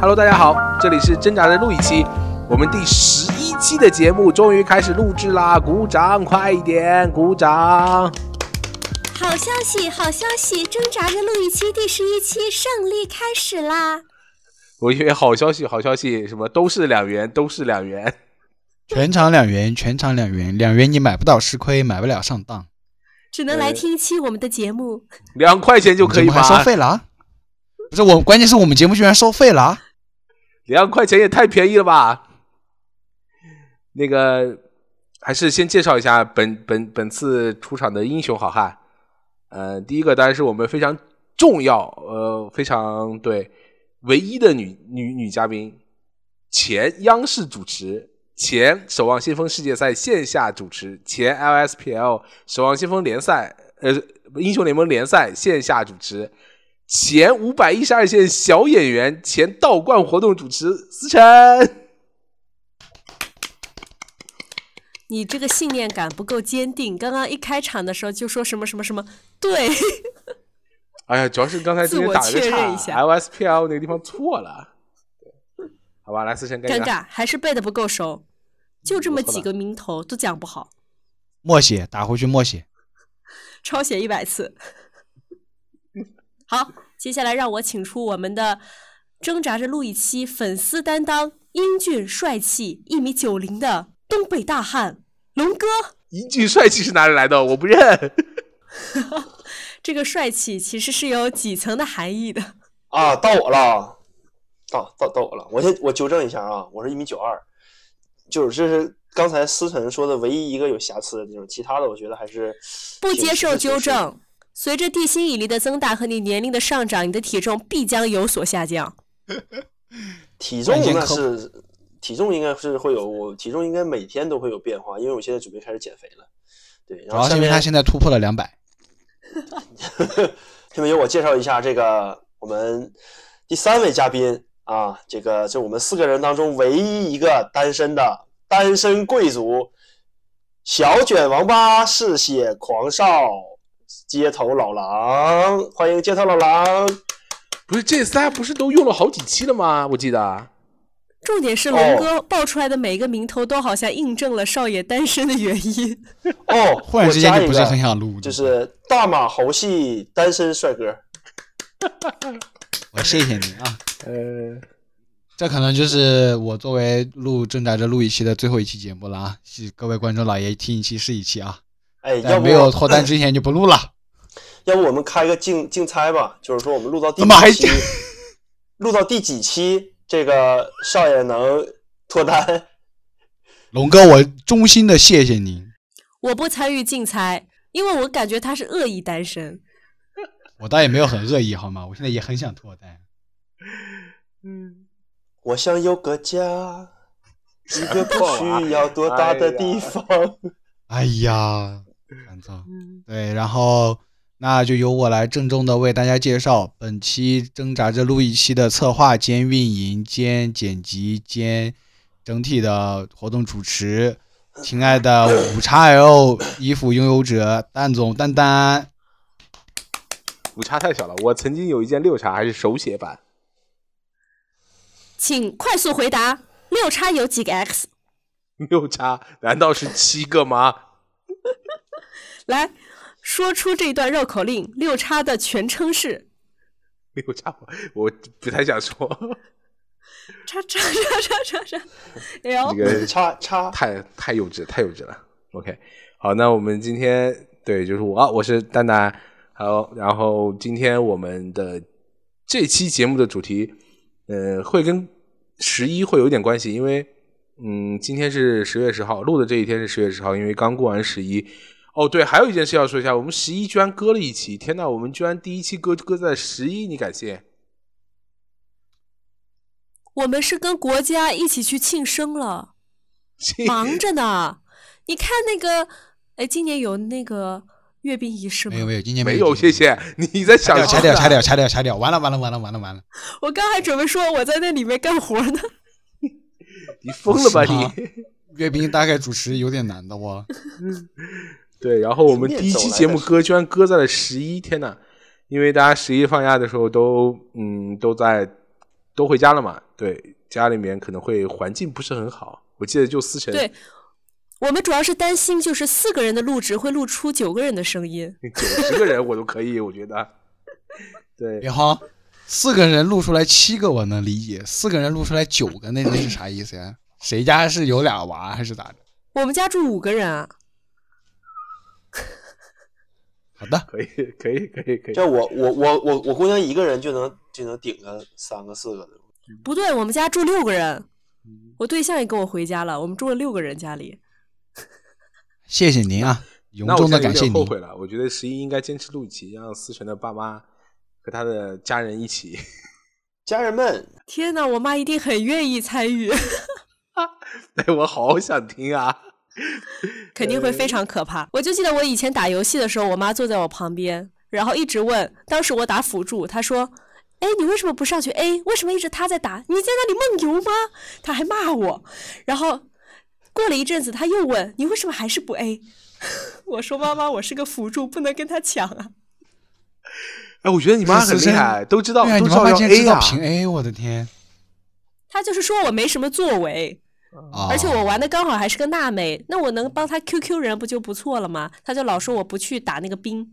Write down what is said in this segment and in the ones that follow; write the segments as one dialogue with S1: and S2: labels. S1: Hello，大家好，这里是挣扎的录一期，我们第十一期的节目终于开始录制啦！鼓掌，快一点，鼓掌！
S2: 好消息，好消息！挣扎着录一期第十一期胜利开始啦！
S1: 我以为好消息，好消息，什么都是两元，都是两元。
S3: 全场两元，全场两元，两元你买不到吃亏，买不了上当，
S2: 只能来听一期我们的节目，
S1: 两块钱就可以
S3: 我们
S1: 吗？
S3: 还收费了啊？不是我，关键是我们节目居然收费了啊！
S1: 两块钱也太便宜了吧！那个，还是先介绍一下本本本次出场的英雄好汉。呃，第一个当然是我们非常重要，呃，非常对唯一的女女女嘉宾，前央视主持，前守望先锋世界赛线下主持，前 LSPL 守望先锋联赛呃英雄联盟联赛线下主持，前五百一十二线小演员，前道观活动主持思辰。
S2: 你这个信念感不够坚定。刚刚一开场的时候就说什么什么什么，对，
S1: 哎呀，主要是刚才之前打了个
S2: 自我确
S1: 岔
S2: 认一下
S1: ，LSPL 那个地方错了。好吧，来思辰，
S2: 尴
S1: 尬。
S2: 尬，还是背的不够熟，就这么
S1: 我错了
S2: 几个名头都讲不好，
S3: 默写，打回去默写。
S2: 抄写一百次。 好，接下来让我请出我们的挣扎着录一期粉丝担当，英俊帅气，一米九零的东北大汉龙哥。
S1: 英俊帅气是哪里来的？我不认。
S2: 这个帅气其实是有几层的含义的。
S4: 啊，到我了，到到到我了，我先我纠正一下啊，我是一米九二，就是这是刚才思辰说的唯一一个有瑕疵的地方，其他的我觉得还是
S2: 不
S4: 挺
S2: 接
S4: 实
S2: 受
S4: 事求
S2: 纠
S4: 是。
S2: 正。随着地心引力的增大和你年龄的上涨，你的体重必将有所下降。
S4: 体重
S3: 关键
S4: 那
S3: 扣
S4: 是体重应该是会有，我体重应该每天都会有变化，因为我现在准备开始减肥了。对，
S3: 主
S4: 然
S3: 要
S4: 后
S3: 是
S4: 下
S3: 因为
S4: 面
S3: 他现在突破了两百，
S4: 下面由我介绍一下这个我们第三位嘉宾啊，这个是我们四个人当中唯一一个单身的单身贵族，小卷王八嗜血狂少街头老狼，欢迎街头老
S3: 哦
S4: 狼。
S1: 不是这仨不是都用了好几期了吗？我记得。啊
S2: 重点
S4: 哦
S2: 是龙哥爆出来的每一个名头都好像印证了少爷单身的原因。
S4: 哦，
S3: 忽然之间
S4: 我加
S3: 就
S4: 一
S3: 不
S4: 个
S3: 是很想录，
S4: 就是大马猴系单身帅哥。
S3: 我谢谢你啊。
S1: 呃，
S3: 这可能就是我作为录挣扎着录一期的最后一期节目了啊！希各位观众老爷听一期是一期啊，
S4: 哎，要
S3: 在
S4: 不
S3: 没有脱单之前就不录了。
S4: 要不我们开个竞竞猜吧，就是说我们录到第
S3: 怎么还
S4: 几期，录到第几期，这个少爷能脱单？
S3: 龙哥，我衷心的谢谢您，
S2: 我不参与竞猜，因为我感觉他是恶意单身。
S3: 我倒也没有很恶意好吗？我现在也很想脱单。
S4: 我想有个家，一个不
S1: 破娃
S4: 需要多大的地方。
S3: 哎呀，烦躁。对，然后那就由我来郑重的为大家介绍本期挣扎着录一期的策划兼运营兼剪辑兼整体的活动主持，亲爱的 五叉 L 衣服拥有者蛋总蛋蛋。
S1: 五叉太小了，我曾经有一件六叉，还是手写版。
S2: 请快速回答：六叉有几个 X？
S1: 六叉难道是七个吗？
S2: 来说出这段绕口令。六叉的全称是
S1: 六叉，我不太想说，
S2: 叉叉叉叉叉叉 L
S1: 这。个
S4: 叉叉，
S1: 太太幼稚，太幼稚了。OK，好，那我们今天对，就是我，我是蛋蛋。好，然后今天我们的这期节目的主题，呃，会跟十一会有点关系，因为嗯，今天是十月十号，录的这一天是十月十号，因为刚过完十一。哦，对，还有一件事要说一下，我们十一居然割了一期，天呐，我们居然第一期割割在十一，你敢 信？
S2: 我们是跟国家一起去庆生了。
S1: 信
S2: 忙着呢。你看那个，哎，今年有那个阅兵仪式吗？
S3: 没有没有，今年
S1: 没
S3: 有
S1: 有，谢。谢你在
S3: 掐
S1: 想
S3: 掉掐
S1: 啥
S3: 掉
S1: 呢
S3: 掐掉掐掉掐掉，完了完了完了完了完了！
S2: 我刚还准备说我在那里面干活呢。
S1: 你疯了吧
S3: 是吗
S1: 你？
S3: 阅兵大概主持有点难的哦。
S1: 对，然后我们
S4: 顺便
S1: 第一
S4: 走
S1: 期
S4: 来
S1: 节
S4: 的
S1: 目
S4: 是
S1: 搁居然搁在了十一，天呐，因为大家十一放假的时候都嗯都在都回家了嘛，对，家里面可能会环境不是很好。我记得就思成，
S2: 对，我们主要是担心，就是四个人的录制会录出九个人的声音。
S1: 九十个人我都可以，我觉得， 对
S3: 别慌，四个人录出来七个我能理解，四个人录出来九个那那是啥意思呀？谁家是有俩娃还是咋的？
S2: 我们家住五个人啊，
S3: 好的，
S1: 可以，可以，可以，可以。
S4: 这我我我我我姑娘一个人就能就能顶个三个四个的，
S2: 不对，我们家住六个人。
S3: 嗯
S2: 我对象也跟我回家了，我们住了六个人家里。
S3: 谢谢您啊，
S1: 那
S3: 由
S1: 我
S3: 衷的
S1: 现在有
S3: 感谢
S1: 点后
S3: 您。
S1: 悔了，我觉得十一应该坚持录一期，让思成的爸妈和他的家人一起。
S4: 家人们，
S2: 天哪，我妈一定很愿意参与，
S1: 哎，我好想听啊！
S2: 肯定会非常可怕。我就记得我以前打游戏的时候，我妈坐在我旁边，然后一直问，当时我打辅助，她说：“哎，你为什么不上去 A？为什么一直她在打？你在那里梦游吗？”她还骂我。然后过了一阵子，她又问：“你为什么还是不 A？” 我说：“妈妈，我是个辅助，不能跟她抢啊。
S1: 哎，我觉得你妈很
S3: 思
S1: 厉
S3: 成
S1: 害，都知道，
S3: 对啊，
S1: 都
S3: 你
S1: 知
S3: 妈
S1: 道
S3: 妈
S1: 要
S3: 竟然知
S1: A
S3: 道
S1: 啊。
S3: 平 A，我的天！”
S2: 她就是说我没什么作为，
S3: 啊，
S2: 嗯而且我玩的刚好还是个娜美，那我能帮她 QQ 人不就不错了吗？她就老说我不去打那个兵，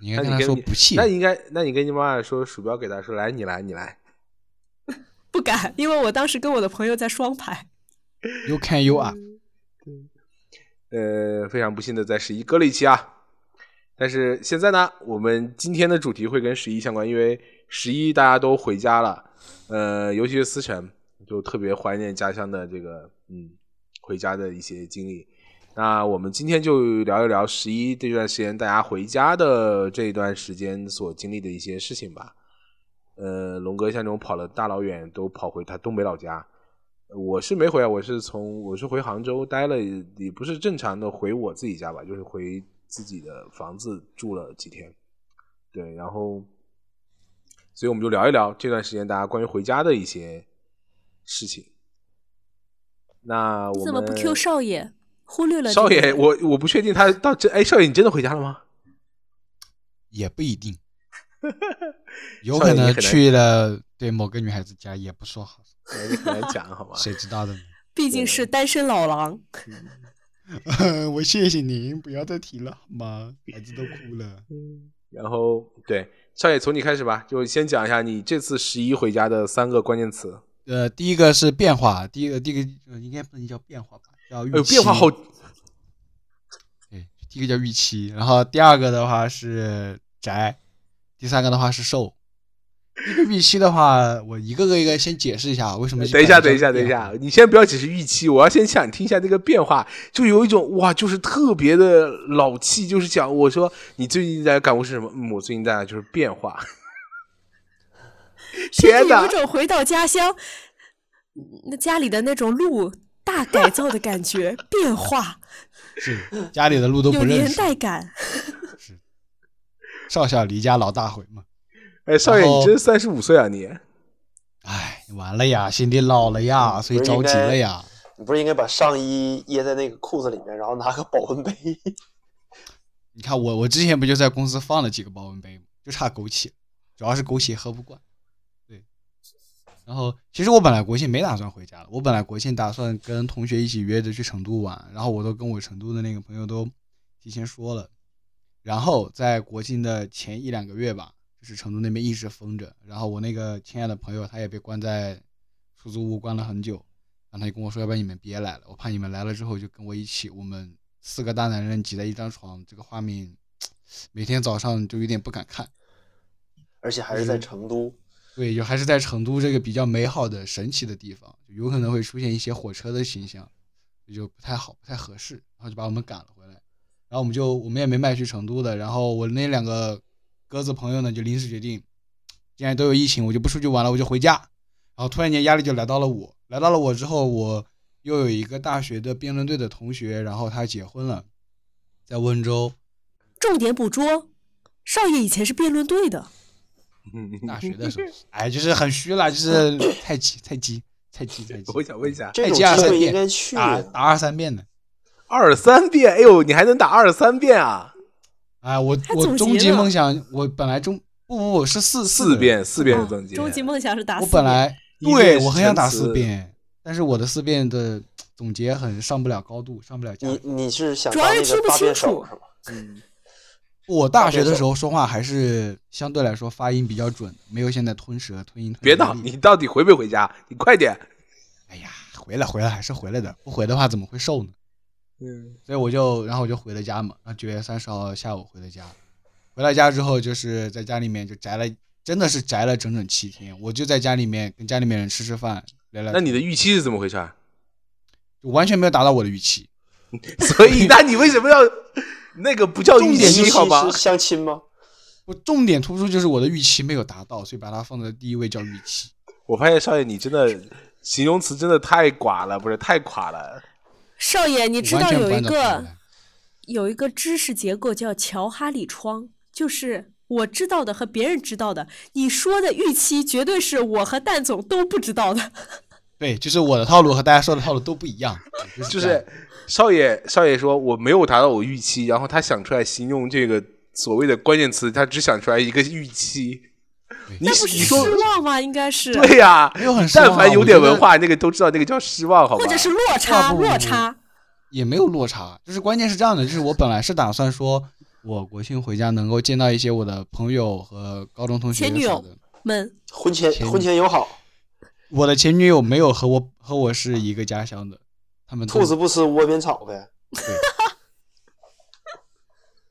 S3: 你应
S1: 那
S3: 该
S1: 你
S3: 跟
S1: 跟
S3: 他说
S1: 你
S3: 不气
S1: 那，你应该，那你跟你妈妈说，鼠标给她说，来，你来，你来。
S2: 不敢，因为我当时跟我的朋友在双排。
S3: you can you up。
S1: 呃，非常不幸的在十一割了一期啊。但是现在呢，我们今天的主题会跟十一相关，因为十一大家都回家了，呃，尤其是思成，就特别怀念家乡的这个嗯回家的一些经历。那我们今天就聊一聊十一这段时间大家回家的这一段时间所经历的一些事情吧。呃，龙哥像这种跑了大老远都跑回他东北老家，我是没回来，我是从我是回杭州待了，也不是正常的回我自己家吧，就是回自己的房子住了几天。对，然后，所以我们就聊一聊这段时间大家关于回家的一些事情。那我
S2: 你
S1: 们
S2: 怎么不 Q 少爷？忽略了这
S1: 少
S2: 个
S1: 爷，
S2: 人
S1: 我我不确定他到真哎，少爷你真的回家了吗？
S3: 也不 一定，有
S1: 少爷
S3: 可
S1: 你
S3: 能
S1: 很难
S3: 去了对某个女孩子家，也不说好，
S1: 哎你很难讲好吗？
S3: 谁知道的呢？
S2: 毕竟是单身老狼，
S3: 我谢谢您，不要再提了好吗？孩子都哭了。
S1: 然后对，少爷从你开始吧，就先讲一下你这次十一回家的三个关键词。
S3: 呃，第一个是变化，第一个第一个呃应该不能叫变化吧，叫预
S1: 哎呦，
S3: 期。
S1: 变化好，
S3: 对，第一个叫预期，然后第二个的话是宅，第三个的话是瘦。第一个预期的话，我一个个一个先解释一下为什么。
S1: 等一下，等一下，等一下，，你先不要只是预期，我要先想听一下这个变化，就有一种哇，就是特别的老气，就是讲我说你最近在感悟是什么？嗯，我最近在哪就是变化。
S2: 甚
S1: 天
S2: 至
S1: 哪
S2: 有一种回到家乡，那家里的那种路大改造的感觉，变化
S3: 是家里的路都
S2: 有
S3: 不认
S2: 年
S3: 识，
S2: 代感。
S3: 少小离家老大回嘛。
S1: 哎，少爷，
S3: 然后
S1: 你真三十五岁啊你？
S3: 哎，完了呀，心里老了呀，所以着急了呀。
S4: 你不是应该把上衣掖在那个裤子里面，然后拿个保温杯？
S3: 你看我，我之前不就在公司放了几个保温杯吗？就差枸杞，主要是枸杞喝不惯。对，然后其实我本来国庆没打算回家了，我本来国庆打算跟同学一起约着去成都玩，然后我都跟我成都的那个朋友都提前说了。然后在国庆的前一两个月吧，就是成都那边一直封着，然后我那个亲爱的朋友他也被关在出租屋关了很久，然后他就跟我说，要不然你们别来了，我怕你们来了之后就跟我一起，我们四个大男人挤在一张床，这个画面每天早上就有点不敢看。
S4: 而且还是
S2: 嗯
S4: 在成都，
S3: 对，就还是在成都这个比较美好的、神奇的地方，有可能会出现一些火车的形象，就不太好、不太合适，然后就把我们赶了回来。然后我们就我们也没买去成都的，然后我那两个鸽子朋友呢就临时决定，既然都有疫情，我就不出去玩了，我就回家。然后突然间压力就来到了我，来到了我之后，我又有一个大学的辩论队的同学，然后他结婚了，在温州
S2: 重点捕捉，少爷以前是辩论队的，
S3: 大学的时候，哎，就是很虚了，就是 太急太急太急太急。
S1: 我想问一下，
S4: 这种
S3: 哎
S4: 机
S3: 这样
S4: 会
S3: 是
S4: 应该去
S3: 打
S4: 啊。
S3: 打二三遍的。
S1: 二三遍，哎呦，你还能打二三遍啊？
S3: 哎，我
S2: 还
S3: 我
S2: 总
S3: 终
S2: 结
S3: 极
S2: 了
S3: 梦想，我本来终不不不是四
S1: 四
S3: 遍。
S1: 遍四遍哎是增
S2: 哦
S1: 进。
S2: 终极梦想是打
S3: 我
S2: 四
S3: 本
S2: 遍
S3: 来
S1: 一遍
S3: 对
S1: 是
S3: 我很想打
S1: 陈词
S3: 四遍，但是我的四遍的总结很上不了高度，上不了价
S4: 你
S3: 值。
S4: 你是想
S2: 主要
S4: 当
S2: 是
S4: 那
S2: 听
S4: 个
S2: 不
S4: 八
S2: 清
S4: 边
S2: 楚
S4: 手是吧？
S1: 嗯
S3: 我大学的时候说话还是相对来说发音比较准，没有现在吞舌吞音。吞
S1: 别
S3: 得
S1: 闹，
S3: 厉
S1: 你到底回没回家？你快点。
S3: 哎呀，回来回来还是回来的，不回的话怎么会瘦呢？
S1: 嗯，
S3: 所以我就，然后我就回了家嘛，然后九月三十号下午回了家，回了家之后就是在家里面就宅了，真的是宅了整整七天，我就在家里面跟家里面人吃吃饭，聊聊天，
S1: 那你的预期是怎么回事啊？
S3: 就完全没有达到我的预期。
S1: 所以，那你为什么要那个不叫预
S3: 重点
S1: 期
S4: 是
S1: 好吗
S4: 是？相亲吗？
S3: 我重点突出就是我的预期没有达到，所以把它放在第一位叫预期。
S1: 我发现少爷你真的形容词真的太寡了，不是太垮了。
S2: 少爷，你知
S3: 完
S2: 道
S3: 全不
S2: 有一
S3: 按照常
S2: 个
S3: 理来
S2: 有一个知识结构叫乔哈里窗，就是我知道的和别人知道的，你说的预期绝对是我和蛋总都不知道的。
S3: 对，就是我的套路和大家说的套路都不 一样，对
S1: 就
S3: 这样
S1: 是少爷，少爷说我没有达到我预期，然后他想出来形容这个所谓的关键词，他只想出来一个预期。你
S2: 那不
S1: 你
S2: 是失
S1: 说
S2: 望吗？应该是，
S1: 对呀、
S3: 没有很失望啊
S1: 但凡有
S3: 我
S1: 点
S3: 觉得
S1: 文化，那个都知道那个叫失望，好吧？
S2: 或者是落
S3: 啊
S2: 差，
S3: 不不不
S2: 落差。
S3: 也没有落差，就是关键是这样的，就是我本来是打算说，我国庆回家能够见到一些我的朋友和高中同学
S2: 前女
S3: 啥
S2: 友
S3: 的。
S2: 们，
S4: 婚前
S3: 前
S4: 婚前友好，
S3: 我的前女友没有和我和我是一个家乡的，他们都
S4: 兔子。不吃窝边草呗。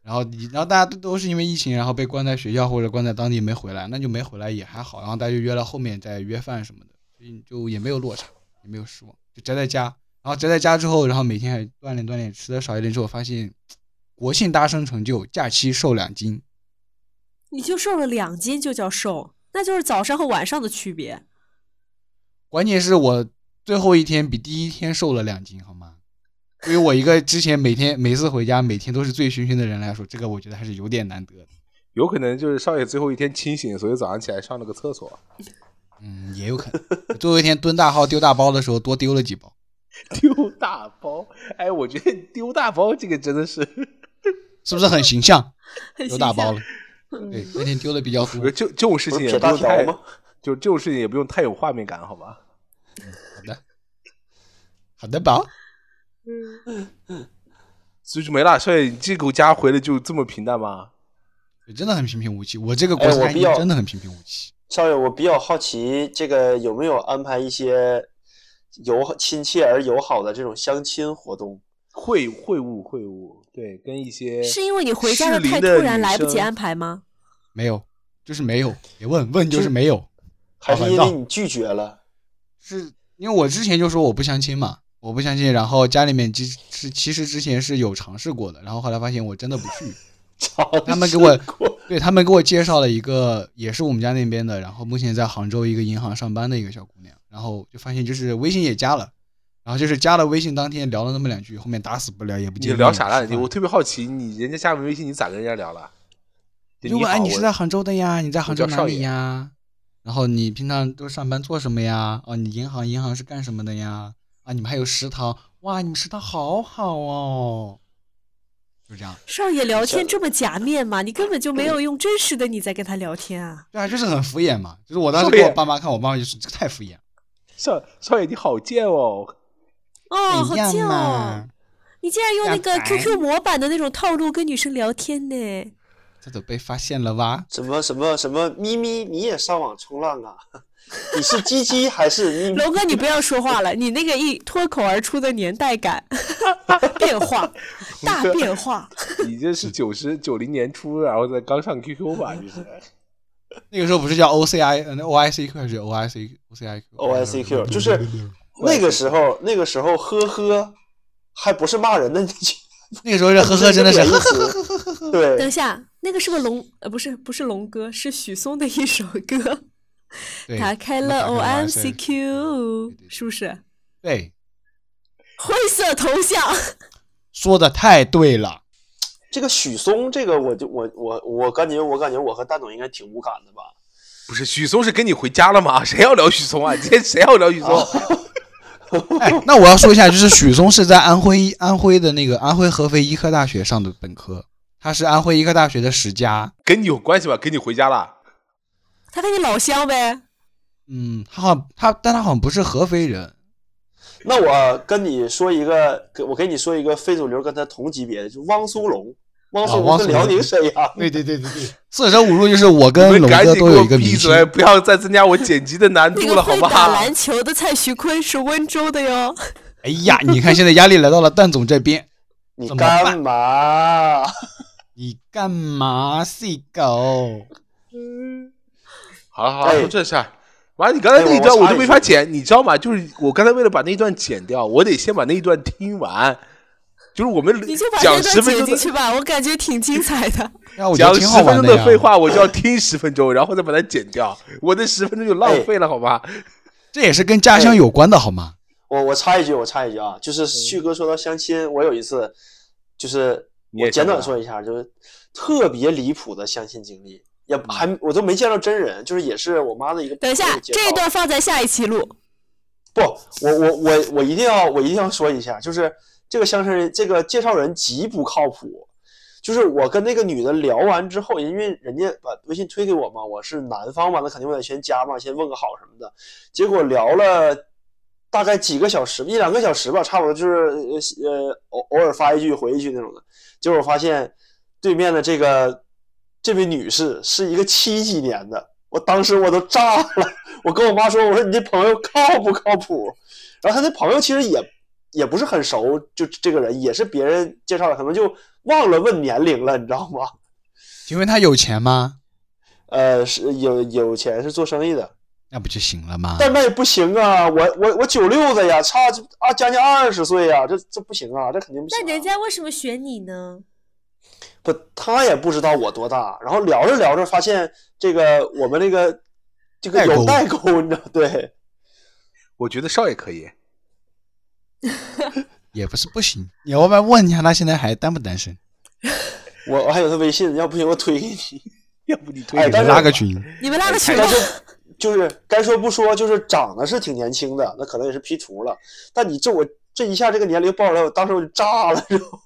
S3: 然后你，然后大家都都是因为疫情，然后被关在学校或者关在当地没回来，那就没回来也还好。然后大家就约了后面再约饭什么的，所以就也没有落差，也没有失望，就宅在家。然后宅在家之后，然后每天还锻炼锻炼，吃的少一点之后，发现国庆大升成就，假期瘦两斤。
S2: 你就瘦了两斤就叫瘦，那就是早上和晚上的区别。
S3: 关键是我最后一天比第一天瘦了两斤，好吗？对于我一个之前每天每次回家每天都是醉醺醺的人来说，这个我觉得还是有点难得的。
S1: 有可能就是少爷最后一天清醒，所以早上起来上了个厕所，
S3: 嗯，也有可能。最后一天蹲大号丢大包的时候多丢了几包。
S1: 丢大包。哎，我觉得丢大包这个真的 是，
S3: 是不是很形象？
S2: 很
S3: 丢
S2: 形
S3: 大
S2: 象
S3: 包了，对，那天丢的比较多。
S4: 嗯
S1: 就这种事
S4: 不
S1: 情
S4: 是
S1: 也
S4: 撇
S1: 不
S4: 大
S1: 用
S4: 条
S1: 太，
S4: 吗？
S1: 就这种事情也不用太有画面感，好吧？
S3: 好的，好的宝，
S1: 所以就没了。少爷，你这个家回来就这么平淡吗？
S3: 真的很平平无奇。我这个国
S4: 哎我
S3: 产
S4: 必要
S3: 真的很平平无奇。
S4: 少爷，我比较好奇，这个有没有安排一些友亲切而友好的这种相亲活动？
S1: 会会晤会晤，对，跟一些
S2: 是因为你回家的
S1: 适龄
S2: 太突
S1: 的
S2: 然，
S1: 女
S2: 来不及
S1: 生
S2: 安排吗？
S3: 没有，就是没有。别问问就是没有，
S4: 还是因
S3: 好
S4: 为
S3: 烦躁
S4: 你拒绝了？
S3: 是因为我之前就说我不相亲嘛，我不相亲，然后家里面其实其实之前是有尝试过的，然后后来发现我真的不去，他们给我对他们给我介绍了一个也是我们家那边的，然后目前在杭州一个银行上班的一个小姑娘，然后就发现就是微信也加了，然后就是加了微信当天聊了那么两句，后面打死不聊也不
S1: 你
S3: 见
S1: 聊
S3: 面
S1: 啥了？
S3: 也不
S1: 你
S3: 吃
S4: 嗯
S1: 我
S3: 饭
S1: 特别好奇，你人家加完微信，你咋跟人家聊了？
S3: 就问
S1: 好
S3: 哎你
S1: 我
S3: 是在杭州的呀？你在杭州
S1: 我叫
S3: 哪
S1: 少
S3: 里
S1: 爷
S3: 呀？然后你平常都上班做什么呀？哦，你银行银行是干什么的呀？啊，你们还有食堂哇，你们食堂好好哦，就这样。
S2: 少爷聊天这么假面吗？你根本就没有用真实的你在跟他聊天啊！
S3: 对啊，就是很敷衍嘛。就是我当时
S1: 少爷
S3: 给我爸妈看，我爸妈就说这个太敷衍了，
S1: 少少爷你好贱哦！
S2: 哦，好
S3: 怎样啊
S2: 贱哦
S3: 嘛！！
S2: 你竟然用那个
S3: 要烦
S2: QQ 模板的那种套路跟女生聊天呢？
S3: 这都被发现了哇！
S4: 什么什么什么咪咪，你也上网冲浪啊？ 你是鸡鸡还是
S3: 嗯
S4: 咪咪？
S2: 龙哥，你不要说话了，你那个一脱口而出的年代感 变化，大变化。
S1: 你这是九十九零年初，然后再刚上 QQ 吧？这是
S3: 那个时候不是叫 O C I 呃那 O I C Q 还是 O I C O C I Q
S4: OICQ 就是那个时候，那个时候呵呵，还不是骂人的，
S3: 那个时候是呵呵，真的是呵呵。
S4: 呵。对
S2: 等一，下，那个是不是龙？呃，不是，不是龙哥，是许嵩的一首歌。
S3: 对
S2: 打开了
S3: 我们打开了
S2: OMCQ，
S3: 对对
S2: 是不是？
S3: 对，
S2: 灰色头像，
S3: 说的太对了。
S4: 这个许嵩，这个我就我我我感觉我感觉我和蛋总应该挺无感的吧？
S1: 不是许嵩是跟你回家了吗？ 谁要聊许嵩啊？今天谁要聊许嵩？
S3: 哎，那我要说一下，就是许嵩是在安徽安徽的那个安徽合肥医科大学上的本科，他是安徽医科大学的十佳。
S1: 跟你有关系吧？跟你回家了？
S2: 他跟你老乡呗。
S3: 嗯，他好像他，但他好像不是合肥人。
S4: 那我跟你说一个，跟我跟你说一个非主流跟他同级别的，就汪苏泷。汪苏
S3: 啊汪苏
S4: 泷是
S3: 泷
S4: 辽宁沈阳，
S3: 对对对对对，四舍五入就是我跟
S1: 你
S3: 龙
S1: 们赶
S3: 哥
S1: 紧
S3: 都
S1: 给
S3: 有
S1: 我
S3: 一个迷
S1: 闭
S3: 信。
S1: 嘴，不要再增加我剪辑的难
S2: 那
S1: 度
S2: 个
S1: 了，好
S2: 会
S1: 吧？
S2: 打篮球的蔡徐坤是温州的哟。
S3: 哎呀，你看现在压力来到了蛋总这边，
S4: 你
S3: 怎么办
S4: 干嘛？
S3: 你干嘛细狗？
S1: 嗯好了好了，
S4: 哎
S1: 说正事儿。完，你刚才那一段我都没法剪，你知道吗？就是我刚才为了把那一段剪掉，我得先把那一段听完。就是我们
S2: 你就把
S1: 讲
S2: 这
S1: 十
S2: 段
S1: 分钟
S2: 剪进
S1: 的
S2: 去吧，我感觉挺精彩 的。
S3: 哎呀，我觉
S1: 讲十
S3: 得挺好
S1: 分
S3: 玩
S1: 钟的
S3: 呀。
S1: 废话，我就要听十分钟，然后再把它剪掉。我那十分钟就浪费了，好吧？
S3: 这也是跟家
S1: 哎
S3: 乡有关的好吗？
S4: 我我插一句，我插一句啊，
S3: 嗯
S4: 就是旭哥说到相亲，我有一次，就是
S1: 你也
S4: 我简短
S1: 想
S4: 说一下，就是特别离谱的相亲经历，也
S3: 嗯
S4: 还我都没见到真人，就是也是我妈的一个
S2: 等一下
S4: 朋友，介绍
S2: 这一段放在下一期录。
S4: 不，我我我我一定要我一定要说一下，就是这个相亲人这个介绍人极不靠谱。就是我跟那个女的聊完之后，因为人家把微信推给我嘛，我是南方嘛，那肯定我得先加嘛，先问个好什么的。结果聊了大概几个小时，一两个小时吧，差不多就是呃呃偶偶尔发一句回一句那种的。结果我发现对面的这个这位女士是一个七几年的，我当时我都炸了。我跟我妈说，我说你这朋友靠不靠谱？然后他那朋友其实也也不是很熟，就这个人也是别人介绍的，可能就忘了问年龄了，你知道吗？
S3: 请问他有钱吗？
S4: 呃，是有有钱是做生意的，
S3: 那不就行了吗？
S4: 但那也不行啊！我我我九六的呀，差这啊将近二十岁呀，这这不行啊，这肯定不行、啊。
S5: 那人家为什么选你呢？
S4: 不，他也不知道我多大，然后聊着聊着发现这个我们那个这个
S3: 代沟
S4: 有代沟，你知道对。
S1: 我觉得少爷可以，
S3: 也不是不行。你要不然问一下他现在还单不单身？
S4: 我我还有他微信，要不行我推给你。
S1: 要不你推
S4: 哎
S1: 荐
S3: 给他
S4: 但是
S3: 拉个群。
S2: 你们
S1: 哎
S2: 拉个群吧
S4: 但。是哎就是该说不说，就是长得是挺年轻的，那可能也是 P 图了。但你这我这一下这个年龄报出来，我当时我就炸了， 然后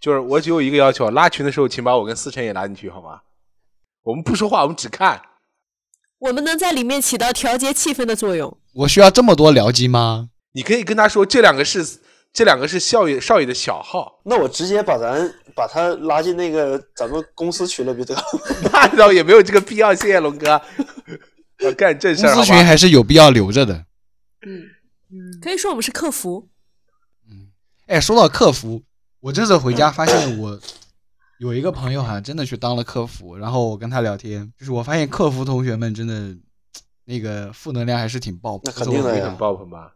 S1: 就是我只有一个要求，拉群的时候请把我跟思辰也拉进去，好吗？我们不说话，我们只看。
S2: 我们能在里面起到调节气氛的作用。
S3: 我需要这么多僚机吗？
S1: 你可以跟他说，这两个是这两个是少爷少爷的小号，
S4: 那我直接把咱把他拉进那个咱们公司群里不就 得了？
S1: 那倒也没有这个必要。谢谢龙哥，我干正事
S3: 公
S1: 儿好
S3: 司群
S1: 吧？
S3: 还是有必要留着的。
S2: 可以说我们是客服。
S3: 哎，说到客服，我这次回家
S1: 嗯
S3: 发现我有一个朋友好像真的去当了客服，然后我跟他聊天，就是我发现客服同学们真的那个负能量还是挺爆，
S4: 那肯定
S3: 不是
S4: 的呀
S3: 我
S1: 很
S3: 回答。
S1: 爆棚吧？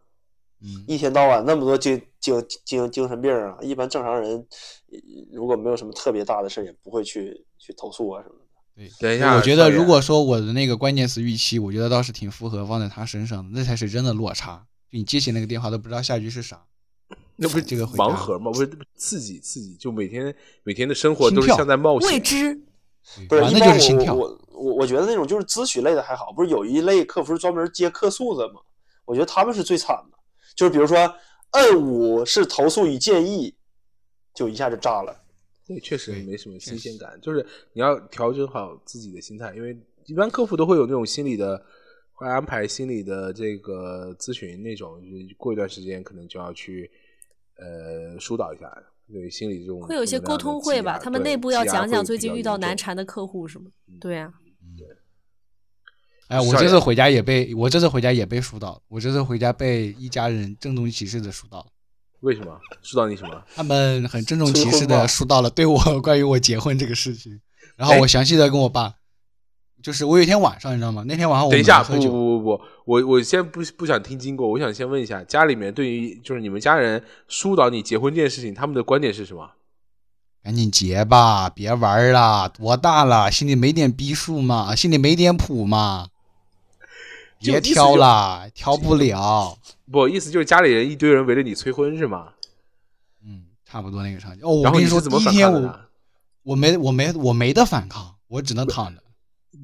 S3: 嗯，
S4: 一天到晚那么多精精精精神病啊，一般正常人呃如果没有什么特别大的事儿，也不会去去投诉啊什么的。
S3: 对。
S1: 等一
S3: 所以
S1: 下，
S3: 我觉
S1: 少
S3: 得
S1: 爷
S3: 如果说我的那个关键词预期，我觉得倒是挺符合放在他身上的，那才是真的落差。就你接起那个电话都不知道下一句是啥，
S1: 那不是
S3: 这个回答
S1: 盲盒吗？不是刺激刺激，就每天每天的生活都
S3: 心
S1: 是
S3: 跳
S1: 像在冒
S2: 未
S1: 险。
S2: 知，
S4: 不是，
S3: 完
S4: 一
S3: 了
S4: 般
S3: 啊就是心跳
S4: 我。我我我觉得那种就是咨询类的还好，不是有一类客服是专门接客诉的吗？我觉得他们是最惨的，就是比如说摁五是投诉与建议，就一下就炸了。
S1: 对，确实
S3: 对
S1: 没什么
S3: 确
S1: 新鲜
S3: 实
S1: 感，就是你要调整好自己的心态，因为一般客服都会有那种心理的，会安排心理的这个咨询那种，就是过一段时间可能就要去呃疏导一下对心理这种
S2: 会有一些
S1: 负能量
S2: 沟
S1: 的
S2: 通
S1: 积
S2: 会吧
S1: 压？
S2: 他们
S1: 对
S2: 内部
S1: 积
S2: 要
S1: 压
S2: 讲
S1: 会
S2: 讲
S1: 比
S2: 最近
S1: 较
S2: 遇到
S1: 严
S2: 难
S1: 重嗯
S2: 缠的客户什么。对啊呀、
S3: 哎，我
S1: 少
S3: 这
S1: 爷
S3: 次回家也被我这次回家也被疏导了，我这次回家被一家人郑重其事的疏导了，
S1: 为什么疏导你什么？
S3: 他们很郑重其
S4: 催
S3: 事
S4: 婚吧
S3: 的疏导了对我关于我结婚这个事情，然后
S1: 哎
S3: 我详细的跟我爸，就是我有一天晚上你知道吗？那天晚上哦我
S1: 等一
S3: 们
S1: 下，不
S3: 喝
S1: 不
S3: 酒，
S1: 不不不，我我先不不想听经过，我想先问一下家里面对于就是你们家人疏导你结婚这件事情，他们的观点是什么？
S3: 赶紧结吧，别玩儿了，多大了，心里没点逼数吗？心里没点谱吗？
S1: 就
S3: 别
S1: 意思
S3: 挑
S1: 就
S3: 了，挑不了。
S1: 不意思就是家里人一堆人围着你催婚是吗？
S3: 嗯，差不多那个场景。哦，我
S1: 然后
S3: 跟
S1: 你
S3: 说，
S1: 是怎
S3: 第
S1: 么
S3: 一
S1: 反
S3: 天
S1: 抗的呢
S3: 我？我没我没我没得反抗，我只能躺着。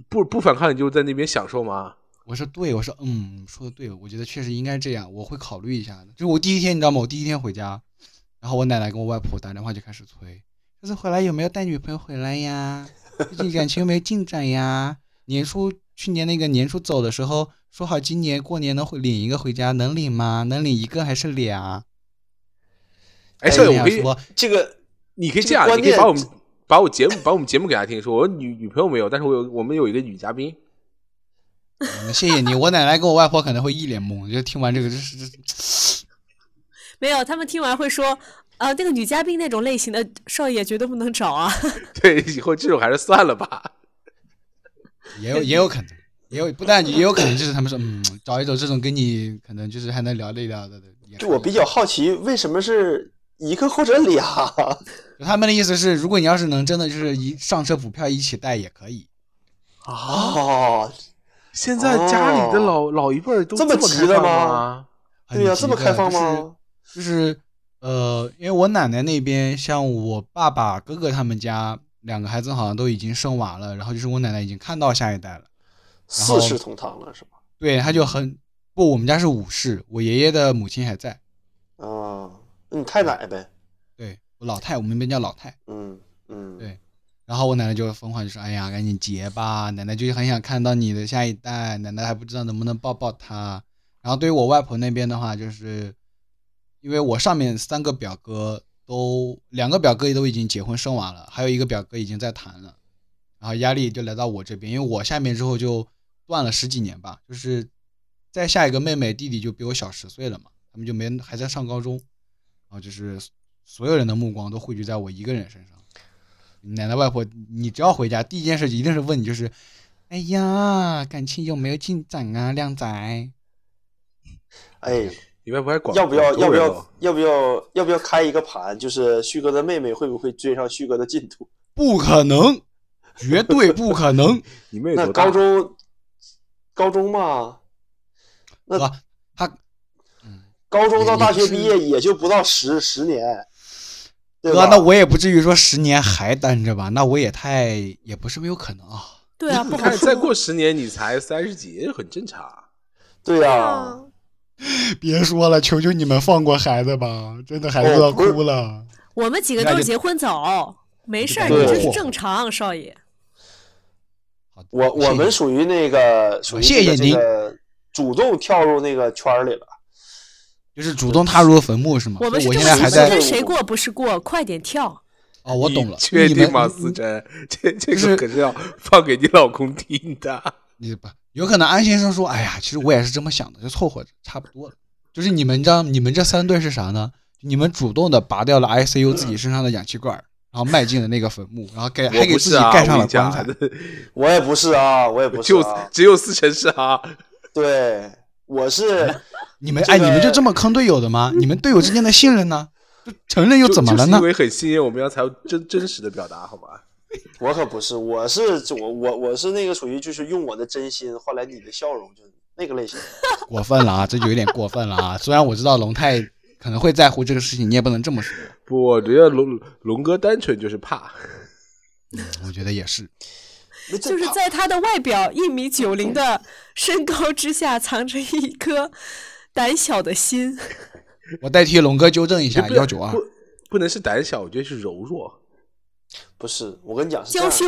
S1: 不不反抗，你就在那边享受吗？
S3: 我说对，我说嗯，说的对，我觉得确实应该这样，我会考虑一下的。就是我第一天，你知道吗？我第一天回家，然后我奶奶跟我外婆打电话就开始催，这次回来有没有带女朋友回来呀？最近感情有没有进展呀？年初去年那个年初走的时候，说好今年过年能回领一个回家，能领吗？能领一个还是俩？
S1: 哎，校
S3: 这个
S1: 友，我可以，
S3: 说，
S4: 这个
S1: 你可以
S4: 这
S1: 这
S4: 个
S1: 样，
S4: 观
S1: 你可以
S4: 念
S1: 把我们把我节目把我们节目给他听，说我女女朋友没有，但是我有我们有一个女嘉宾，
S3: 嗯谢谢你。我奶奶跟我外婆可能会一脸懵，就听完这个，这是这
S2: 没有，他们听完会说，呃，那个女嘉宾那种类型的少爷绝对不能找啊。
S1: 对，以后这种还是算了吧。
S3: 也有也有可能，也有不但也有可能就是他们说，嗯，找一种这种跟你可能就是还能聊一聊的。也
S4: 就
S3: 可
S4: 我
S3: 以
S4: 比较好奇，为什么是一个或者俩？
S3: 啊就他们的意思是，如果你要是能真的就是一上车补票一起带也可以。
S1: 啊，
S4: 哦，
S1: 现在家里的老老一辈儿都
S4: 这么
S1: 么
S4: 急
S1: 开
S4: 了
S1: 放
S4: 吗
S1: 吗？
S3: 很
S4: 对呀、
S3: 急
S4: 这么
S3: 的
S4: 开放
S3: 就是
S4: 吗？
S3: 就是呃，因为我奶奶那边，像我爸爸、哥哥他们家两个孩子好像都已经生娃了，然后就是我奶奶已经看到下一代了，然后
S4: 四世同堂了是吧？
S3: 对，她就很不，我们家是五世，我爷爷的母亲还在，
S4: 啊，你太奶呗，
S3: 对我老太，我们那边叫老太，
S4: 嗯嗯，
S3: 对然后我奶奶就疯狂就说：“哎呀，赶紧结吧！”奶奶就是很想看到你的下一代，奶奶还不知道能不能抱抱她。然后对于我外婆那边的话，就是因为我上面三个表哥都两个表哥都已经结婚生娃了，还有一个表哥已经在谈了，然后压力就来到我这边，因为我下面之后就断了十几年吧，就是再下一个妹妹弟弟就比我小十岁了嘛，他们就没还在上高中，然后就是所有人的目光都汇聚在我一个人身上。奶奶外婆，你只要回家，第一件事一定是问你，就是，哎呀，感情有没有进展啊，靓仔？
S4: 哎，
S1: 你外婆还管
S4: 要不要
S1: 管
S4: 要不
S1: 人
S4: 要
S3: 啊
S1: 哦
S4: 要不要要不要开一个盘？就是旭哥的妹妹会不会追上旭哥的进度？
S3: 不可能，绝对不可 能，
S1: 你妹有
S4: 那
S1: 多大
S4: 高中高中嘛，那
S3: 是吧？他
S4: 高中到大
S3: 也
S4: 学
S3: 是
S4: 毕业也就不到十十年，对
S3: 哥
S4: 吧？，
S3: 那我也不至于说十年还单着吧？那我也太也不是没有可能啊。
S2: 对啊，
S1: 你
S2: 不好
S1: 看，
S2: 说。
S1: 再过十年你才三十几，很正常。
S4: 对
S2: 哎
S4: 呀、
S5: 啊，
S3: 别说了，求求你们放过孩子吧，真的孩
S4: 子都要哭
S3: 了。
S2: 我们几个都
S3: 那
S2: 是
S3: 就
S2: 结婚早，没事儿，你
S4: 对啊
S2: 这是正常，少爷。
S1: 哦
S4: 我我们属于那个属于
S3: 谢谢
S4: 这个
S3: 您
S4: 这个主动跳入那个圈儿里了。
S3: 就是主动踏入坟墓是吗？
S2: 我们是
S3: 我
S2: 这
S3: 现
S2: 么
S3: 在还
S2: 想
S4: 这
S2: 的，
S3: 在
S4: 么
S2: 跟谁过不是过，快点跳。
S3: 哦，我懂了
S1: 你，确
S3: 你
S1: 定
S3: 们
S1: 吗，
S3: 你
S1: 思珍？ 这这
S3: 就是
S1: 个可是要放给你老公听的。
S3: 你不有可能安先生说，哎呀，其实我也是这么想的，就凑合着，差不多了。就是你们这你们这三对是啥呢？你们主动的拔掉了 ICU 自己身上的氧气罐儿，然后迈进了那个坟墓，然后给还
S1: 我
S3: 给
S1: 不是
S3: 自己
S1: 啊，
S3: 盖上了
S1: 我跟
S3: 棺
S1: 你
S3: 材
S1: 讲，
S4: 我也不是啊，我也不是
S1: 就
S4: 啊，
S1: 只有思辰是啊。
S4: 对，我是
S3: 你们
S4: 这
S3: 哎，你们
S4: 个
S3: 就这么坑队友的吗？你们队友之间的信任呢？ 就承认又
S1: 就
S3: 怎么了
S1: 就是
S3: 呢
S1: 因？为很信任我们要才有真真实的表达，好吧？
S4: 我可不是，我是我我我是那个属于就是用我的真心换来你的笑容，就是那个类型。
S3: 过分了啊，这就有点过分了啊！虽然我知道龙太可能会在乎这个事情，你也不能这么说。
S1: 不，我觉得龙龙哥单纯就是怕，
S3: 我觉得也是，
S4: 那这
S2: 就是
S4: 他
S2: 在他的外表一米九零的身高之下，藏着一颗胆小的 心。
S3: 我代替龙哥纠正一
S1: 就
S3: 下，
S1: 不
S3: 幺九二
S1: 不不能是胆小，我觉得是柔弱。
S4: 不是，我跟你讲是这
S2: 娇
S4: 样的，
S2: 羞，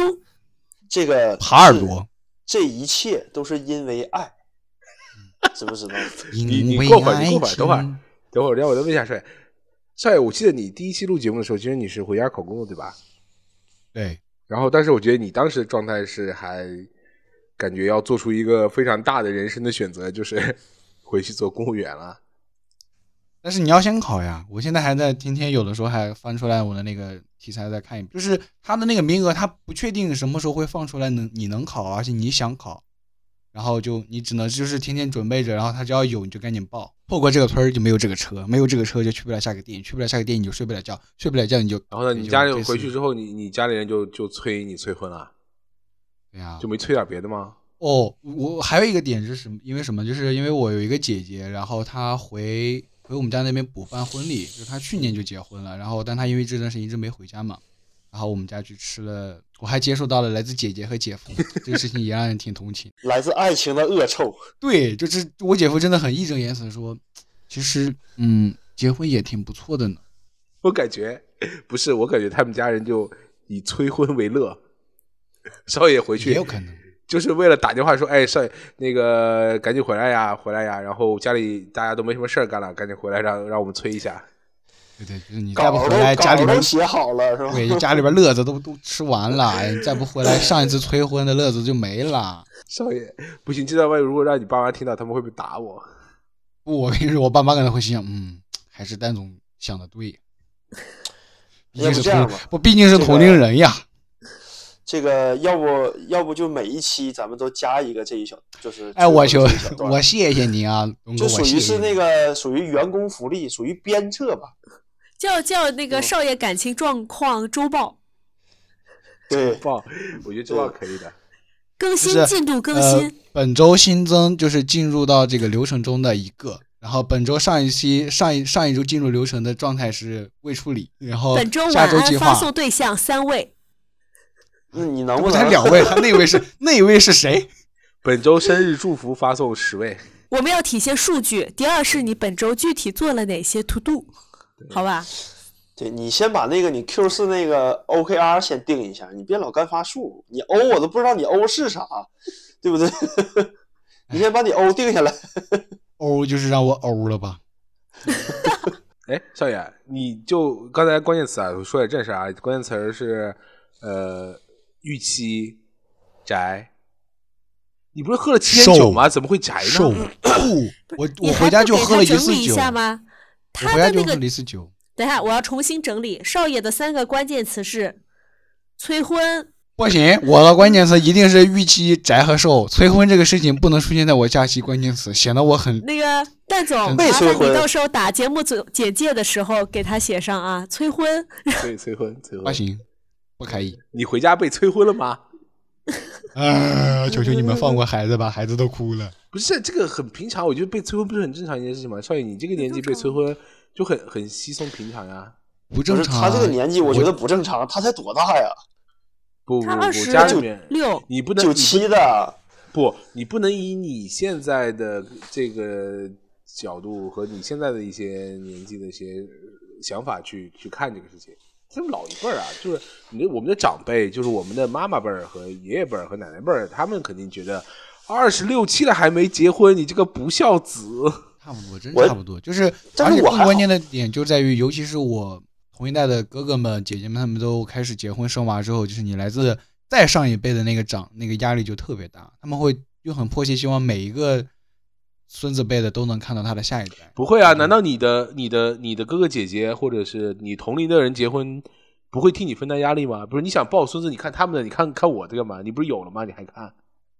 S4: 这个
S3: 耙耳朵，
S4: 这一切都是因为爱，知不知道？
S1: 你
S3: 因
S1: 你
S3: 为
S1: 过会儿，
S3: 爱
S1: 你
S3: 情
S1: 过会儿，等会儿，等会儿，让我再问一下帅帅爷，我记得你第一期录节目的时候，其实你是回家考公了，对吧？
S3: 对，
S1: 然后，但是我觉得你当时的状态是还感觉要做出一个非常大的人生的选择，就是 回去做公务员了。
S3: 但是你要先考呀！我现在还在天天有的时候还翻出来我的那个题材再看一遍，就是他的那个名额，他不确定什么时候会放出来能你能考，而且你想考，然后就你只能就是天天准备着，然后他只要有你就赶紧报。错过这个村儿就没有这个车，没有这个车就去不了下个店，去不了下个店你就睡不了觉，睡不了觉你就
S1: 然后呢，
S3: 就
S1: 你家里
S3: 这次
S1: 回去之后，你你家里人就就催你催婚了，
S3: 对呀、
S1: 就没催点别的吗？
S3: 哦，我还有一个点是什么？因为什么？就是因为我有一个姐姐，然后她回回我们家那边补办婚礼，就是她去年就结婚了，然后但她因为这段时间一直没回家嘛，然后我们家去吃了，我还接受到了来自姐姐和姐夫这个事情，也让人挺同情。
S4: 来自爱情的恶臭。
S3: 对，就是我姐夫真的很义正言辞地说，其实嗯，结婚也挺不错的呢。
S1: 我感觉不是，我感觉他们家人就以催婚为乐。少爷回
S3: 也
S1: 去
S3: 有可能
S1: 就是为了打电话说，哎，少爷，那个赶紧回来呀，回来呀。然后家里大家都没什么事儿干了，赶紧回来让让我们催一下。
S3: 对对，就是你再
S4: 稿
S3: 不
S4: 都
S3: 回来，家里
S4: 稿
S3: 边
S4: 都写好了是吧？
S3: 对家里边乐子都都吃完了，哎你再不回来，上一次催婚的乐子就没了。
S1: 少爷，不行，这段话如果让你爸妈听到，他们会不会打我？
S3: 我跟你说，我爸妈可能会心想，嗯，还是丹总想的对，毕竟
S4: 要不
S3: 是
S4: 这样
S3: 同
S4: 吧，
S3: 不，毕竟是同龄人呀。
S4: 这个要不要不就每一期咱们都加一个这一小，就是
S3: 哎，我
S4: 就
S3: 求
S4: 是这一小段
S3: 我谢谢您啊，龙哥，
S4: 就
S3: 我
S4: 属
S3: 谢
S4: 于
S3: 谢
S4: 是那
S3: 您。
S4: 个属于员工福利，属于鞭策吧？
S2: 叫叫那
S1: 嗯
S2: 个少爷感情状况周报
S4: 对，
S1: 棒，我觉得这话可以的。
S2: 更
S3: 就
S2: 新
S3: 是
S2: 进度更
S3: 呃
S2: 新，，
S3: 本周新增就是进入到这个流程中的一个，然后本周上一期上一上一周进入流程的状态是未处理，然后
S2: 本周
S3: 哦下
S2: 晚
S3: 周
S2: 安
S3: 计
S2: 发
S3: 划
S2: 送对象三位，
S4: 那你能
S3: 不
S4: 不
S3: 才
S4: 能
S3: 两位，他那位是那位是谁？
S1: 本周生日祝福发送十位，
S2: 我们要体现数据。第二是你本周具体做了哪些 to do，好吧？
S4: 对你先把那个你 Q 四那个 OKR 先定一下，你别老干发数，你 O 我都不知道你 O 是啥，对不对？ 你先把你 O 定下来。
S3: 欧就是让我欧了吧？
S1: 哎，少爷，你就刚才关键词啊，我说点正事儿啊，关键词儿是呃，预期宅。你不是喝了七天酒吗？
S3: 瘦
S1: 怎么会宅
S3: 受
S1: 呢？
S3: 不，我
S2: 你
S3: 我
S2: 还
S3: 回家
S2: 不
S3: 就
S2: 给
S3: 喝
S2: 他
S3: 了
S2: 整
S3: 次
S2: 理一
S3: 酒，
S2: 下吗？
S3: 我
S2: 他
S3: 回家
S2: 的
S3: 就
S2: 那
S3: 喝
S2: 个
S3: 了一次酒。
S2: 等一下，我要重新整理少爷的三个关键词是催婚、
S3: 不行，我的关键词一定是预期宅和瘦。催婚这个事情不能出现在我假期关键词，显得我很
S2: 那个蛋总，
S3: 嗯
S4: 被
S2: 麻
S4: 催
S2: 烦
S4: 婚
S2: 你到时候打节目总简介的时候给他写上啊，催婚。
S1: 催催婚，催
S3: 不
S1: 婚。
S3: 行，不可以。
S1: 你回家被催婚了吗？
S3: 啊！求求你们放过孩子吧，孩子都哭了。
S1: 不是这个很平常，我觉得被催婚不是很正常一件事情吗？少爷，你这个年纪被催婚就很很稀松平常呀。
S3: 不
S4: 不
S3: 正
S4: 是
S3: 常。啊
S4: 他这个年纪，我觉得不正常，他才多大呀？
S1: 不不
S2: 他
S1: 不，
S2: 20
S1: 家里面
S2: 六
S1: 你不能
S4: 九
S1: 你不
S4: 七的，
S1: 不，你不能以你现在的这个角度和你现在的一些年纪的一些呃想法去去看这个事情。他们老一辈儿啊，就是你的我们的长辈，就是我们的妈妈辈儿和爷爷辈儿和奶奶辈儿，他们肯定觉得二十六七了还没结婚，你这个不孝子。
S3: 差不多，真
S4: 我
S3: 差不多。就是，
S4: 但
S3: 而
S4: 是
S3: 且
S4: 我
S3: 更
S4: 还
S3: 关
S4: 好
S3: 键的点就在于，尤其是我同一代的哥哥们、姐姐们，他们都开始结婚生娃之后，就是你来自再上一辈的那个长，那个压力就特别大。他们会又很迫切希望每一个孙子辈的都能看到他的下一代。
S1: 不会啊？难道你的、你的、你的哥哥姐姐，或者是你同龄的人结婚，不会替你分担压力吗？不是，你想抱孙子，你看他们的，你看看我这干嘛？你不是有了吗？你还看？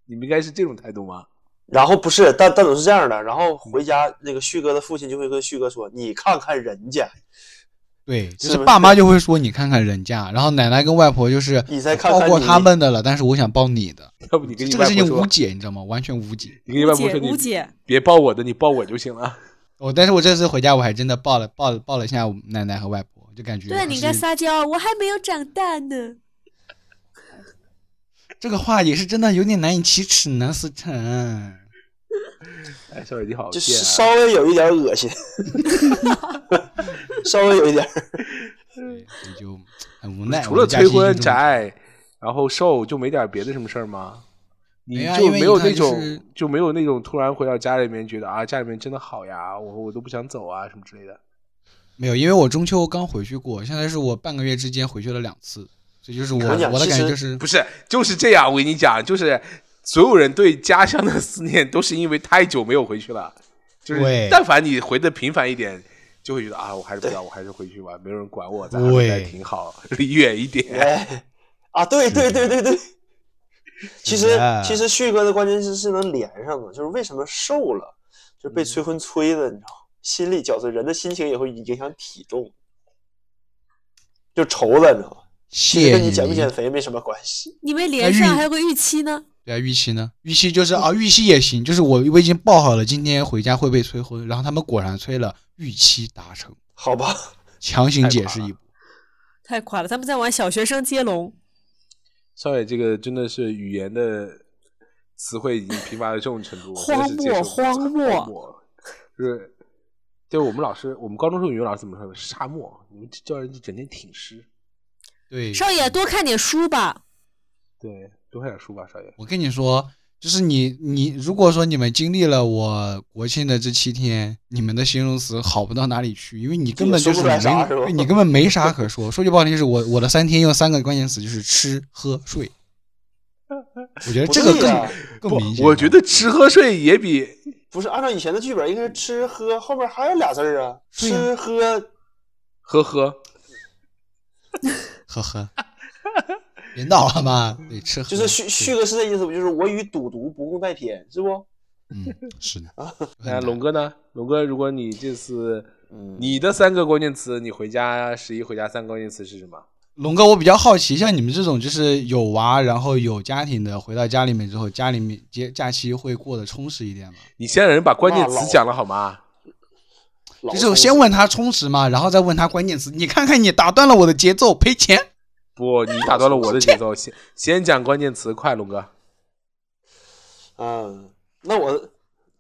S1: 你们应该是这种态度吗？
S4: 然后不是，但但总是这样的。然后回家，那个旭哥的父亲就会跟旭哥说：“你看看人家，
S3: 对，就是是
S4: 不是
S3: 爸妈就会说你看看人家，然后奶奶跟外婆就是
S4: 你再看看
S3: 包括
S4: 你
S3: 他们的了，但是我想抱你的，
S1: 要不你跟你
S3: 这
S1: 外
S3: 个事
S1: 婆
S3: 情
S1: 说
S3: 无，解，你知道吗？完全无解。
S1: 你跟你外婆
S2: 解
S1: 说你
S2: 无解，
S1: 别抱我的，你抱我就行了。
S3: 我、哦但是我这次回家我还真的抱了抱了抱了一下我奶奶和外婆，就感觉
S2: 对，你应
S3: 还
S2: 该
S3: 是
S2: 撒娇，我还没有长大呢。
S3: 这个话也是真的有点难以启齿呢，思成。
S1: 哎，少爷你好
S4: 就
S1: 贱
S4: 是
S1: 啊！
S4: 稍微有一点恶心，稍微有一点。
S3: 对，
S2: 嗯
S3: 所以就很无奈。
S1: 除了
S3: 我的假
S1: 催
S3: 期就这么
S1: 婚宅，然后瘦，就没点别的什么事儿吗？你
S3: 没啊
S1: 就
S3: 因为
S1: 没有
S3: 你看
S1: 那种、
S3: 就是
S1: 就没有那种突然回到家里面觉得啊家里面真的好呀，我我都不想走啊什么之类的。
S3: 没有，因为我中秋刚回去过，现在是我半个月之间回去了两次，所以就是我
S4: 可是讲
S3: 我的
S4: 其
S3: 感觉
S4: 实
S3: 就是
S1: 不是，就是这样。我跟你讲，就是所有人对家乡的思念都是因为太久没有回去了。就是
S3: 对
S1: 但凡你回的频繁一点，就会觉得啊，我还是不要，我还是回去吧，没有人管我，在
S3: 对
S1: 还挺好，离远一点。
S4: 哎，啊，对对对对对。其实
S3: 的
S4: 其实旭哥的关键是是能连上的，就是为什么瘦了，就是被催婚催的，你知道吗？心力交瘁，人的心情也会影响体重，就愁了，你知道吗？其实
S3: 谢
S4: 跟你
S3: 谢
S4: 减不减
S3: 你。
S4: 肥没什么关系。
S2: 你没
S3: 哎
S2: 连
S3: 玉
S2: 上，还有个预期呢。
S3: 对啊，预期呢？预期就是啊，预期也行，就是我我已经报好了，今天回家会被催婚，然后他们果然催了，预期达成，
S4: 好吧，
S3: 强行
S1: 太
S3: 解
S1: 夸
S3: 释
S1: 了
S3: 一波。
S2: 太垮了，他们在玩小学生接龙。
S1: 少爷，这个真的是语言的词汇已经疲乏到这种程度，我真的是
S2: 荒
S1: 接受不
S2: 漠
S1: 了
S2: 荒漠
S1: 荒漠，就是就是我们老师，我们高中时候语文老师怎么说的？沙漠，你们叫人整天挺尸。
S3: 对，
S2: 少爷，多看点书吧。
S1: 对，多看点书吧，少爷。
S3: 我跟你说，就是你你如果说你们经历了我国庆的这七天，你们的形容词好不到哪里去，因为你根本就是
S4: 说不出
S3: 没
S4: 来啥是吧
S3: 对你根本没啥可说。说句不好听，就是我我的三天用三个关键词就是吃喝睡，我觉得这个
S4: 不对呀
S3: 更更明显。
S1: 我觉得吃喝睡也比
S4: 不是按照以前的剧本，应该是吃喝，后面还有俩字儿啊，
S3: 对呀
S4: 吃喝
S1: 呵呵
S3: 呵呵，别闹了嘛，对，吃喝
S4: 就是续续
S3: 对
S4: 个是的意思，不就是我与赌毒不共戴天，是不？
S3: 嗯，是的。很
S1: 那
S3: 难
S1: 龙哥呢？龙哥，如果你这次
S4: 嗯
S1: 你的三个关键词，你回家十一回家三个关键词是什么？
S3: 龙哥，我比较好奇，像你们这种就是有娃，然后有家庭的，回到家里面之后，家里面节假期会过得充实一点吗？
S1: 你先让人把关键
S4: 那
S1: 词
S4: 老
S1: 讲了好吗？
S4: 老
S3: 就
S4: 头
S3: 是
S4: 子
S3: 先问他充实嘛，然后再问他关键词。你看看，你打断了我的节奏，赔钱。
S1: 不，你打断了我的节奏，先先讲关键词，快，龙哥。
S4: 啊，那我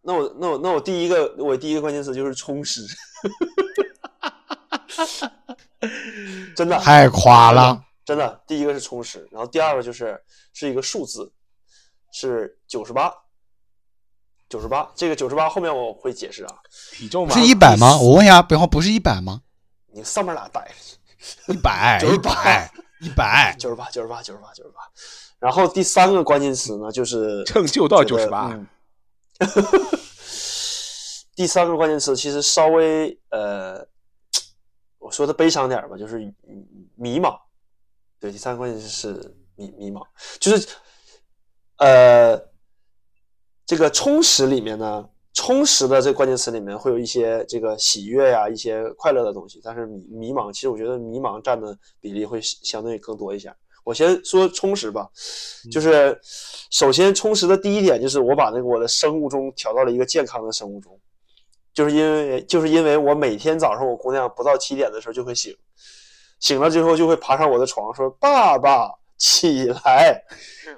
S4: 那我那我那我第一个我第一个关键词就是充实， 真的
S3: 太垮了，
S4: 真的，第一个是充实，然后第二个就是是一个数字，是九十八，九十八，这个九十八后面我会解释啊，
S1: 体重嘛，
S3: 是一百吗？我问一下，北方不是一百吗？
S4: 你上面俩呆着。
S3: 一百，一百，一百。
S4: 九十八，九十八，九十八，九十八。然后第三个关键词呢，就是
S1: 称就到
S4: 觉得
S1: 98。
S4: 嗯 第三个关键词其实稍微呃，我说的悲伤点儿吧，就是迷茫。对，第三个关键词是迷迷茫，就是呃，这个充实里面呢，充实的这个关键词里面会有一些这个喜悦呀、一些快乐的东西，但是迷迷茫，其实我觉得迷茫占的比例会相对更多一些。我先说充实吧，就是首先充实的第一点就是我把那个我的生物钟调到了一个健康的生物钟，就是因为就是因为我每天早上我姑娘不到七点的时候就会醒，醒了之后就会爬上我的床说：“爸爸，起来。”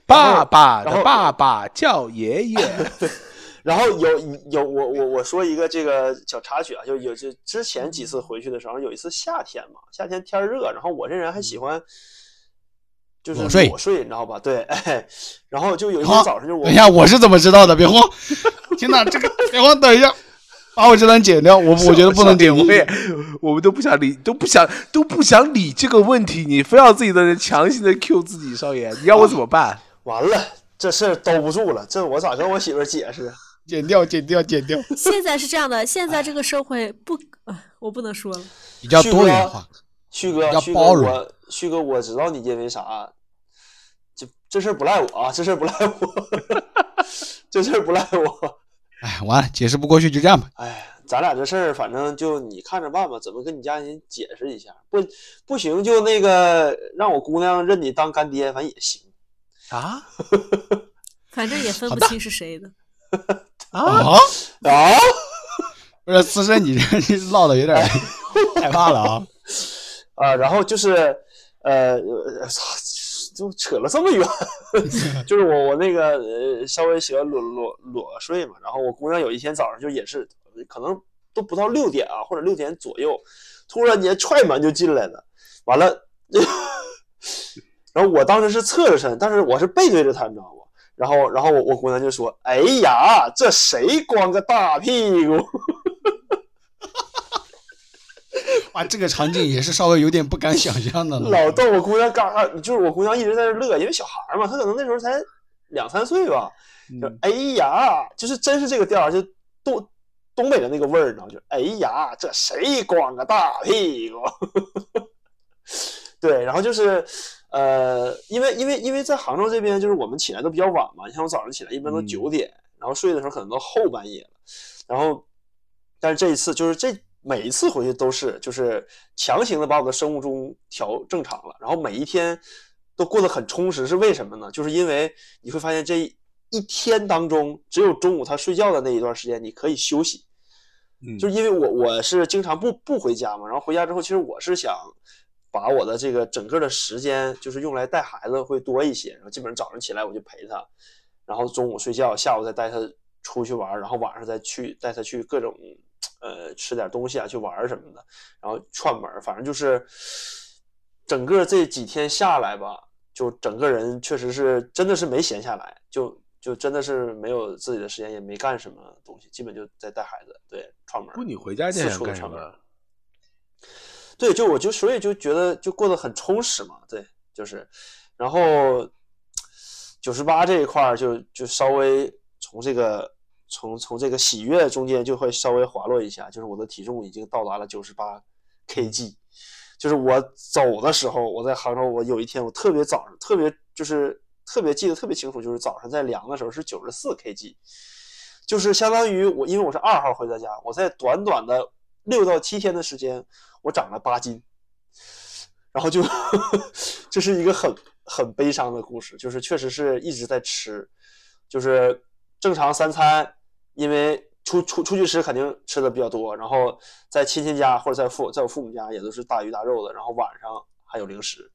S1: 爸爸
S4: 然
S1: 的
S4: 后
S1: 爸爸叫爷爷，
S4: 然后有有我我我说一个这个小插曲啊，就有就之前几次回去的时候，有一次夏天嘛，夏天天儿热，然后我这人还喜欢就是
S3: 裸睡啊
S4: 裸睡，你知道吧？对，哎，然后就有一
S3: 好
S4: 天早上就是 我
S3: 等一下，我是怎么知道的？别慌，天哪，这个别慌，等一下，把我这段剪掉。我我觉得不能
S1: 点
S3: 剪，
S1: 我也，我们都不想理，都不想都不想理这个问题，你非要自己的人强行的 Q 自己，少爷，你让我怎么办？
S4: 完了，这事儿兜不住了，这我咋跟我媳妇儿 解释？啊
S3: 剪掉，剪掉，剪掉，
S2: 现在是这样的，现在这个社会不，啊我不能说了。
S3: 比较多元化。
S4: 旭哥
S3: 要，
S4: 旭哥，
S3: 包容
S4: 我旭哥，我知道你因为啥，这这事儿不赖我啊，这事儿不赖我， 这事儿不赖我。
S3: 哎，完了，解释不过去就这样吧。
S4: 哎，咱俩这事儿，反正就你看着办吧，怎么跟你家人解释一下？不不行，就那个让我姑娘认你当干爹，反正也行。
S1: 啊
S2: 反正也分
S3: 好
S2: 不
S3: 的
S2: 清是谁的。
S1: 啊！
S3: 啊，
S4: 啊，
S3: 不是思深，你这 这唠的有点
S4: 哎
S3: 害怕了啊。
S4: 啊，然后就是，呃，呃操就扯了这么远， 就是我我那个呃稍微喜欢裸裸裸睡嘛，然后我姑娘有一天早上就也是，可能都不到六点啊，或者六点左右，突然间踹门就进来了，完了， 然后我当时是侧着身，但是我是背对着她，你知道吗？然后，然后我我姑娘就说：“哎呀，这谁光个大屁股？”
S3: 哇，这个场景也是稍微有点不敢想象的了。
S4: 老逗我姑娘嘎嘎，就是我姑娘一直在这乐，因为小孩儿嘛，她可能那时候才两三岁吧，就
S1: 嗯
S4: 哎呀，就是真是这个调儿，就东东北的那个味儿，你知道，就哎呀，这谁光个大屁股？对，然后就是呃，因为因为因为在杭州这边，就是我们起来都比较晚嘛，你像我早上起来一般都
S1: 嗯
S4: 九点，然后睡的时候可能都后半夜了，然后但是这一次就是这每一次回去都是就是强行的把我的生物钟调正常了，然后每一天都过得很充实，是为什么呢？就是因为你会发现这一天当中，只有中午他睡觉的那一段时间你可以休息，
S1: 嗯
S4: 就是因为我我是经常不不回家嘛，然后回家之后，其实我是想把我的这个整个的时间就是用来带孩子会多一些，然后基本上早上起来我就陪他，然后中午睡觉，下午再带他出去玩儿，然后晚上再去带他去各种呃吃点东西啊，去玩儿什么的，然后串门儿，反正就是整个这几天下来吧，就整个人确实是真的是没闲下来，就就真的是没有自己的时间，也没干什么东西，基本就在带孩子，对，串门儿。
S1: 不，你回家这
S4: 四
S1: 想
S4: 处
S1: 干
S4: 的
S1: 什
S4: 串门
S1: 么
S4: 儿？。对，就我就所以就觉得就过得很充实嘛，对，就是，然后九十八这一块儿就就稍微从这个从从这个喜悦中间就会稍微滑落一下，就是我的体重已经到达了九十八 kg，就是我走的时候，我在杭州，我有一天我特别早上特别就是特别记得特别清楚，就是早上在量的时候是九十四 kg，就是相当于我因为我是二号回到家，我在短短的六到七天的时间，我长了八斤，然后就 这是一个很很悲伤的故事，就是确实是一直在吃，就是正常三餐，因为出出出去吃肯定吃的比较多，然后在亲戚家或者在父在我父母家也都是大鱼大肉的，然后晚上还有零食，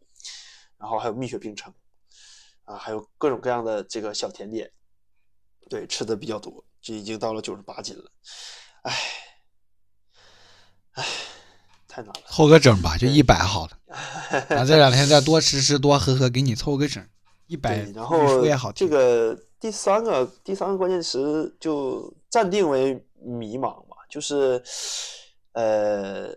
S4: 然后还有蜜雪冰城，啊，还有各种各样的这个小甜点，对，吃的比较多，这已经到了九十八斤了，唉，唉，太难了。
S3: 凑个整吧，就一百好 了。然后这两天再多吃吃，多喝喝，给你凑个整，一百。
S4: 对，然
S3: 你
S4: 后
S3: 说也好听
S4: 这个第三个第三个关键词就暂定为迷茫吧，就是呃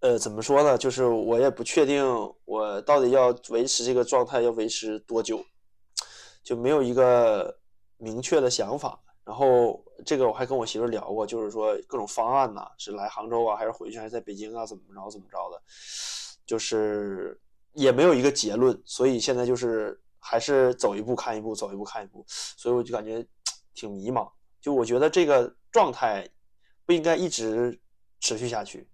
S4: 呃怎么说呢？就是我也不确定我到底要维持这个状态要维持多久，就没有一个明确的想法。然后这个我还跟我媳妇儿聊过，就是说各种方案呐、是来杭州啊，还是回去，还是在北京啊，怎么着怎么着的，就是也没有一个结论，所以现在就是还是走一步看一步，走一步看一步，所以我就感觉挺迷茫。就我觉得这个状态不应该一直持续下去，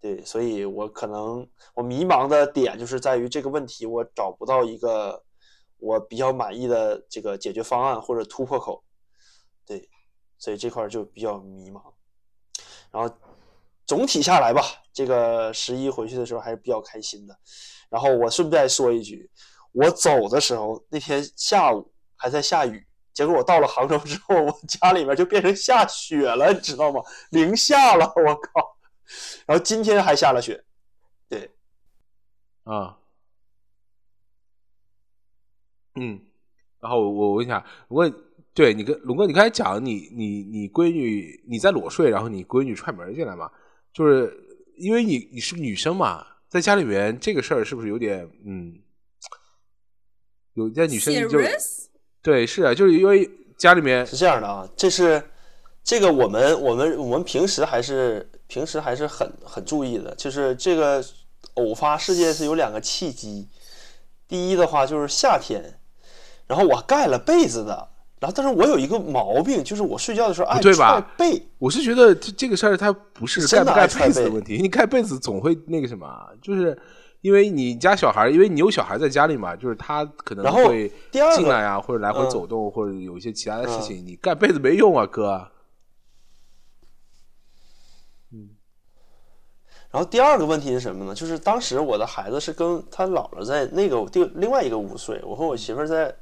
S4: 对，所以我可能我迷茫的点就是在于这个问题，我找不到一个我比较满意的这个解决方案或者突破口，对，所以这块儿就比较迷茫。然后总体下来吧，这个十一回去的时候还是比较开心的。然后我顺便说一句，我走的时候那天下午还在下雨，结果我到了杭州之后，我家里面就变成下雪了，你知道吗？零下了，我靠！然后今天还下了雪，对，
S1: 啊，嗯，然后我我问一下，我对你跟龙哥，你刚才讲你你你闺女你在裸睡，然后你闺女踹门进来嘛，就是因为你你是女生嘛，在家里面这个事儿是不是有点嗯，有在女生就
S5: Serious？
S1: 对是啊，就是因为家里面
S4: 是这样的啊，这是这个我们我们我们平时还是平时还是很很注意的，就是这个偶发事件是有两个契机，第一的话就是夏天，然后我盖了被子的，然后但是我有一个毛病，就是我睡觉的时候爱
S1: 不对吧
S4: 踹被，
S1: 我是觉得这这个事儿它不是盖
S4: 真
S1: 不
S4: 的啊
S1: 盖
S4: 爱踹
S1: 被子的
S4: 被
S1: 问题，你盖被子总会那个什么，啊就是因为你家小孩儿，因为你有小孩在家里嘛，就是他可能
S4: 然后
S1: 会
S4: 第二个
S1: 进来啊，或者来回
S4: 嗯
S1: 走动，或者有一些其他的事情，你盖被子没用啊，哥。
S4: 然后第二个问题是什么呢？就是当时我的孩子是跟他姥姥在那个另另外一个屋睡，我和我媳妇儿在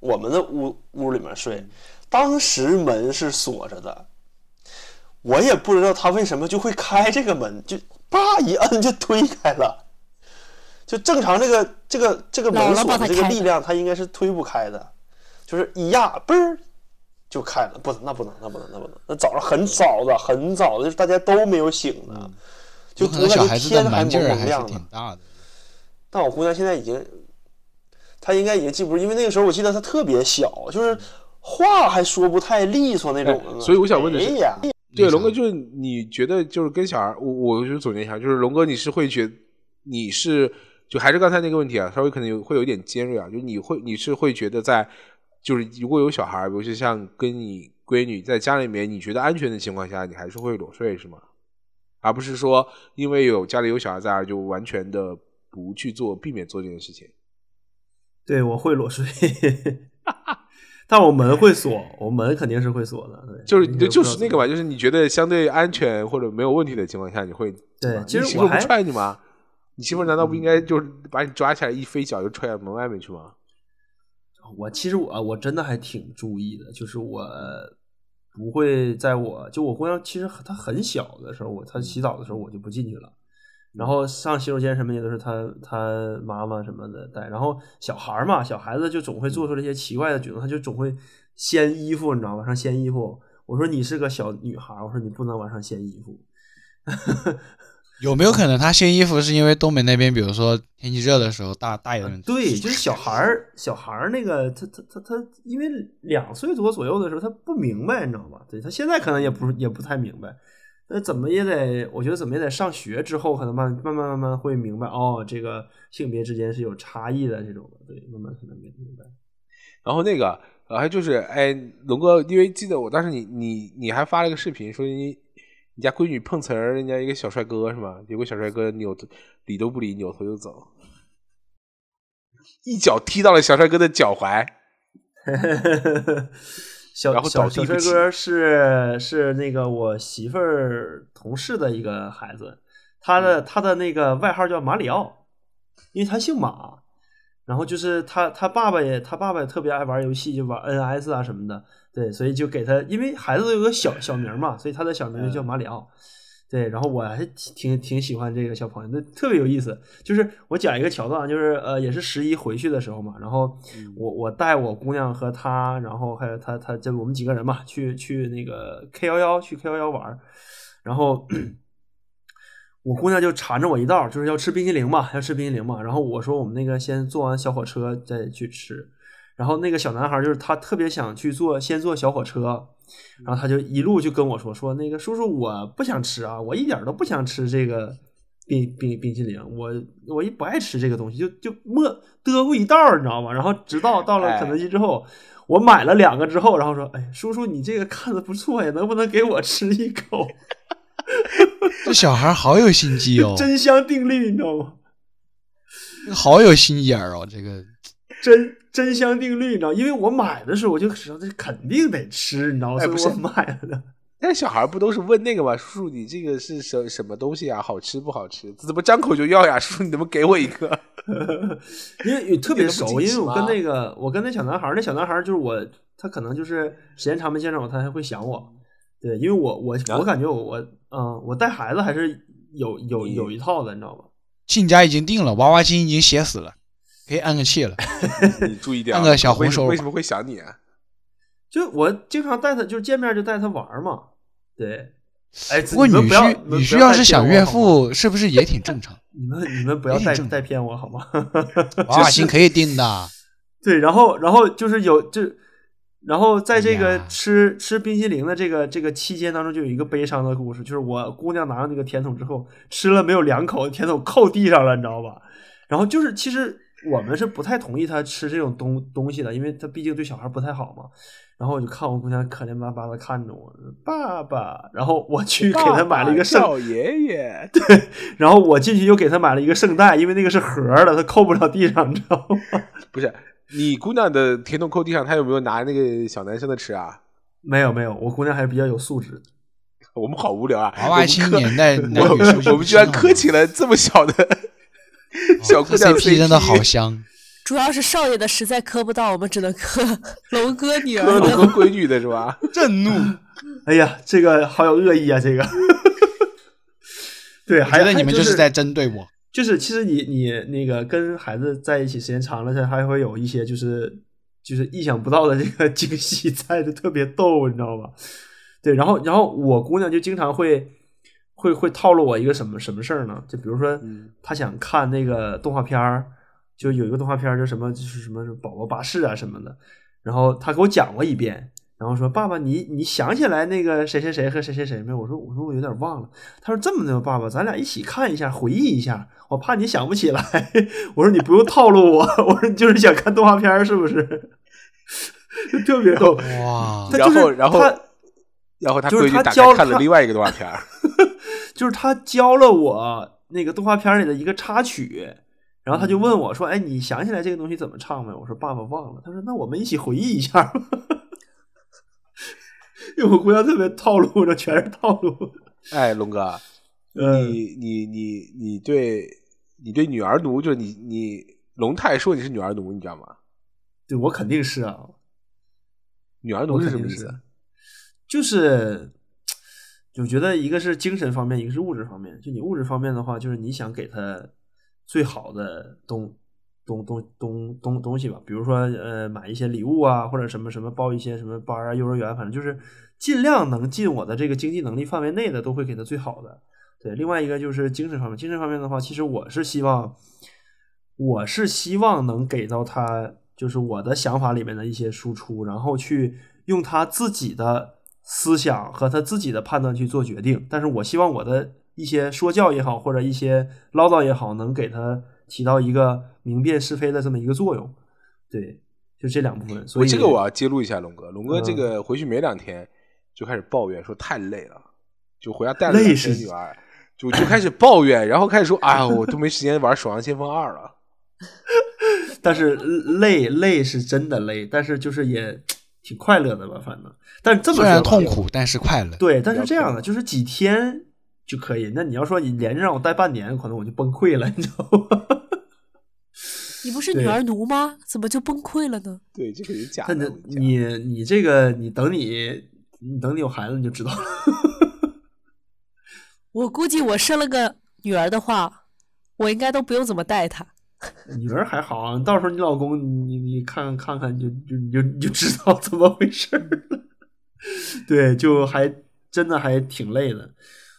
S4: 我们的屋屋里面睡，
S2: 嗯
S4: 当时门是锁着的，我也不知道他为什么就会开这个门，就啪一摁就推开了。就正常这个这个这个
S2: 姥姥
S4: 门锁
S2: 帮他
S4: 的这个
S2: 开
S4: 力
S2: 的
S4: 量，它应该是推不开的，就是一压嘣儿就开了，不能那不能那不能那不能，那早上很早的很早的，就是大家都没有醒呢。就
S3: 嗯有可能小
S4: 我感觉
S3: 孩子
S4: 天
S3: 的
S4: 还
S3: 蛮劲儿
S4: 蒙蒙
S3: 还
S4: 亮
S3: 是
S4: 呢
S3: 挺大的。
S4: 但我姑娘现在已经，她应该已经记不住，因为那个时候我记得她特别小，就是
S3: 嗯
S4: 话还说不太利索那种
S1: 哎
S4: 的呢。
S1: 所以我想问的是
S4: 哎呀，
S1: 对，
S3: 那
S1: 龙
S3: 啥
S1: 哥，就是你觉得就是跟小孩儿，我我就总结一下，就是龙哥，你是会觉你是就还是刚才那个问题啊，稍微可能有会有一点尖锐啊，就你会你是会觉得在就是如果有小孩儿，尤其像跟你闺女在家里面，你觉得安全的情况下，你还是会裸睡是吗？而不是说因为有家里有小孩在，就完全的不去做，避免做这件事情。
S6: 对，我会裸睡， 但我门会锁，我门肯定是会锁的。对，
S1: 就是
S6: 你也不知道
S1: 就是那个
S6: 怎么
S1: 嘛，就是你觉得相对安全或者没有问题的情况下，你会
S6: 对
S1: 怎么
S6: 其实
S1: 你媳
S6: 我
S1: 妇不
S6: 还嗯
S1: 踹你吗？你媳妇难道不应该就是把你抓起来一飞脚就踹到门外面去吗？
S6: 我其实我我真的还挺注意的，就是我不会在我就我姑娘其实她很小的时候，我她洗澡的时候我就不进去了，然后上洗手间什么也都是他他妈妈什么的带，然后小孩儿嘛，小孩子就总会做出这些奇怪的举动，他就总会掀衣服，你知道吧？往上掀衣服。我说你是个小女孩儿，我说你不能往上掀衣服。
S3: 有没有可能他掀衣服是因为东北那边，比如说天气热的时候大大一
S4: 啊
S3: 顿？
S6: 对，就是小孩儿，小孩儿那个他他他他，因为两岁多左右的时候他不明白，你知道吧？对他现在可能也不也不太明白，那怎么也得，我觉得怎么也得上学之后，可能慢慢慢慢慢会明白哦，这个性别之间是有差异的这种的，对，慢慢可能明明白。
S1: 然后那个，呃，还就是，哎，龙哥，因为记得我当时你你你还发了个视频，说你你家闺女碰瓷儿人家一个小帅哥是吗？有个小帅哥扭头理都不理，扭头就走，一脚踢到了小帅哥的脚踝。
S6: 小
S1: 然后
S6: 小
S1: 倒
S6: 小
S1: 地
S6: 帅
S1: 不起
S6: 哥是是那个我媳妇儿同事的一个孩子，他
S1: 嗯
S6: 的他的那个外号叫马里奥，因为他姓马。然后就是他他爸爸也他爸爸也特别爱玩游戏，就玩 NS 啊什么的，对，所以就给他，因为孩子有个小小名嘛，所以他的小名就叫马里奥。对，然后我还挺挺喜欢这个小朋友，那特别有意思。就是我讲一个桥段，就是呃，也是十一回去的时候嘛，然后我我带我姑娘和她，然后还有她她就我们几个人嘛，去去那个 K 幺幺去 K 幺幺玩儿，然后我姑娘就缠着我一道儿，就是要吃冰淇淋嘛，要吃冰淇淋嘛。然后我说我们那个先坐完小火车再去吃。然后那个小男孩儿就是他特别想去坐，先坐小火车，然后他就一路就跟我说说那个叔叔我不想吃啊，我一点儿都不想吃这个冰冰冰淇淋，我我一不爱吃这个东西，就就默嘚过一道儿，你知道吗？然后直到到了
S1: 哎
S6: 肯德基之后，我买了两个之后，然后说哎叔叔你这个看着不错呀，能不能给我吃一口？
S3: 这小孩好有心机哦，
S6: 真香定律，你知道吗？
S3: 好有心眼儿哦，这个
S6: 真真香定律，你知道？因为我买的时候我就知道这肯定得吃，你知道吗？
S1: 哎
S6: 所以
S1: 不是
S6: 我买了。
S1: 但小孩不都是问那个吗？叔叔，你这个是什什么东西啊？好吃不好吃？怎么张口就要呀？叔叔，你能不能给我一 个？
S6: 因为特别
S1: 你
S6: 熟，
S1: 都不
S6: 因
S1: 进食
S6: 为我
S1: 吗
S6: 跟那个我跟那小男孩儿，那小男孩儿就是我，他可能就是时间长没见着我，他还会想我。对，因为我我
S1: 啊
S6: 我感觉我我嗯，我带孩子还是有有
S1: 你
S6: 有一套的，你知道吗？
S3: 亲家已经定了，娃娃亲已经写死了，可以安个气了。
S1: 你注意点、啊，
S3: 按个小红
S1: 为什么
S3: 手
S1: 为什么会想你、啊？
S6: 就我经常带他，就是见面就带他玩儿嘛。对，哎，
S3: 不过
S6: 你
S3: 女
S6: 们不要
S3: 婿
S6: 你们
S3: 女
S6: 不
S3: 婿要
S6: 带
S3: 是
S6: 偏
S3: 想
S6: 我
S3: 岳
S6: 好吗，
S3: 父，是不是也挺正常？
S6: 你们你们不要
S3: 也挺
S6: 带
S3: 正常
S6: 带偏我好吗？
S3: 娃娃亲可以定的，
S6: 对，然后然后就是有这，然后在这
S3: 哎
S6: 个
S3: 呀
S6: 吃、吃冰淇淋的这个这个期间当中，就有一个悲伤的故事，就是我姑娘拿到那个甜筒之后，吃了没有两口，甜筒扣地上了，你知道吧？然后就是其实我们是不太同意她吃这种东东西的，因为她毕竟对小孩不太好嘛。然后我就看我姑娘可怜巴巴的看着我，爸爸，然后我去 给她买了一个圣
S1: 哦少爷爷，
S6: 然后我进去又给她买了一个圣代，因为那个是盒儿的，她扣不了地上，你知道吗？
S1: 不是你姑娘的甜筒扣地上，她有没有拿那个小男生的吃啊？
S6: 没有没有，我姑娘还是比较有素质的。
S1: 我们好无聊啊！
S3: 娃娃亲年代男
S1: 我
S3: 女
S1: 们
S3: 授
S1: 客
S3: 受
S1: 我们居然磕起了这么小的
S3: 哦
S1: 小姑娘
S3: CP 真的好
S1: CP
S3: 香。
S2: 主要是少爷的实在磕不到，我们只能磕 龙哥女
S1: 磕
S2: 儿
S1: 了
S2: 的。
S1: 啊个闺女的是吧？
S3: 震怒！
S6: 哎呀，这个好有恶意啊！这个， 对，
S3: 我
S6: 还
S3: 觉得你们
S6: 就
S3: 就是在针对我。
S6: 就是其实你你那个跟孩子在一起时间长了，他还会有一些就是就是意想不到的这个 惊喜在，就特别逗，你知道吧？对，然后然后我姑娘就经常会会会套路我一个什么什么事儿呢？就比如说
S1: 嗯
S6: 她想看那个动画片儿，就有一个动画片儿叫什么就是什么宝宝巴士啊什么的，然后她给我讲过一遍。然后说：“爸爸，你你想起来那个谁谁谁和谁谁谁没有？”我说：“我说我有点忘了。”他说：“这么的，爸爸，咱俩一起看一下，回忆一下。我怕你想不起来。” 我说：“你不用套路我。” 我说：“你就是想看动画片儿，是不是？” 就特别逗。
S3: 哇，
S6: 他
S1: 然
S6: 就是
S1: 后然后
S6: 他
S1: 然后她
S6: 就是
S1: 闺
S6: 她
S1: 女打
S6: 教
S1: 开
S6: 了
S1: 看了
S6: 她
S1: 另外一个动画片儿，
S6: 就是他教了我那个动画片里的一个插曲，然后他就问我说：“哎，你想起来这个东西怎么唱没有？”我说：“爸爸忘了。”他说：“那我们一起回忆一下吧。” 因为我姑娘特别套路，这全是套路。
S1: 哎，龙哥，
S6: 嗯
S1: 你你你你对你对女儿奴，就是你你龙太说你是女儿奴，你知道吗？
S6: 对我肯定是啊，
S1: 女儿奴
S6: 我
S1: 是
S6: 肯
S1: 什么
S6: 定
S1: 意
S6: 是
S1: 思？，
S6: 就是我觉得一个是精神方面，一个是物质方面。就你物质方面的话，就是你想给他最好的东东东东东东西吧，比如说呃买一些礼物啊，或者什么什么报一些什么班啊、幼儿园，反正就是尽量能进我的这个经济能力范围内的，都会给他最好的。对，另外一个就是精神方面，精神方面的话，其实我是希望，我是希望能给到他，就是我的想法里面的一些输出，然后去用他自己的思想和他自己的判断去做决定。但是我希望我的一些说教也好，或者一些唠叨也好，能给他起到一个明辨是非的这么一个作用。对，就这两部分。所
S1: 我
S6: 以
S1: 这个我要揭露一下龙哥，龙哥
S6: 嗯
S1: 这个回去没两天就开始抱怨说太累了，就回家带着
S6: 累
S1: 两
S6: 是
S1: 天女儿，就就开始抱怨，然后开始说啊、我都没时间玩《守望先锋二》了。
S6: 但是累累是真的累，但是就是也挺快乐的吧，反正。但是这么
S3: 虽
S6: 说吧
S3: 然痛苦，但是快乐。
S6: 对，但是
S1: 比较
S6: 这样
S1: 痛
S6: 的就是几天就可以。那你要说你连着让我待半年，可能我就崩溃了，你知道吗？
S2: 你不是
S6: 对
S2: 女儿奴吗？怎么就崩溃了呢？
S1: 对，这个是假的。
S6: 但你
S1: 我跟你讲
S6: 你你这个你等你你等你有孩子你就知道了。
S2: 我估计我生了个女儿的话，我应该都不用怎么带她。
S6: 女儿还好啊，到时候你老公你你看看看看就就你就你就知道怎么回事儿了。 对，就还真的还挺累的。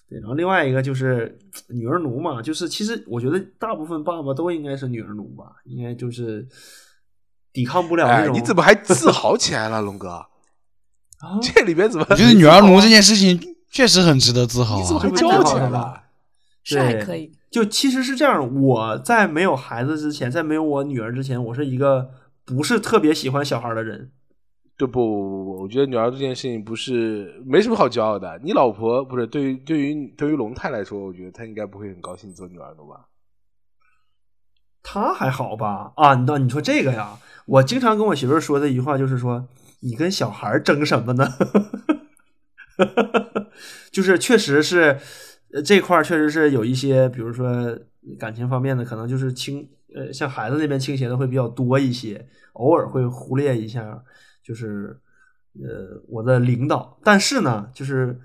S6: 对，然后另外一个就是女儿奴嘛，就是其实我觉得大部分爸爸都应该是女儿奴吧，应该就是抵抗不了这
S1: 哎，
S6: 种。
S1: 你怎么还自豪起来了，龙哥？
S6: 啊？
S1: 这里边怎么
S3: 我觉得女儿奴这件事情确实很值得自豪
S1: 啊你怎么
S3: 啊
S1: 还。骄起来了？
S2: 是还
S6: 对
S2: 可以，
S6: 就其实是这样，我在没有孩子之前，在没有我女儿之前，我是一个不是特别喜欢小孩的人。
S1: 对不不不，我觉得女儿这件事情不是没什么好骄傲的。你老婆不是对于对于对于龙太来说，我觉得她应该不会很高兴做女儿的吧？
S6: 她还好吧？啊，你到你说这个呀，我经常跟我媳妇儿说的一句话就是说，你跟小孩儿争什么呢？就是确实是呃这块儿确实是有一些，比如说感情方面的，可能就是倾呃像孩子那边倾斜的会比较多一些，偶尔会忽略一 下，就是呃我的领导。但是呢，就是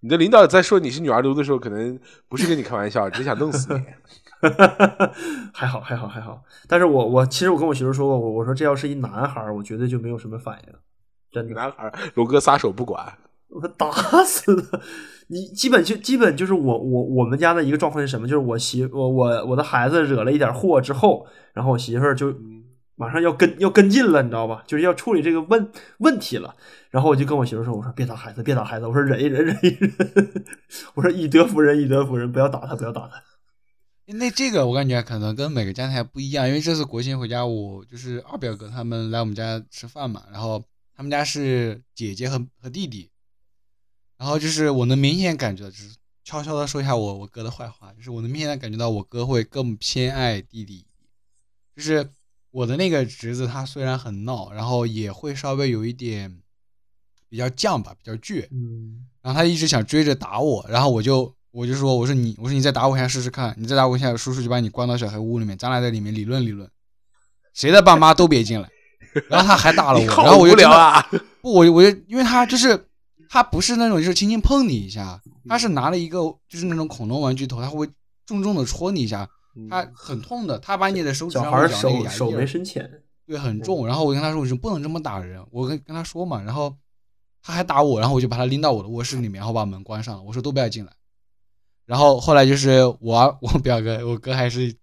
S1: 你的领导在说你是女儿奴的时候，可能不是跟你开玩笑，只是想弄死你。
S6: 还好，还好，还好。但是我我其实我跟我媳妇说过，我我说这要是一男孩儿，我绝对就没有什么反应，真的，
S1: 男孩儿，龙哥撒手不管，
S6: 我 打死他！你基本就基本就是我我我们家的一个状况是什么？就是我媳我我我的孩子惹了一点祸之后，然后我媳妇儿就马上要跟要跟进了，你知道吧？就是要处理这个问问题了。然后我就跟我媳妇儿说：“我说别打孩子，别打孩子，我说忍一忍，忍一忍， 我说以德服人，以德服人，不要打他，不要打他。”
S3: 那这个我感觉可能跟每个家庭还不一样，因为这次国庆回家，我就是二表哥他们来我们家吃饭嘛，然后他们家是姐姐和和弟弟，然后就是我能明显感觉到，就是悄悄的说一下我我哥的坏话，就是我能明显的感觉到我哥会更偏爱弟弟，就是我的那个侄子他虽然很闹，然后也会稍微有一点比较犟吧，比较倔，
S6: 嗯，
S3: 然后他一直想追着打我，然后我就我就说我说你我说你再打我一下试试看，你再打我一下，叔叔就把你关到小黑屋里面，咱俩在里面理论理论，谁的爸妈都别进来。然后他还打了 我，
S1: 你好
S3: 然后我就
S1: 无聊 啊
S3: 真的！不，我我就因为他就是他不是那种就是轻轻碰你一下，他是拿了一个就是那种恐龙玩具头，他会重重的戳你一下，他很痛的，他把你的手指
S6: 嗯小
S3: 上
S6: 孩
S3: 会咬
S6: 儿
S3: 那个
S6: 手
S3: 牙
S6: 手
S3: 印
S6: 没
S3: 儿
S6: 深浅，
S3: 对，很
S1: 嗯
S3: 重。然后我跟他说，我说不能这么打人，我跟跟他说嘛，然后他还打我，然后我就把他拎到我的卧室里面，然后把门关上了，我说都不要进来。然后后来就是我啊 我表哥我哥还是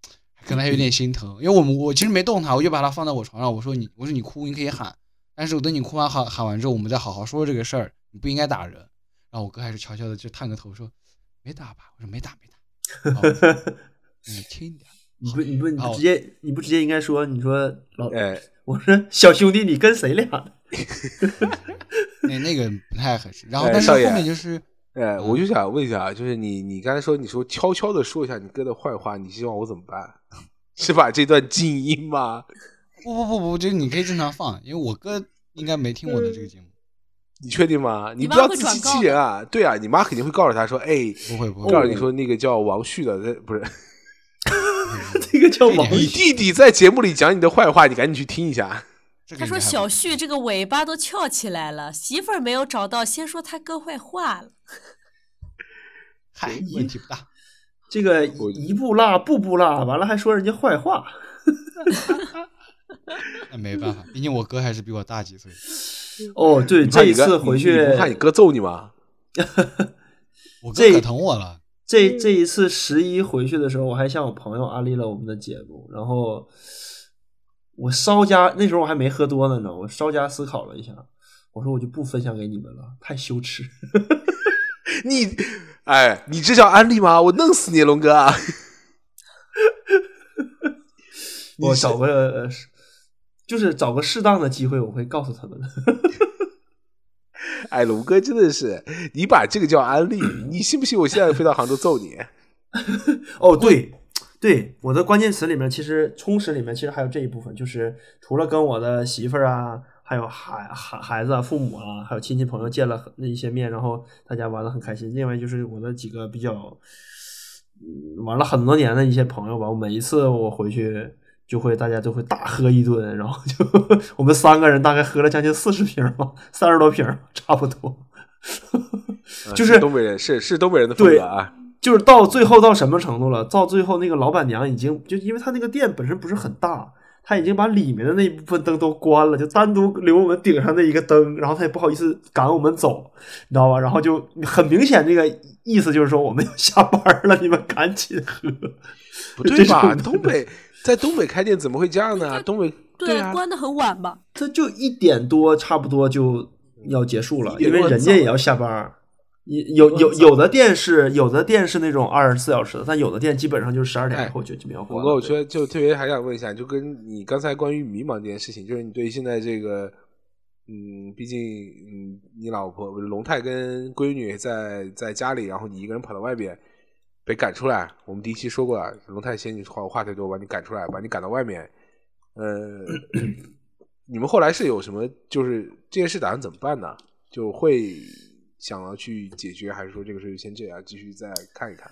S3: 可能还有点心疼，因为我们我其实没动他，我就把他放在我床上，我说你我说你哭你可以喊，但是我等你哭完喊喊完之后，我们再好好说这个事儿，你不应该打人。然后我哥还是悄悄的就探个头说没打吧，我说没打没打，然后我说 你轻一点。
S6: 你不你不你
S3: 好
S6: 不直接你不直接应该说你说老，
S1: 哎，
S6: 我说小兄弟你跟谁俩呢？
S3: 那那个不太合适。然后
S1: 哎
S3: 但是
S1: 少
S3: 后
S1: 爷
S3: 面就是
S1: 哎，我就想问一下啊，就是你，你刚才说，你说悄悄的说一下你哥的坏话，你希望我怎么办？ 是把这段静音吗？
S3: 不不不不，就是你可以正常放，因为我哥应该没听我的这个节目，
S1: 你确定吗？你
S2: 你
S1: 不
S2: 妈
S1: 要
S2: 会
S1: 自
S2: 转
S1: 欺
S2: 告
S1: 欺人啊！对啊，你妈肯定会告诉他说，哎，
S3: 不会不会。
S1: 告诉你说那个叫王旭的，呃 不是嗯
S6: 这个叫
S3: 这
S6: 王
S3: 点
S1: 你弟弟在节目里讲你的坏话，你赶紧去听一下。
S3: 这个
S2: 他
S3: 应
S2: 说
S3: 该还
S2: 小
S3: 好
S2: 旭这个尾巴都翘起来了，媳妇儿没有找到，先说他哥坏话了。
S3: 嗨，问题不大。
S6: 这个
S1: 我
S6: 一步辣，步步辣，完了还说人家坏话。
S3: 那没办法，毕竟我哥还是比我大几岁。
S6: 哦，对，
S1: 你怕
S6: 这
S1: 你
S6: 一
S1: 哥
S6: 次回
S1: 你
S6: 去
S1: 你，不怕你哥揍你吗？
S3: 我哥
S6: 这
S3: 可疼我了，
S6: 这这一次十一回去的时候，我还向我朋友安利了我们的节目，然后我稍加那时候我还没喝多呢，你知道吗，我稍加思考了一下，我说我就不分享给你们了，太羞耻。
S1: 你，哎，你这叫安利吗？我弄死你，龙哥！啊
S6: 我找个呃是就是找个适当的机会，我会告诉他们的。
S1: 哎，龙哥真的是，你把这个叫安利，你信不信？我现在飞到杭州揍 你！啊
S6: 哦，对对，我的关键词里面其实充实里面其实还有这一部分，就是除了跟我的媳妇儿啊，还有孩孩孩子啊、父母啊，还有亲戚朋友见了很那一些面，然后大家玩的很开心。另外就是我的几个比较嗯玩了很多年的一些朋友吧，我每一次我回去。就会大家都会大喝一顿，然后就 我们三个人大概喝了将近四十瓶儿吧，三十多瓶儿差不多。
S1: 啊
S6: 就是
S1: 东北人，是是东北人的风格啊！
S6: 就是到最后到什么程度了？到最后那个老板娘已经就因为她那个店本身不是很大，她已经把里面的那一部分灯都关了，就单独留我们顶上那一个灯，然后她也不好意思赶我们走，你知道吧？然后就很明显这个意思就是说我们要下班了，你们赶紧喝。
S1: 不对吧？
S6: 这是
S1: 东北在东北开店怎么会这样呢？东北
S2: 对
S1: 啊，
S2: 关的很晚吧？
S6: 这就一点多，差不多就要结束了，
S1: 一
S6: 因
S1: 点
S6: 为
S1: 多
S6: 人家也要下班儿。有有有有的店是有的店是那种二十四小时的，但有的店基本上就是十二点
S1: 哎
S6: 以后就基本要关
S1: 龙
S6: 了。
S1: 哥，我觉得就特别还想问一下，就跟你刚才关于迷茫这件事情，就是你对现在这个，嗯，毕竟嗯，你老婆不是龙太跟闺女在在家里，然后你一个人跑到外边被赶出来。我们第一期说过了，龙太嫌你话话太多，把你赶出来，把你赶到外面。呃，你们后来是有什么？就是这件事打算怎么办呢？就会想要去解决，还是说这个事就先这样，继续再看一看？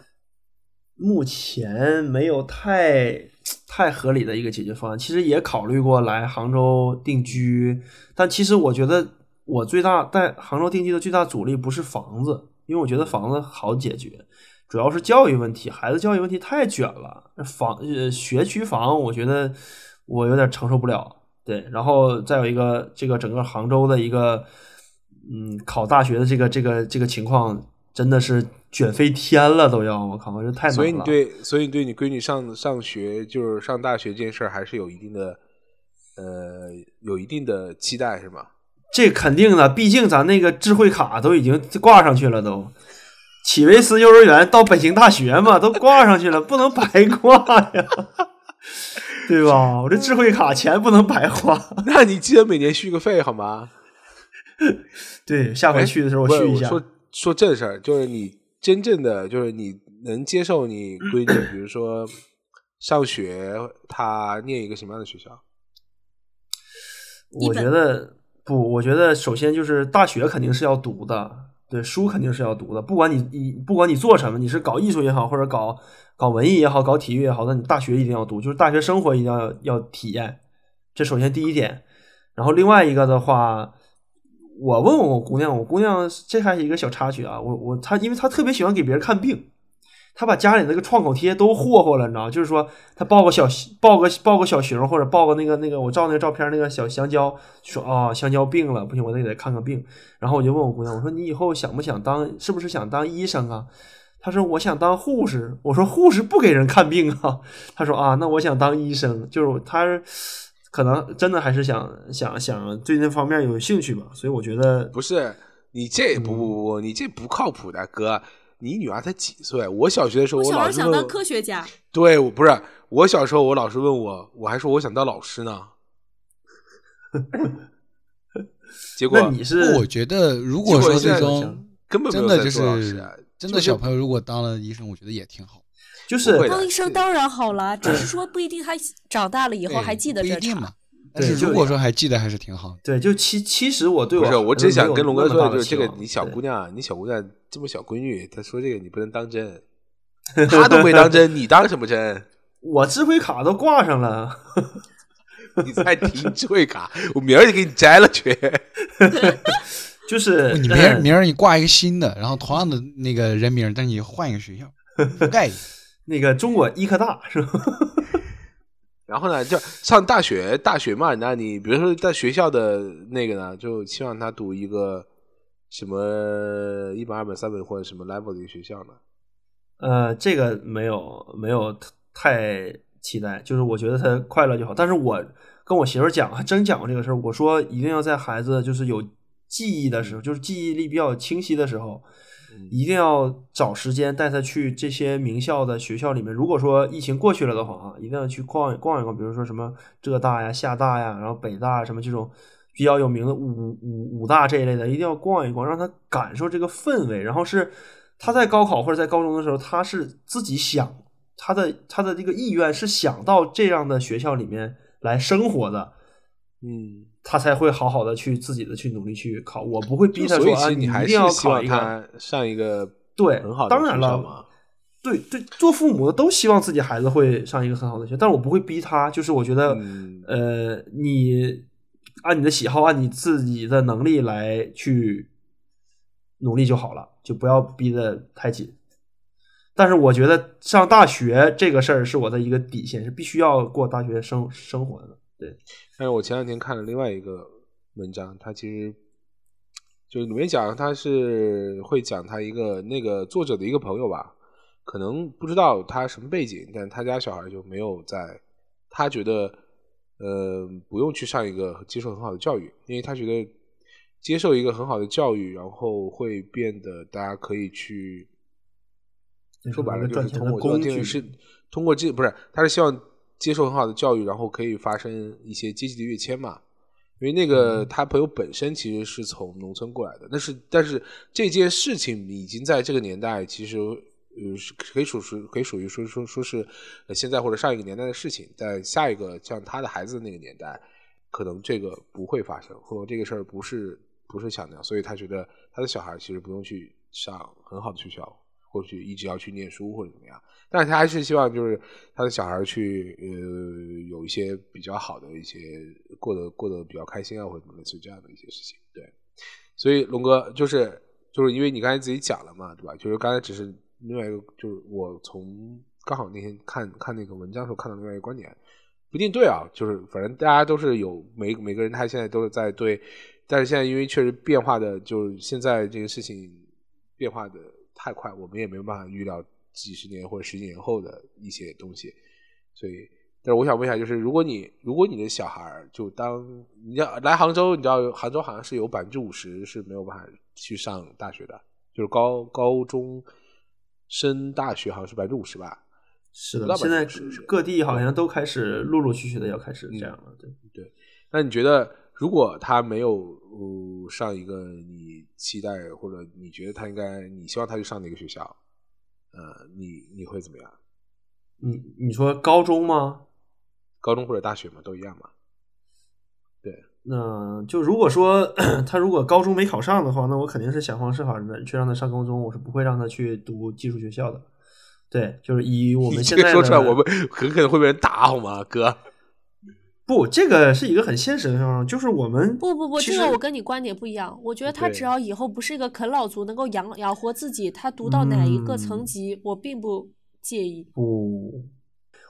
S6: 目前没有太太合理的一个解决方案。其实也考虑过来杭州定居，但其实我觉得我最大在杭州定居的最大阻力不是房子，因为我觉得房子好解决，主要是教育问题，孩子教育问题太卷了，房呃学区房我觉得我有点承受不了。对，然后再有一个这个整个杭州的一个嗯考大学的这个这个这个情况。真的是卷飞天了，都要我靠！我这太难了。
S1: 所以你对，所以你对你闺女上上学就是上大学这件事儿，还是有一定的，呃，有一定的期待是吗？
S6: 这肯定的，啊毕竟咱那个智慧卡都已经挂上去了都，启维斯幼儿园到北京大学嘛，都挂上去了，不能白挂呀，对吧？我这智慧卡钱不能白花。
S1: 那你记得每年续个费好吗？
S6: 对，下回
S1: 哎
S6: 去的时候
S1: 不是
S6: 续一下。
S1: 说说正事儿，就是你真正的，就是你能接受你闺女，比如说上学，她念一个什么样的学校？
S6: 我觉得不，我觉得首先就是大学肯定是要读的，对，书肯定是要读的。不管你你不管你做什么，你是搞艺术也好，或者搞搞文艺也好，搞体育也好，那你大学一定要读，就是大学生活一定要要体验。这首先第一点，然后另外一个的话。我问我姑娘，我姑娘这还是一个小插曲啊，我我她，因为她特别喜欢给别人看病，她把家里那个创口贴都霍霍了，你知道吗，就是说她抱个小抱个抱个小熊，或者抱个那个那个我照那个照片那个小香蕉，说啊、香蕉病了，不行，我得给她看看病。然后我就问我姑娘，我说你以后想不想当，是不是想当医生啊？她说我想当护士。我说护士不给人看病啊。 她说啊，那我想当医生，就是她是可能真的还是想想想对那方面有兴趣吧。所以我觉得
S1: 不是你这不不不
S6: 嗯
S1: 不，你这不靠谱的哥。你女儿才几岁？我小学的时候，
S2: 我
S1: 我
S2: 小时
S1: 老
S2: 候
S1: 是
S2: 想
S1: 问
S2: 当科学家，
S1: 对，我不是我小时候，我老师问我，我还说我想当老师呢。 结果
S6: 那你
S3: 不
S6: 是
S3: 过我觉得如果
S1: 结
S3: 说
S1: 果现
S3: 最
S1: 在
S3: 终
S1: 根本没
S3: 真
S1: 有
S3: 的
S1: 在
S3: 就
S1: 做老师
S3: 是
S1: 啊
S3: 真
S1: 就
S3: 的
S1: 是
S3: 小朋友，如果当了医生，我觉得也挺好。
S6: 就是
S1: 不会的
S2: 当医生当然好啦，只是说不一定他长大了以
S3: 以
S2: 后还记得
S3: 不
S2: 这
S3: 一
S2: 茬
S3: 定
S2: 儿。
S3: 嘛。但是
S6: 对就
S3: 如果
S6: 是
S3: 说还记得，还是挺好的。
S6: 对，就其其实我对我
S1: 不是，我只想跟龙哥说
S6: 的
S1: 的就是这个，你小姑娘啊，你小姑娘这么小闺女，她说这个你不能当真，
S6: 娘
S1: 她都没当真，你当什么真？
S6: 我智慧卡都挂上了，
S1: 啊你再提智慧卡，我明儿就给你摘了去。
S6: 就
S3: 哦
S6: 是
S3: 你名儿
S6: 嗯
S3: 名儿你挂一个新的，然后同样的那个人名儿，但是你换一个学校， 覆盖一下。
S6: 那个中国医科大是吧？
S1: 然后呢，就上大学，大学嘛，那你比如说在学校的那个呢，就希望他读一个什么一本、二本、三本或者什么 level 的一个学校呢？
S6: 呃，这个没有没有 t- 太期待，就是我觉得他快乐就好。但是我跟我媳妇儿讲，还真讲过这个事儿，我说一定要在孩子就是有记忆的时候，就是记忆力比较清晰的时候，一定要找时间带他去这些名校的学校里面。如果说疫情过去了的话啊，一定要去逛逛一逛，比如说什么浙大呀、厦大呀，然后北大啊什么这种比较有名的五五五大这一类的，一定要逛一逛，让他感受这个氛围。然后是他在高考或者在高中的时候，他是自己想他的他的这个意愿是想到这样的学校里面来生活的。
S1: 嗯，
S6: 他才会好好的去自己的去努力去考，我不会逼他
S1: 所
S6: 说
S1: 以
S6: 啊，
S1: 其实
S6: 你一
S1: 还
S6: 定要
S1: 是希
S6: 考
S1: 望
S6: 一个
S1: 他上一个
S6: 对
S1: 很好的
S6: 当
S1: 学
S6: 然
S1: 校
S6: 了
S1: 嘛。
S6: 对对，做父母的都希望自己孩子会上一个很好的学校，但是我不会逼他，就是我觉得，
S1: 嗯
S6: 呃，你按你的喜好，按你自己的能力来去努力就好了，就不要逼得太紧。但是我觉得上大学这个事儿是我的一个底线，是必须要过大学生生活的。
S1: 但是我前两天看了另外一个文章，它其实就里面讲，它是会讲他一个那个作者的一个朋友吧，可能不知道他什么背景，但他家小孩就没有在，他觉得呃不用去上一个接受很好的教育，因为他觉得接受一个很好的教育，然后会变得大家可以去
S6: 这
S1: 说
S6: 是
S1: 白
S6: 一
S1: 了
S6: 个
S1: 就
S6: 赚
S1: 是
S6: 钱
S1: 通
S6: 的
S1: 过这个
S6: 工
S1: 电
S6: 具
S1: 视，通过这不是，他是希望接受很好的教育，然后可以发生一些阶级的跃迁嘛。因为那个
S6: 嗯
S1: 他朋友本身其实是从农村过来的，但是但是这件事情已经在这个年代其实呃是可以属于可以属于说说说是呃现在或者上一个年代的事情，在下一个像他的孩子那个年代，可能这个不会发生，或者这个事儿不是不是想那样，所以他觉得他的小孩其实不用去上很好的学校，或许一直要去念书或者怎么样，但是他还是希望就是他的小孩去呃有一些比较好的一些过得过得比较开心啊，或者什么类似于这样的一些事情。对，所以龙哥就是就是因为你刚才自己讲了嘛，对吧？就是刚才只是另外一个，就是我从刚好那天看看那个文章的时候看到另外一个观点，不一定对啊，就是反正大家都是有每每个人他现在都是在对，但是现在因为确实变化的，就是现在这个事情变化的太快，我们也没办法预料几十年或者十几年后的一些东西，所以。但是我想问一下，就是如果你如果你的小孩儿就当你要来杭州，你知道杭州好像是有百分之五十是没有办法去上大学的，就是高高中升大学好像是百分之五十吧，
S6: 是
S1: 不到
S6: 的，
S1: 百
S6: 现
S1: 分
S6: 在
S1: 之五十
S6: 各地好像都开始陆陆续续的要开
S1: 嗯
S6: 始这样了，对。
S1: 那你觉得，如果他没有、呃、上一个你期待或者你觉得他应该，你希望他去上的一个学校，呃，你你会怎么样？
S6: 你你说高中吗？
S1: 高中或者大学嘛，都一样嘛。
S6: 那就如果说 他如果高中没考上的话，那我肯定是想方设法的去让他上高中，我是不会让他去读技术学校的。对，就是以我们
S1: 你这
S6: 现
S1: 个
S6: 在
S1: 说出来，
S6: 的
S1: 我们很可能会被人打，好吗，哥？
S6: 不，这个是一个很现实的状况，就是我们
S5: 不不不，
S6: 其
S5: 这
S6: 实
S5: 个我跟你观点不一样。我觉得他
S1: 对
S5: 只要以后不是一个啃老族，能够养养活自己，他读到哪一个
S6: 嗯
S5: 层级，我并不介意。
S6: 不，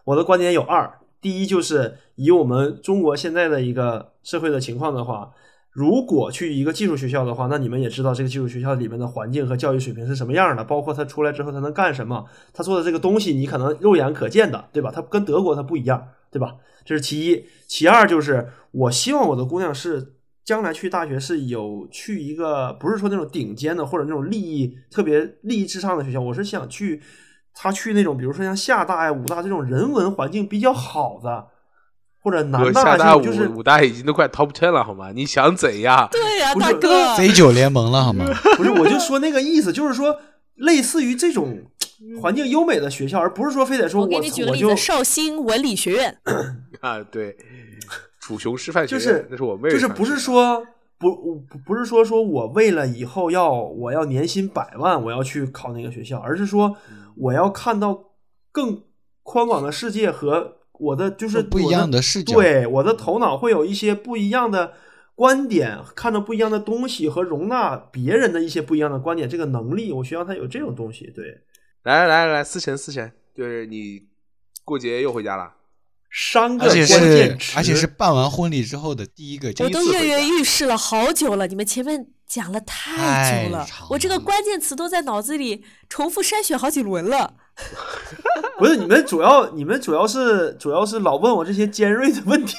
S6: 我的观点有二，第一就是以我们中国现在的一个社会的情况的话，如果去一个技术学校的话，那你们也知道这个技术学校里面的环境和教育水平是什么样的，包括他出来之后他能干什么，他做的这个东西你可能肉眼可见的，对吧？他跟德国他不一样，对吧？这是其一，其二就是我希望我的姑娘是将来去大学是有去一个不是说那种顶尖的或者那种利益特别利益至上的学校，我是想去她去那种比如说像厦大呀、武大这种人文环境比较好的，或者
S1: 我
S6: 南
S1: 厦
S6: 大这
S1: 大
S6: 种
S1: 五
S6: 就是
S1: 五大已经都快 top ten 了，好吗？你想怎样？
S2: 对呀、
S6: 不
S2: 大
S6: 是
S2: 哥，
S3: C 九联盟了好吗？
S6: 不是，我就说那个意思，就是说类似于这种
S2: 嗯
S6: 环境优美的学校，而不是说非得说
S2: 我
S6: 我
S2: 给你举个
S6: 我
S2: 例
S6: 就
S2: 子，绍兴文理学院，
S1: 啊，对，楚雄师范学
S6: 就
S1: 院，
S6: 是
S1: 那是我妹，
S6: 就是不是。说不不不是说说我为了以后要我要年薪百万，我要去考那个学校，而是说
S1: 嗯
S6: 我要看到更宽广的世界和我的就是
S3: 不一
S6: 我的
S3: 样的视角
S6: 对我的头脑会有一些不一样的观点，看到不一样的东西和容纳别人的一些不一样的观点，这个能力，我希望他有这种东西。对，
S1: 来来来来，思辰思辰，就是你过节又回家了，
S6: 三个
S3: 而
S6: 关
S3: 且
S6: 键
S3: 是
S6: 词，
S3: 而且是办完婚礼之后的第一个
S2: 我
S3: 家，
S2: 都跃跃欲试了好久了，你们前面讲了太久
S3: 太
S2: 了，
S3: 长
S2: 我这个
S3: 了
S2: 关键词都在脑子里重复筛选好几轮了。
S6: 不是你们主要你们主要是主要是老问我这些尖锐的问题。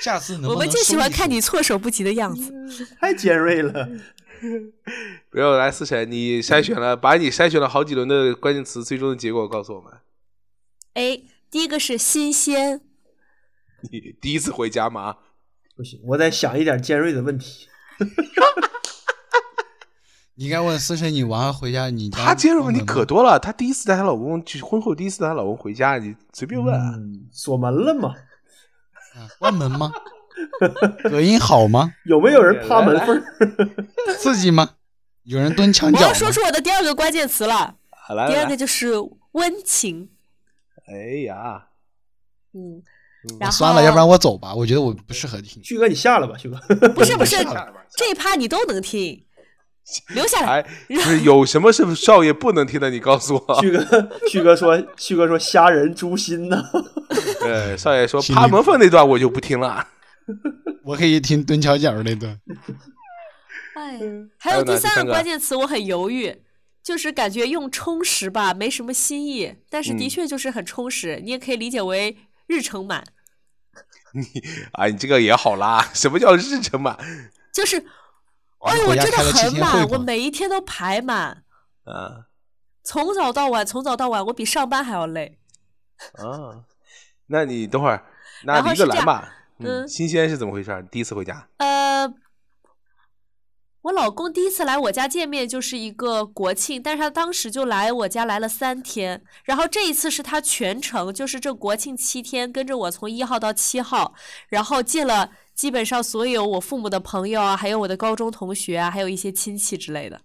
S3: 下次能不能
S2: 我们就喜欢看
S3: 收一
S2: 你
S3: 收
S2: 措手不及的样子。
S6: 太尖锐了。
S1: 没有来思辰，你筛选了，把你筛选了好几轮的关键词，最终的结果告诉我们。
S2: A，第哎一个是新鲜，
S1: 你第一次回家嘛？啊
S6: 不行，我得想一点尖锐的问题。
S3: 你应该问思辰，你晚上回家你家
S1: 她接受问题
S3: 关门吗
S1: 可多了，她第一次带她老公，去婚后第一次带她老公回家，你随便问啊。
S6: 嗯，锁门了吗？
S3: 啊关门吗？隔音好吗？
S6: 有没有人趴门缝儿？
S3: 刺激吗？有人蹲墙
S2: 我
S3: 角吗
S2: 要说出我的第二个关键词了，
S1: 好来
S2: 第二
S1: 来
S2: 个
S1: 来，
S2: 就是温情。
S1: 哎呀，
S2: 嗯
S1: 嗯，
S2: 然后
S3: 算了，要不然我走吧，我觉得我不适合听。
S6: 旭哥，你下了吧，旭哥。
S2: 不是不是
S3: 下了
S2: 这一趴你都能听，留 下来。
S1: 哎，不是有什么是少爷不能听的？你告诉我。
S6: 旭哥，旭哥说，旭哥说虾仁诛心 呐。
S1: 呃，少爷说
S3: 心里
S1: 趴门缝那段我就不听了。
S3: 我可以听蹲墙角那段。
S2: 哎，
S1: 还
S2: 还
S1: 有
S2: 有
S1: 呢
S2: 第
S1: 第
S2: 三
S1: 三个
S2: 个啊关键词我很犹豫，就是感觉用充实吧没什么新意，但是
S1: 嗯
S2: 的确就是很充实，你也可以理解为日程满，
S1: 啊，你这个也好啦。什么叫日程满？
S2: 就是。
S3: 我
S2: 哎
S3: 们
S2: 呦，我
S3: 国家
S2: 真的
S3: 开了七
S2: 很
S3: 天会
S2: 满，我
S3: 吧
S2: 每一天都排满，
S1: 啊
S2: 从早到晚，从早到晚，我比上班还要累。
S1: 啊，那你等会儿，那
S2: 然后
S1: 离个
S2: 是这
S1: 兰
S2: 样
S1: 吧。
S2: 嗯
S1: 新鲜是怎么回事？第一次回家，
S2: 呃，我老公第一次来我家见面就是一个国庆，但是他当时就来我家来了三天，然后这一次是他全程，就是这国庆七天跟着我从一号到七号，然后见了基本上所有我父母的朋友啊，还有我的高中同学啊，还有一些亲戚之类的。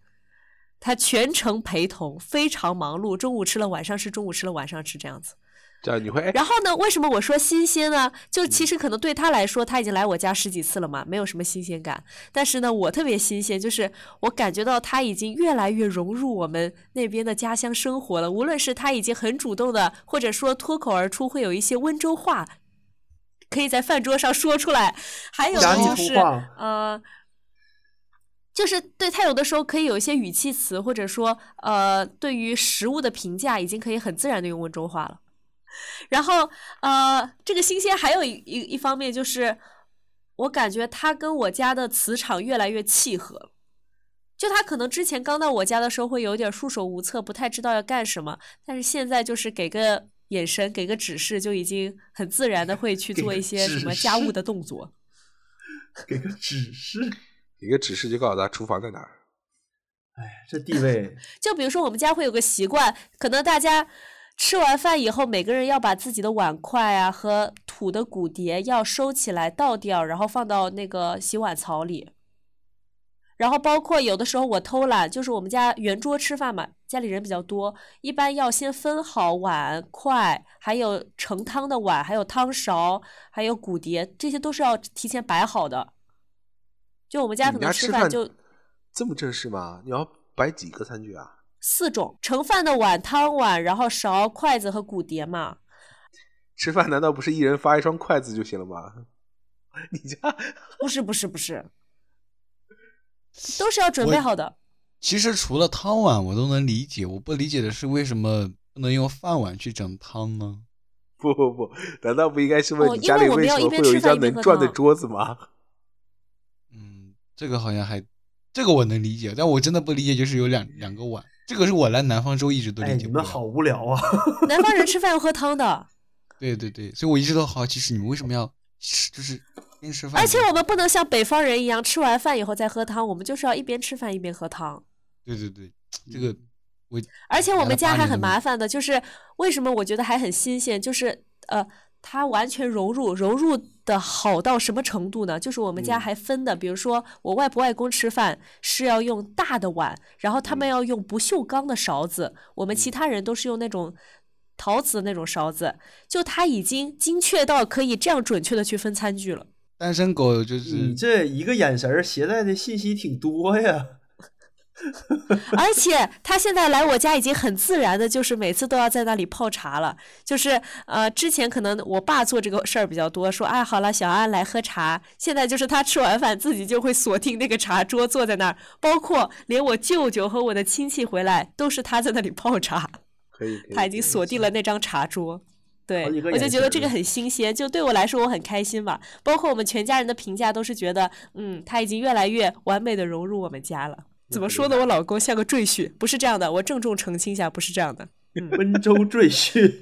S2: 他全程陪同，非常忙碌，中午吃了，晚上吃，中午吃了，晚上吃，这样子。
S1: 这样你会哎
S2: 然后呢，为什么我说新鲜呢？就其实可能对他来说，他已经来我家十几次了嘛，没有什么新鲜感。但是呢，我特别新鲜，就是我感觉到他已经越来越融入我们那边的家乡生活了。无论是他已经很主动的，或者说脱口而出会有一些温州话，可以在饭桌上说出来，还有
S6: 家
S2: 呢
S6: 里
S2: 就是
S6: 图画
S2: 呃。就是对他有的时候可以有一些语气词，或者说呃，对于食物的评价，已经可以很自然的用温州话了。然后呃，这个新鲜还有一一一方面就是，我感觉它跟我家的磁场越来越契合了。就他可能之前刚到我家的时候会有点束手无策，不太知道要干什么，但是现在就是给个眼神，给个指示，就已经很自然的会去
S6: 给
S2: 做
S6: 个
S2: 一些什么
S6: 指
S2: 家务
S6: 示
S2: 的动作。
S6: 给个指示，
S1: 一个指示就告诉他厨房在哪儿。
S6: 这地 位，
S2: 就比如说我们家会有个习惯，可能大家吃完饭以后，每个人要把自己的碗筷啊和土的骨碟要收起来倒掉，然后放到那个洗碗槽里。然后包括有的时候我偷懒，就是我们家圆桌吃饭嘛，家里人比较多，一般要先分好碗筷，还有盛汤的碗，还有汤勺，还有骨碟，这些都是要提前摆好的。就我们家
S1: 你
S2: 可
S1: 们家
S2: 能吃
S1: 吃
S2: 饭就
S1: 这么正式吗？你要摆几个餐具啊？
S2: 四种盛饭的碗、汤碗，然后勺、筷子和骨碟嘛。
S1: 吃饭难道不是一人发一双筷子就行了吗？ 你家
S2: 不是不是不是，都是要准备
S3: 我
S2: 好的。
S3: 其实除了汤碗，我都能理解，我不理解的是为什么不能用饭碗去整汤呢？
S1: 不不不，难道不应该是问
S2: 哦
S1: 你
S2: 因
S1: 家
S2: 为
S1: 里
S2: 我
S1: 为
S2: 没有
S1: 什么会
S2: 一边
S1: 有
S2: 吃
S1: 一
S2: 饭
S1: 张
S2: 一
S1: 能
S2: 边喝
S1: 转的
S2: 汤
S1: 桌子吗？
S3: 嗯，这个好像还，这个我能理解，但我真的不理解就是有两两个碗，这个是我来南方之后一直都
S6: 哎，
S3: 理
S6: 你
S3: 解不了。
S6: 们好无聊啊！
S2: 南方人吃饭要喝汤的，
S3: 对对对，所以我一直都好奇是你们为什么要吃，就是边吃饭。
S2: 而且我们不能像北方人一样吃完饭以后再喝汤，我们就是要一边吃饭一边喝汤。
S3: 对对对，
S6: 嗯
S3: 这个我
S2: 而且我们家还很麻
S3: 烦。
S2: 烦的，就是为什么我觉得还很新鲜，就是呃，它完全融入，融入的好到什么程度呢？就是我们家还分的，比如说我外婆外公吃饭是要用大的碗，然后他们要用不锈钢的勺子，我们其他人都是用那种。陶瓷的那种勺子，就它已经精确到可以这样准确的去分餐具了。
S3: 单身狗就是
S6: 你这一个眼神儿携带的信息挺多呀。
S2: 而且他现在来我家已经很自然的，就是每次都要在那里泡茶了。就是呃，之前可能我爸做这个事儿比较多，说哎好了，小安来喝茶。现在就是他吃完饭自己就会锁定那个茶桌坐在那儿，包括连我舅舅和我的亲戚回来都是他在那里泡茶，
S1: 可以，可以
S2: 他已经锁定了那张茶桌。对
S6: 好几个，
S2: 我就
S6: 眼
S2: 觉得
S6: 神
S2: 这
S6: 儿
S2: 个很新鲜，就对我来说我很开心吧。包括我们全家人的评价都是觉得，嗯，他已经越来越完美的融入我们家
S6: 嗯
S2: 了。怎么说呢？我老公像个赘婿，不是这样的。我郑重澄清一下，不是这样的。
S6: 温州赘婿，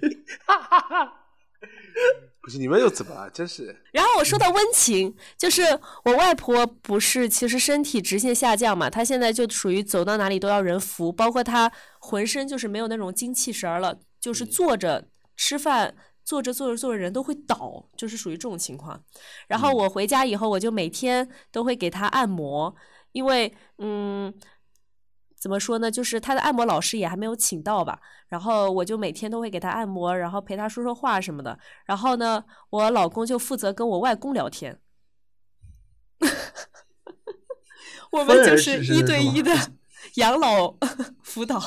S1: 不是你们又怎么了？真是
S2: 然后我说到温情，就是我外婆不是其实身体直线下降嘛，她现在就属于走到哪里都要人扶，包括她浑身就是没有那种精气神儿了，就是
S6: 嗯
S2: 坐着吃饭，坐着坐着坐着人都会倒，就是属于这种情况。然后我回家以后，我就每天都会给她按摩，因为嗯。怎么说呢？就是她的按摩老师也还没有请到吧，然后我就每天都会给她按摩，然后陪她说说话什么的。然后呢，我老公就负责跟我外公聊天。 我们
S6: 分
S2: 就
S6: 而
S2: 是
S6: 治之
S2: 一
S6: 是
S2: 对
S6: 吗
S2: 一的养老 辅导，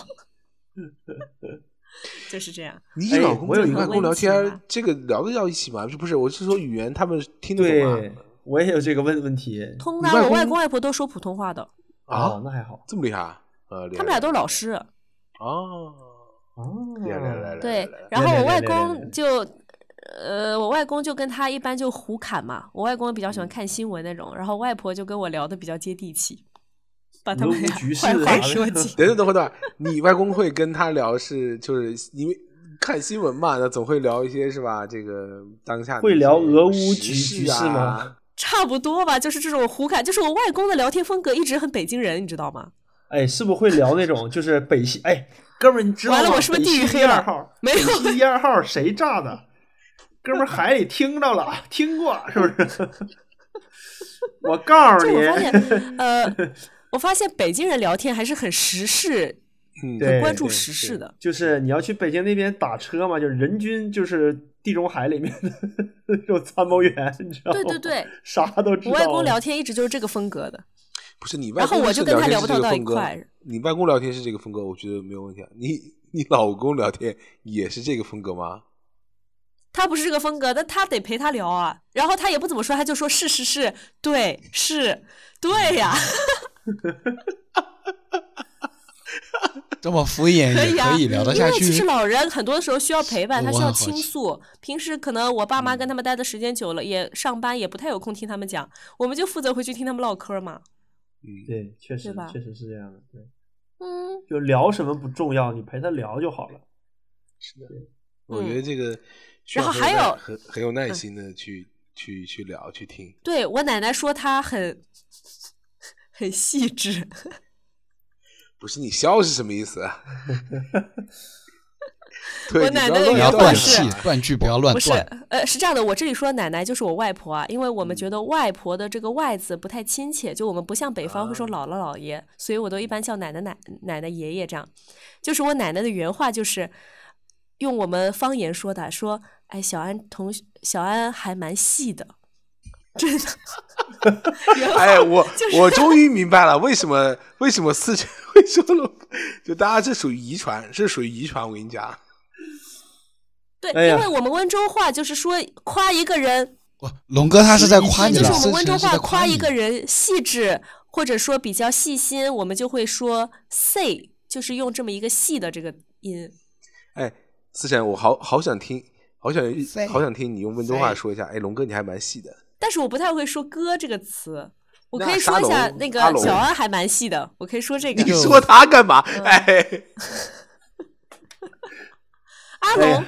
S2: 就是这样。
S1: 你
S6: 哎
S1: 老公
S6: 我有
S1: 跟
S6: 一
S1: 你外
S2: 个
S1: 公聊
S2: 问题
S1: 天
S2: 啊，
S1: 这个聊得到一起吗？不是，我是说语言他们听得懂吗？
S6: 对我也有这个问问题
S2: 通
S1: 你
S2: 的，
S1: 外
S2: 我外
S1: 公
S2: 公外婆都说普通话的，
S1: 啊
S6: 哦，那还好
S1: 这么厉害啊？呃，
S2: 他们俩都是老师。
S1: 哦，
S6: 哦，
S2: 嗯
S1: 厉害厉害厉害厉害
S2: 对
S1: 来来来，
S2: 然后我外
S6: 来来来来来
S2: 公就，呃，我外公就跟他一般就胡侃嘛。我外公比较喜欢
S6: 嗯
S2: 看新闻那种，然后外婆就跟我聊的比较接地气，把他
S6: 俄
S2: 们
S6: 乌
S2: 俩
S6: 局势啊
S2: 坏话
S6: 啥的
S2: 说 尽。
S1: 等等等会儿等会儿，你外公会跟他聊是就是因为看新闻嘛，那总会聊一些是吧？这个当下的
S6: 会
S1: 一些
S6: 聊俄乌
S1: 时
S6: 局
S1: 事
S6: 局势吗
S1: 啊？
S2: 差不多吧，就是这种胡侃，就是我外公的聊天风格一直很北京人，你知道吗？
S6: 哎，是不是会聊那种就是北西？哎，哥们儿，你知道吗
S2: 完了我是不是
S6: 北西
S2: 地域黑
S6: 一
S2: 了
S6: 二号？
S2: 没有
S6: 北西一二号谁炸的？哥们儿海里听着 了，听过是不是？我告诉
S2: 就
S6: 你
S2: 我，发现，呃，我发现北京人聊天还是很时事，
S1: 嗯，
S6: 对
S2: 关注时事的。
S6: 就是你要去北京那边打车嘛，就是人均就是地中海里面的 那种参谋员，你知道吗？
S2: 对对对，
S6: 啥都知
S2: 我
S6: 道。
S2: 外公聊天一直就是这个风格的。
S1: 不是你外
S2: 然后
S1: 公
S2: 我
S1: 是
S2: 就跟他
S1: 天
S2: 聊
S1: 是
S2: 不
S1: 这
S2: 到
S1: 个
S2: 到一
S1: 风格
S2: 块儿
S1: 你外公聊天是这个风格，我觉得没有问题啊。你你老公聊天也是这个风格吗？
S2: 他不是这个风格，但他得陪他聊啊。然后他也不怎么说，他就说是是是，对是，对呀，
S3: 这么敷衍
S2: 可
S3: 也
S2: 以啊，
S3: 可以聊得
S2: 因
S3: 下
S2: 为
S3: 去
S2: 其。实老人很多时候需要陪伴，他
S3: 我
S2: 需要
S3: 很好
S2: 倾
S3: 奇嗯
S2: 诉。平时可能我爸妈跟他们待的时间久了，也上班也不太有空听他们讲，我们就负责回去听他们唠嗑嘛。
S1: 嗯，
S6: 对，确实
S2: 对吧
S6: 确实是这样的。对，
S2: 嗯，
S6: 就聊什么不重要，你陪他聊就好了。
S1: 我觉得这个需要
S2: 嗯然后
S1: 很
S2: 还
S1: 耐
S2: 有嗯
S1: 很很有耐心的去去去聊去听。
S2: 对我奶奶说她很 很细致，
S1: 不是你笑是什么意思啊？对，
S2: 我
S1: 你
S2: 奶
S1: 不乱
S2: 奶的
S3: 不
S2: 原
S3: 要
S1: 聊
S2: 话
S1: 啊
S3: 断
S2: 是
S3: 气，断句不要乱
S2: 不是
S3: 断。，
S2: 呃，是这样的，我这里说奶奶就是我外婆啊，因为我们觉得外婆的这个“外”字不太亲切，就我们不像北方会说姥姥姥爷，所以我都一般叫奶奶奶奶奶爷爷这样。就是我奶奶的原话就是用我们方言说的，说哎，小安同学，小安还蛮细的， 真的。原话
S1: 哎，我
S2: 就是
S1: 我终于明白了为什么为什么四川 会说了，就大家这属于遗传，这属于遗传。我跟你讲，啊
S2: 对，
S6: 哎呀
S2: 因为我们温州话就是说夸一个人
S3: 我龙哥他是在夸你，
S2: 就是
S3: 了，
S2: 我们
S3: 是
S2: 温州
S3: 是在
S2: 话夸
S3: 你
S2: 一个人细致，或者说比较细心，我们就会说 say，就是用这么一个细的这个音。
S1: 哎，思辰，我好好想听，好想
S3: 塞
S1: 好想听你用温州话
S3: 塞
S1: 说一下。哎，龙哥，你还蛮细的。
S2: 但是我不太会说哥这个词，我
S1: 那
S2: 可以说一
S1: 沙
S2: 下
S1: 龙
S2: 那个
S1: 沙龙
S2: 小安还蛮细的，我可以说这个
S1: 你。说他干嘛？
S2: 嗯
S1: 哎，
S2: 阿
S6: 哎
S2: 龙
S6: 呀，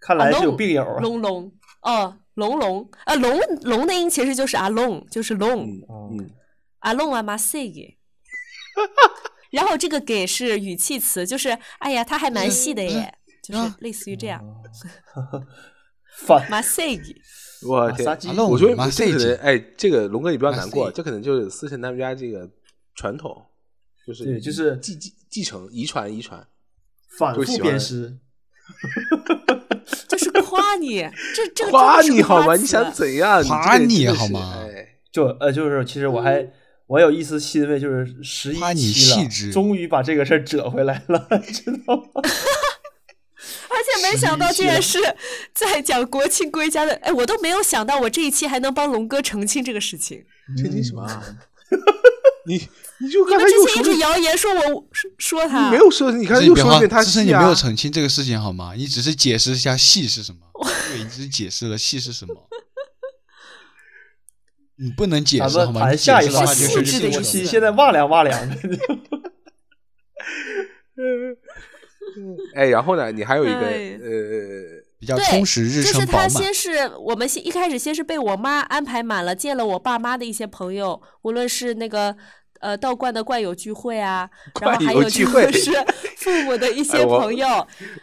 S6: 看来是有病友啊。
S2: 龙龙，哦，龙龙，啊龙龙的音其实就是阿龙，就是龙。
S6: 嗯
S1: 嗯，
S2: 阿龙阿妈 say 给。然后这个给是语气词，就是哎呀，他还蛮细的耶，就是
S3: 啊
S2: 类似于这样。
S6: 嗯哦反
S2: 马塞给，
S1: 我
S6: 马
S1: 天
S6: 杀，鸡
S3: 阿，龙
S1: 我觉得
S3: 马
S1: 这可能，
S3: 赛季
S1: 哎，这个龙哥你不要
S3: 马
S1: 难过，
S3: 赛
S1: 这可能就是思辰他们家这个传统，就是
S6: 对就是
S1: 继继继承遗传遗传。
S6: 反
S1: 就喜
S6: 复
S1: 欢
S6: 鞭尸，
S2: 就是夸
S5: 夸你，这这个真
S1: 夸
S5: 的是
S1: 你
S5: 个
S1: 好吗？
S5: 夸
S1: 你想
S5: 词
S1: 怎样？
S3: 夸
S1: 你这
S3: 你
S1: 个真的
S3: 好
S1: 是
S3: 吗
S1: 哎
S6: 就呃，就是其实我还我还有一丝欣慰，就是十一
S3: 夸你
S6: 期
S3: 细
S6: 了
S3: 致，
S6: 终于把这个事儿折回来了，知道吗？
S2: 而且没想到竟然是在讲国庆归家的，哎，我都没有想到我这一期还能帮龙哥澄清这个事情。
S1: 这你什么啊？ 你你就
S2: 嗯你
S1: 刚才
S2: 们之
S1: 又
S2: 前
S1: 说
S2: 一直谣言说我说说
S1: 你
S2: 他
S1: 没，有说，你刚才
S3: 这你
S1: 又
S3: 别
S1: 说一
S3: 慌，
S1: 遍他
S3: 这是
S1: 戏
S3: 你没
S1: 啊
S3: 有澄清这个事情好吗？你只是解释一下戏是什么，对，你只是解释了戏是什么。你不能解
S6: 咱
S3: 释好
S6: 们
S3: 吗？你解
S6: 谈下一
S3: 释
S6: 个
S3: 的话
S6: 话
S3: 就
S6: 题，
S2: 是细致的
S6: 国
S2: 一
S6: 期
S2: 期
S6: 现在哇凉哇凉的，
S1: 哎，然后呢，你还有一个
S2: 哎
S1: 呃，
S3: 比较
S2: 对
S3: 充实，日
S2: 就是
S3: 程饱
S2: 他
S3: 满。
S2: 先是我们先一开始先是被我妈安排满了，见了我爸妈的一些朋友，无论是那个呃道观的观友聚会啊，然后还有
S1: 观友聚会
S2: 就是父母的一
S1: 哎
S2: 些
S1: 我
S2: 朋友，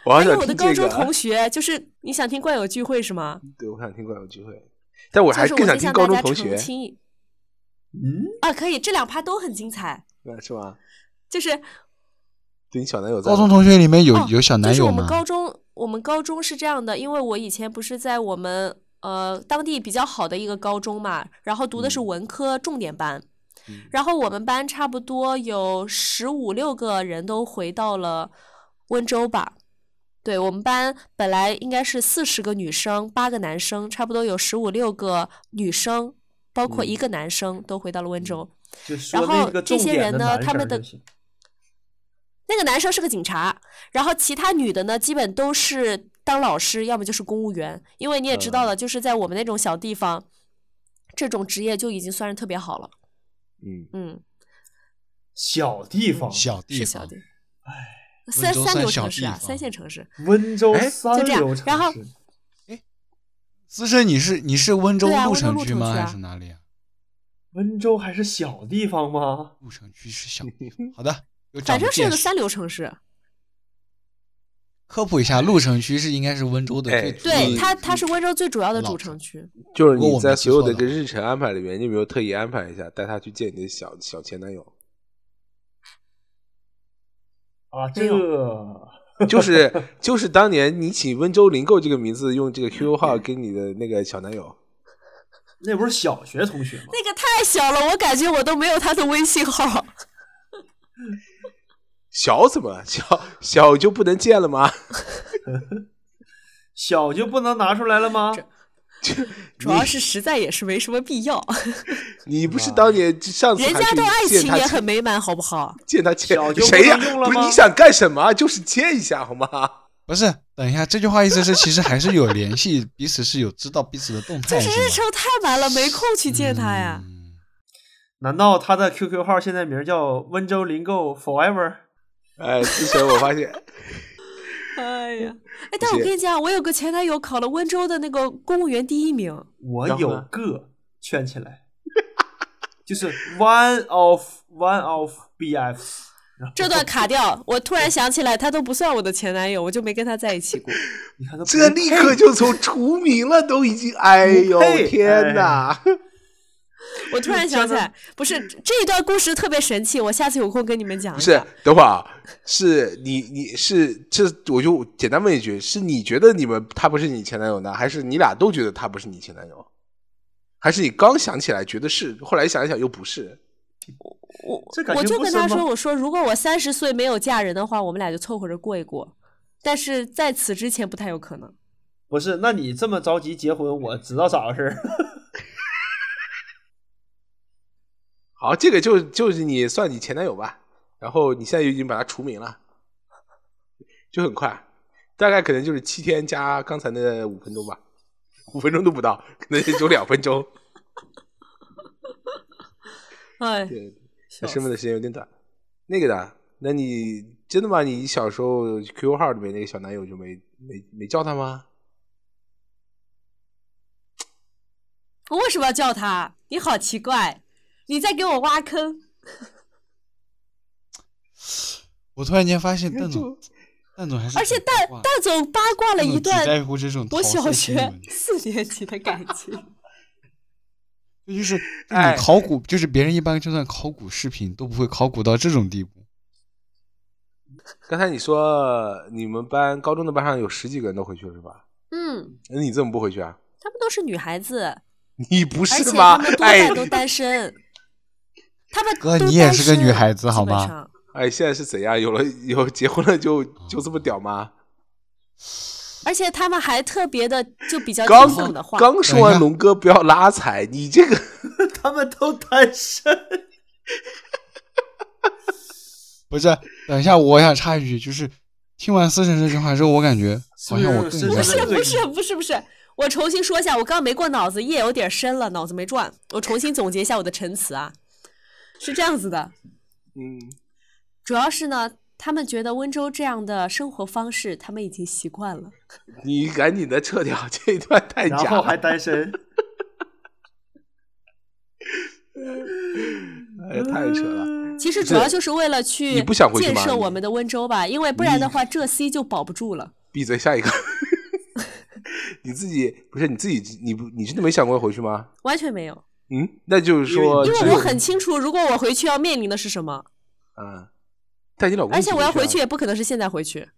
S1: 我好
S2: 还有
S1: 想
S2: 我的
S1: 听
S2: 高
S1: 这
S2: 中
S1: 个
S2: 同
S1: 啊，
S2: 学，就是你想听观友聚会是吗？
S1: 对，我想听观有聚会，但我还
S2: 就是
S1: 更
S2: 我
S1: 想
S2: 先
S1: 听
S2: 向
S1: 高
S2: 大
S1: 中
S2: 家
S1: 同
S2: 澄
S1: 学，
S2: 清
S6: 嗯，
S2: 啊，可以，这两趴都很精彩，
S1: 那是吗？
S2: 就是
S1: 对你小男友在
S3: 高
S1: 吗
S3: 中同学里面有
S2: 哦
S3: 有小
S2: 就
S3: 男
S2: 是
S3: 友
S2: 我们
S3: 吗
S2: 高？中，我们高中是这样的，因为我以前不是在我们呃当地比较好的一个高中嘛，然后读的是
S3: 嗯
S2: 文科重点班，
S1: 嗯
S2: 然后我们班差不多有十五六个人都回到了温州吧。对我们班本来应该是四十个女生，八个男生，差不多有十五六个女生，包括一个男生都回到了温州。
S6: 就说
S2: 然
S6: 那
S2: 后
S6: 个
S2: 这
S6: 重
S2: 些
S6: 点
S2: 人
S6: 的
S2: 呢
S6: 男
S2: 他
S6: 生
S2: 们的
S6: 就行。
S2: 那个男生是个警察，然后其他女的呢，基本都是当老师，要么就是公务员。因为你也知道了，就是在我们那种小地方，这种职业就已经算是特别好了。
S1: 嗯，
S2: 嗯，
S6: 小地方，
S3: 小地
S2: 是小
S3: 方
S2: 地，哎，三
S3: 温
S2: 三
S3: 州算
S2: 流
S3: 小
S2: 城市啊，
S3: 地方
S2: 三线城市。
S6: 温州
S1: 哎
S6: 三
S2: 就这样
S6: 流城市，
S2: 然后
S3: 思深，你是你是温州
S2: 对啊
S3: 鹿
S2: 温州
S3: 城
S2: 鹿
S3: 区
S2: 城
S3: 吗？
S2: 区啊
S3: 还是哪里啊？
S6: 温州还是小地方吗？
S3: 鹿城区是小 地方。好的，有
S2: 反
S3: 长了
S2: 正是
S3: 见
S2: 个
S3: 识。
S2: 三流城市，
S3: 科普一下，鹿城区是应该是温州的
S1: 哎
S3: 最主要
S2: 对
S3: 的
S2: 它，它是温州最主要的
S3: 嗯老
S2: 主
S3: 城
S2: 城区。
S1: 就是
S3: 如果
S1: 你
S3: 我
S1: 在
S3: 没记
S1: 所有
S3: 错
S1: 的
S3: 的
S1: 这
S3: 话
S1: 日程安排里面，你有没有特意安排一下，带他去见你的小小前男友？
S6: 啊，
S2: 没
S6: 这
S2: 有
S1: 就是就是当年你起温州林购这个名字，用这个 QQ 号跟你的那个小男友，
S6: 那不是小学同学吗？
S2: 那个太小了，我感觉我都没有他的微信号。
S1: 小怎么小小就不能见了吗？
S6: 小就不能拿出来了吗？
S2: 主要是实在也是没什么必要，
S1: 你不是当年上次
S2: 人
S1: 还
S2: 家
S1: 去
S2: 都爱
S1: 见
S2: 情
S1: 他
S2: 也
S1: 前
S2: 很美满，好不好？
S1: 见他见
S6: 小就不
S1: 谁呀、
S6: 能用了
S1: 不是
S6: 吗
S1: 你想干什么？就是见一下好吗？
S3: 不是，等一下，这句话意思是其实还是有联系，彼此是有知道彼此的动态，
S2: 就是是日
S3: 吗
S2: 程太满了，没空去见他呀。
S3: 嗯
S6: 难道他的 QQ 号现在名叫温州林购 Forever？
S1: 哎，之前我发现
S2: 哎呀，哎，但我
S1: 是
S2: 跟你讲，我有个前男友考了温州的那个公务员第一名，
S6: 我
S1: 然后
S6: 有
S1: 呢
S6: 个圈起来， 就是 one of one of BF。
S2: 这段卡掉。我突然想起来，他都不算我的前男友，我就没跟他在一起过。
S6: 你看他
S1: 这立刻就从除名了，都已经，哎呦
S6: 不配
S1: 天哪！
S2: 我突然想起来，不是这一段故事特别神奇，我下次有空跟你们讲
S1: 不
S2: 一
S1: 是
S2: 下。，
S1: 等会儿啊，是你你是这，我就简单问一句，是你觉得你们他不是你前男友呢，还是你俩都觉得他不是你前男友？还是你刚想起来觉得是，后来想一想又不是？
S2: 我
S6: 这感
S2: 我
S6: 情
S2: 就
S6: 不
S2: 跟
S6: 深
S2: 他
S6: 吗
S2: 说，我说如果我三十岁没有嫁人的话，我们俩就凑合着过一过。但是在此之前不太有可能。
S6: 不是，那你这么着急结婚，我知道咋回事儿。
S1: 好，这个就就是你算你前男友吧，然后你现在已经把他除名了，就很快，大概可能就是七天加刚才那五分钟吧，五分钟都不到，可能也就两分钟。
S2: 哎，
S1: 对，
S2: 笑
S1: 生闷的时间有点短。那个的，那你真的吗？你小时候 QQ 号里面那个小男友就没没没叫他吗？
S2: 我为什么要叫他？你好奇怪，你在给我挖坑。
S3: 我突然间发现邓总，邓总还是
S2: 而且
S3: 挺
S2: 蛋
S3: 八卦的
S2: 蛋总八卦了
S3: 邓总
S2: 一
S3: 只
S2: 段
S3: 在乎这种
S2: 我
S3: 桃
S2: 小
S3: 色
S2: 学
S3: 新闻
S2: 四年级的感情。
S3: 这就是就
S1: 哎
S3: 你考古，就是别人一般就算考古视频都不会考古到这种地步。
S1: 刚才你说你们班高中的班上有十几个人都回去了是吧？
S2: 嗯，
S5: 嗯，
S1: 那你怎么不回去啊？
S2: 她们都是女孩子，
S1: 你不
S2: 而
S1: 是
S2: 且
S1: 吗
S2: 她们？多
S1: 哎
S2: 半都单身。她们
S3: 哥
S2: 都
S3: 你也
S2: 单
S3: 是个
S2: 身
S3: 女孩子好？吗
S2: 基本上
S1: 哎，现在是怎样？有了有结婚了就就这么屌吗？
S2: 而且她们还特别的就比较
S1: 刚
S2: 嗯听懂的话，
S1: 刚说完龙哥不要拉踩，你这个
S6: 他们都单身。
S3: 不是，等一下，我想插一句，就是听完思辰这句话之后，我感觉好像我更
S6: 是
S3: 加
S2: 不是不
S6: 是
S2: 是不是不是，我重新说一下，我刚没过脑子，夜有点深了，脑子没转。我重新总结一下我的陈词啊，是这样子的，
S1: 嗯，
S2: 主要是呢，他们觉得温州这样的生活方式，他们已经习惯了。
S1: 你赶紧的撤掉这一段太
S6: 然
S1: 假
S6: 后还
S1: 了。
S6: 单身，
S1: 哎呀，太扯了！
S2: 其实
S1: 不
S2: 主
S1: 是
S2: 要就是为了去
S1: 你不想回去
S2: 建
S1: 吗
S2: 设
S1: 你
S2: 我们的温州吧，因为不然的话，浙 C 就保不住了。
S1: 闭嘴，下一个。 你自己不是你自己，你不你真的没想过要回去吗？
S2: 完全没有，
S1: 嗯，那就是说
S2: 因
S1: 只
S2: 为
S1: 有
S2: 我很清楚，如果我回去要面临的是什么，
S1: 嗯，但你老公
S2: 而且我要回去
S1: 啊，
S2: 也不可能是现在回去。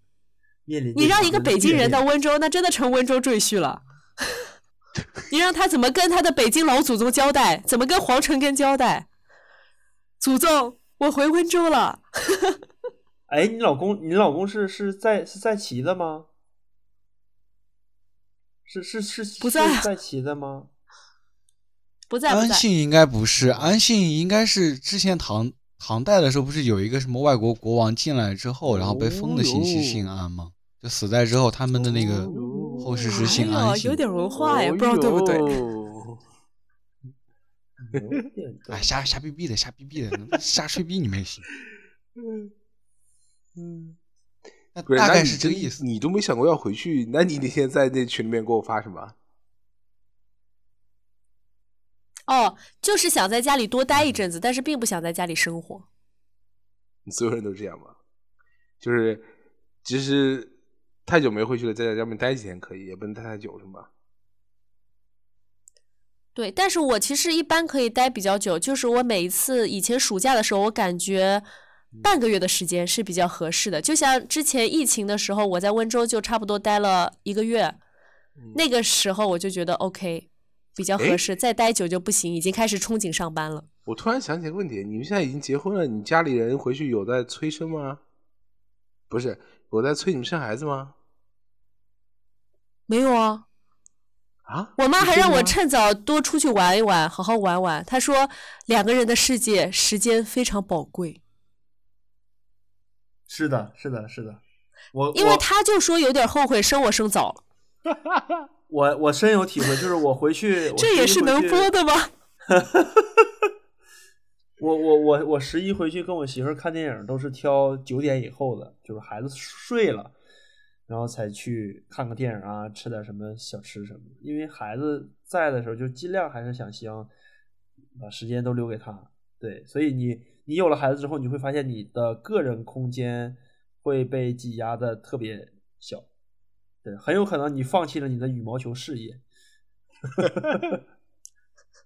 S6: 面临
S2: 你让一个北京人
S6: 的
S2: 到温州，那真的成温州赘婿了。 你让他怎么跟他的北京老祖宗交代？怎么跟皇城根交代？祖宗，我回温州了。
S6: 哎，你老公，你老公是是在是在骑的吗？是是是
S2: 不在啊
S6: 是在骑的吗？
S2: 不在不
S3: 安
S2: 在，
S3: 信应该不是，安信应该是之前唐唐代的时候，不是有一个什么外国国王进来之后，然后被封的姓
S1: 哦
S3: 是
S1: 哟
S3: 姓安吗？就死在之后，他们的那个
S6: 哦
S3: 后世是姓
S2: 哎
S3: 安
S2: 呦，有
S3: 姓。
S2: 点文化呀，
S1: 哦
S2: 不知道对不对。
S6: 有点
S3: 哎，瞎瞎逼逼的，瞎 逼逼的，瞎吹逼你们也 行。
S1: 嗯，
S3: 那
S1: 不是
S3: 大
S1: 那
S3: 概
S1: 你
S3: 是这个
S1: 真
S3: 意思。
S1: 你都没想过要回去，那你那天在那群里面给我发什么？
S2: 哦，就是想在家里多待一阵子，但是并不想在家里生活。
S1: 你所有人都这样吗？就是其实太久没回去了，在家里面待几天可以，也不能待太久，是吗？
S2: 对，但是我其实一般可以待比较久，就是我每一次以前暑假的时候，我感觉半个月的时间是比较合适的。就像之前疫情的时候，我在温州就差不多待了一个月，那个时候我就觉得 OK，比较
S1: 诶
S2: 合适，再待久就不行，已经开始憧憬上班了。
S1: 我突然想起个问题：你们现在已经结婚了，你家里人回去有在催生吗？不是，有在催你们生孩子吗？
S2: 没有啊，
S1: 啊？
S2: 我妈
S1: 你
S2: 还
S1: 确
S2: 让
S1: 定
S2: 我
S1: 吗
S2: 趁早多出去玩一玩，好好玩玩。她说两个人的世界时间非常宝贵。
S6: 是的，是的，是的，我
S2: 因为
S6: 我
S2: 他就说有点后悔生我生早了，
S6: 我我深有体会，就是我回去，我
S2: 这也
S6: 十一
S2: 是
S6: 回
S2: 能
S6: 去
S2: 播的吗？
S6: 我我我我十一回去跟我媳妇儿看电影，都是挑九点以后的，就是孩子睡了，然后才去看个电影啊，吃点什么小吃什么的。因为孩子在的时候，就尽量还是想希望把时间都留给他。对，所以你你有了孩子之后，你会发现你的个人空间会被挤压的特别小，对，很有可能你放弃了你的羽毛球事 业，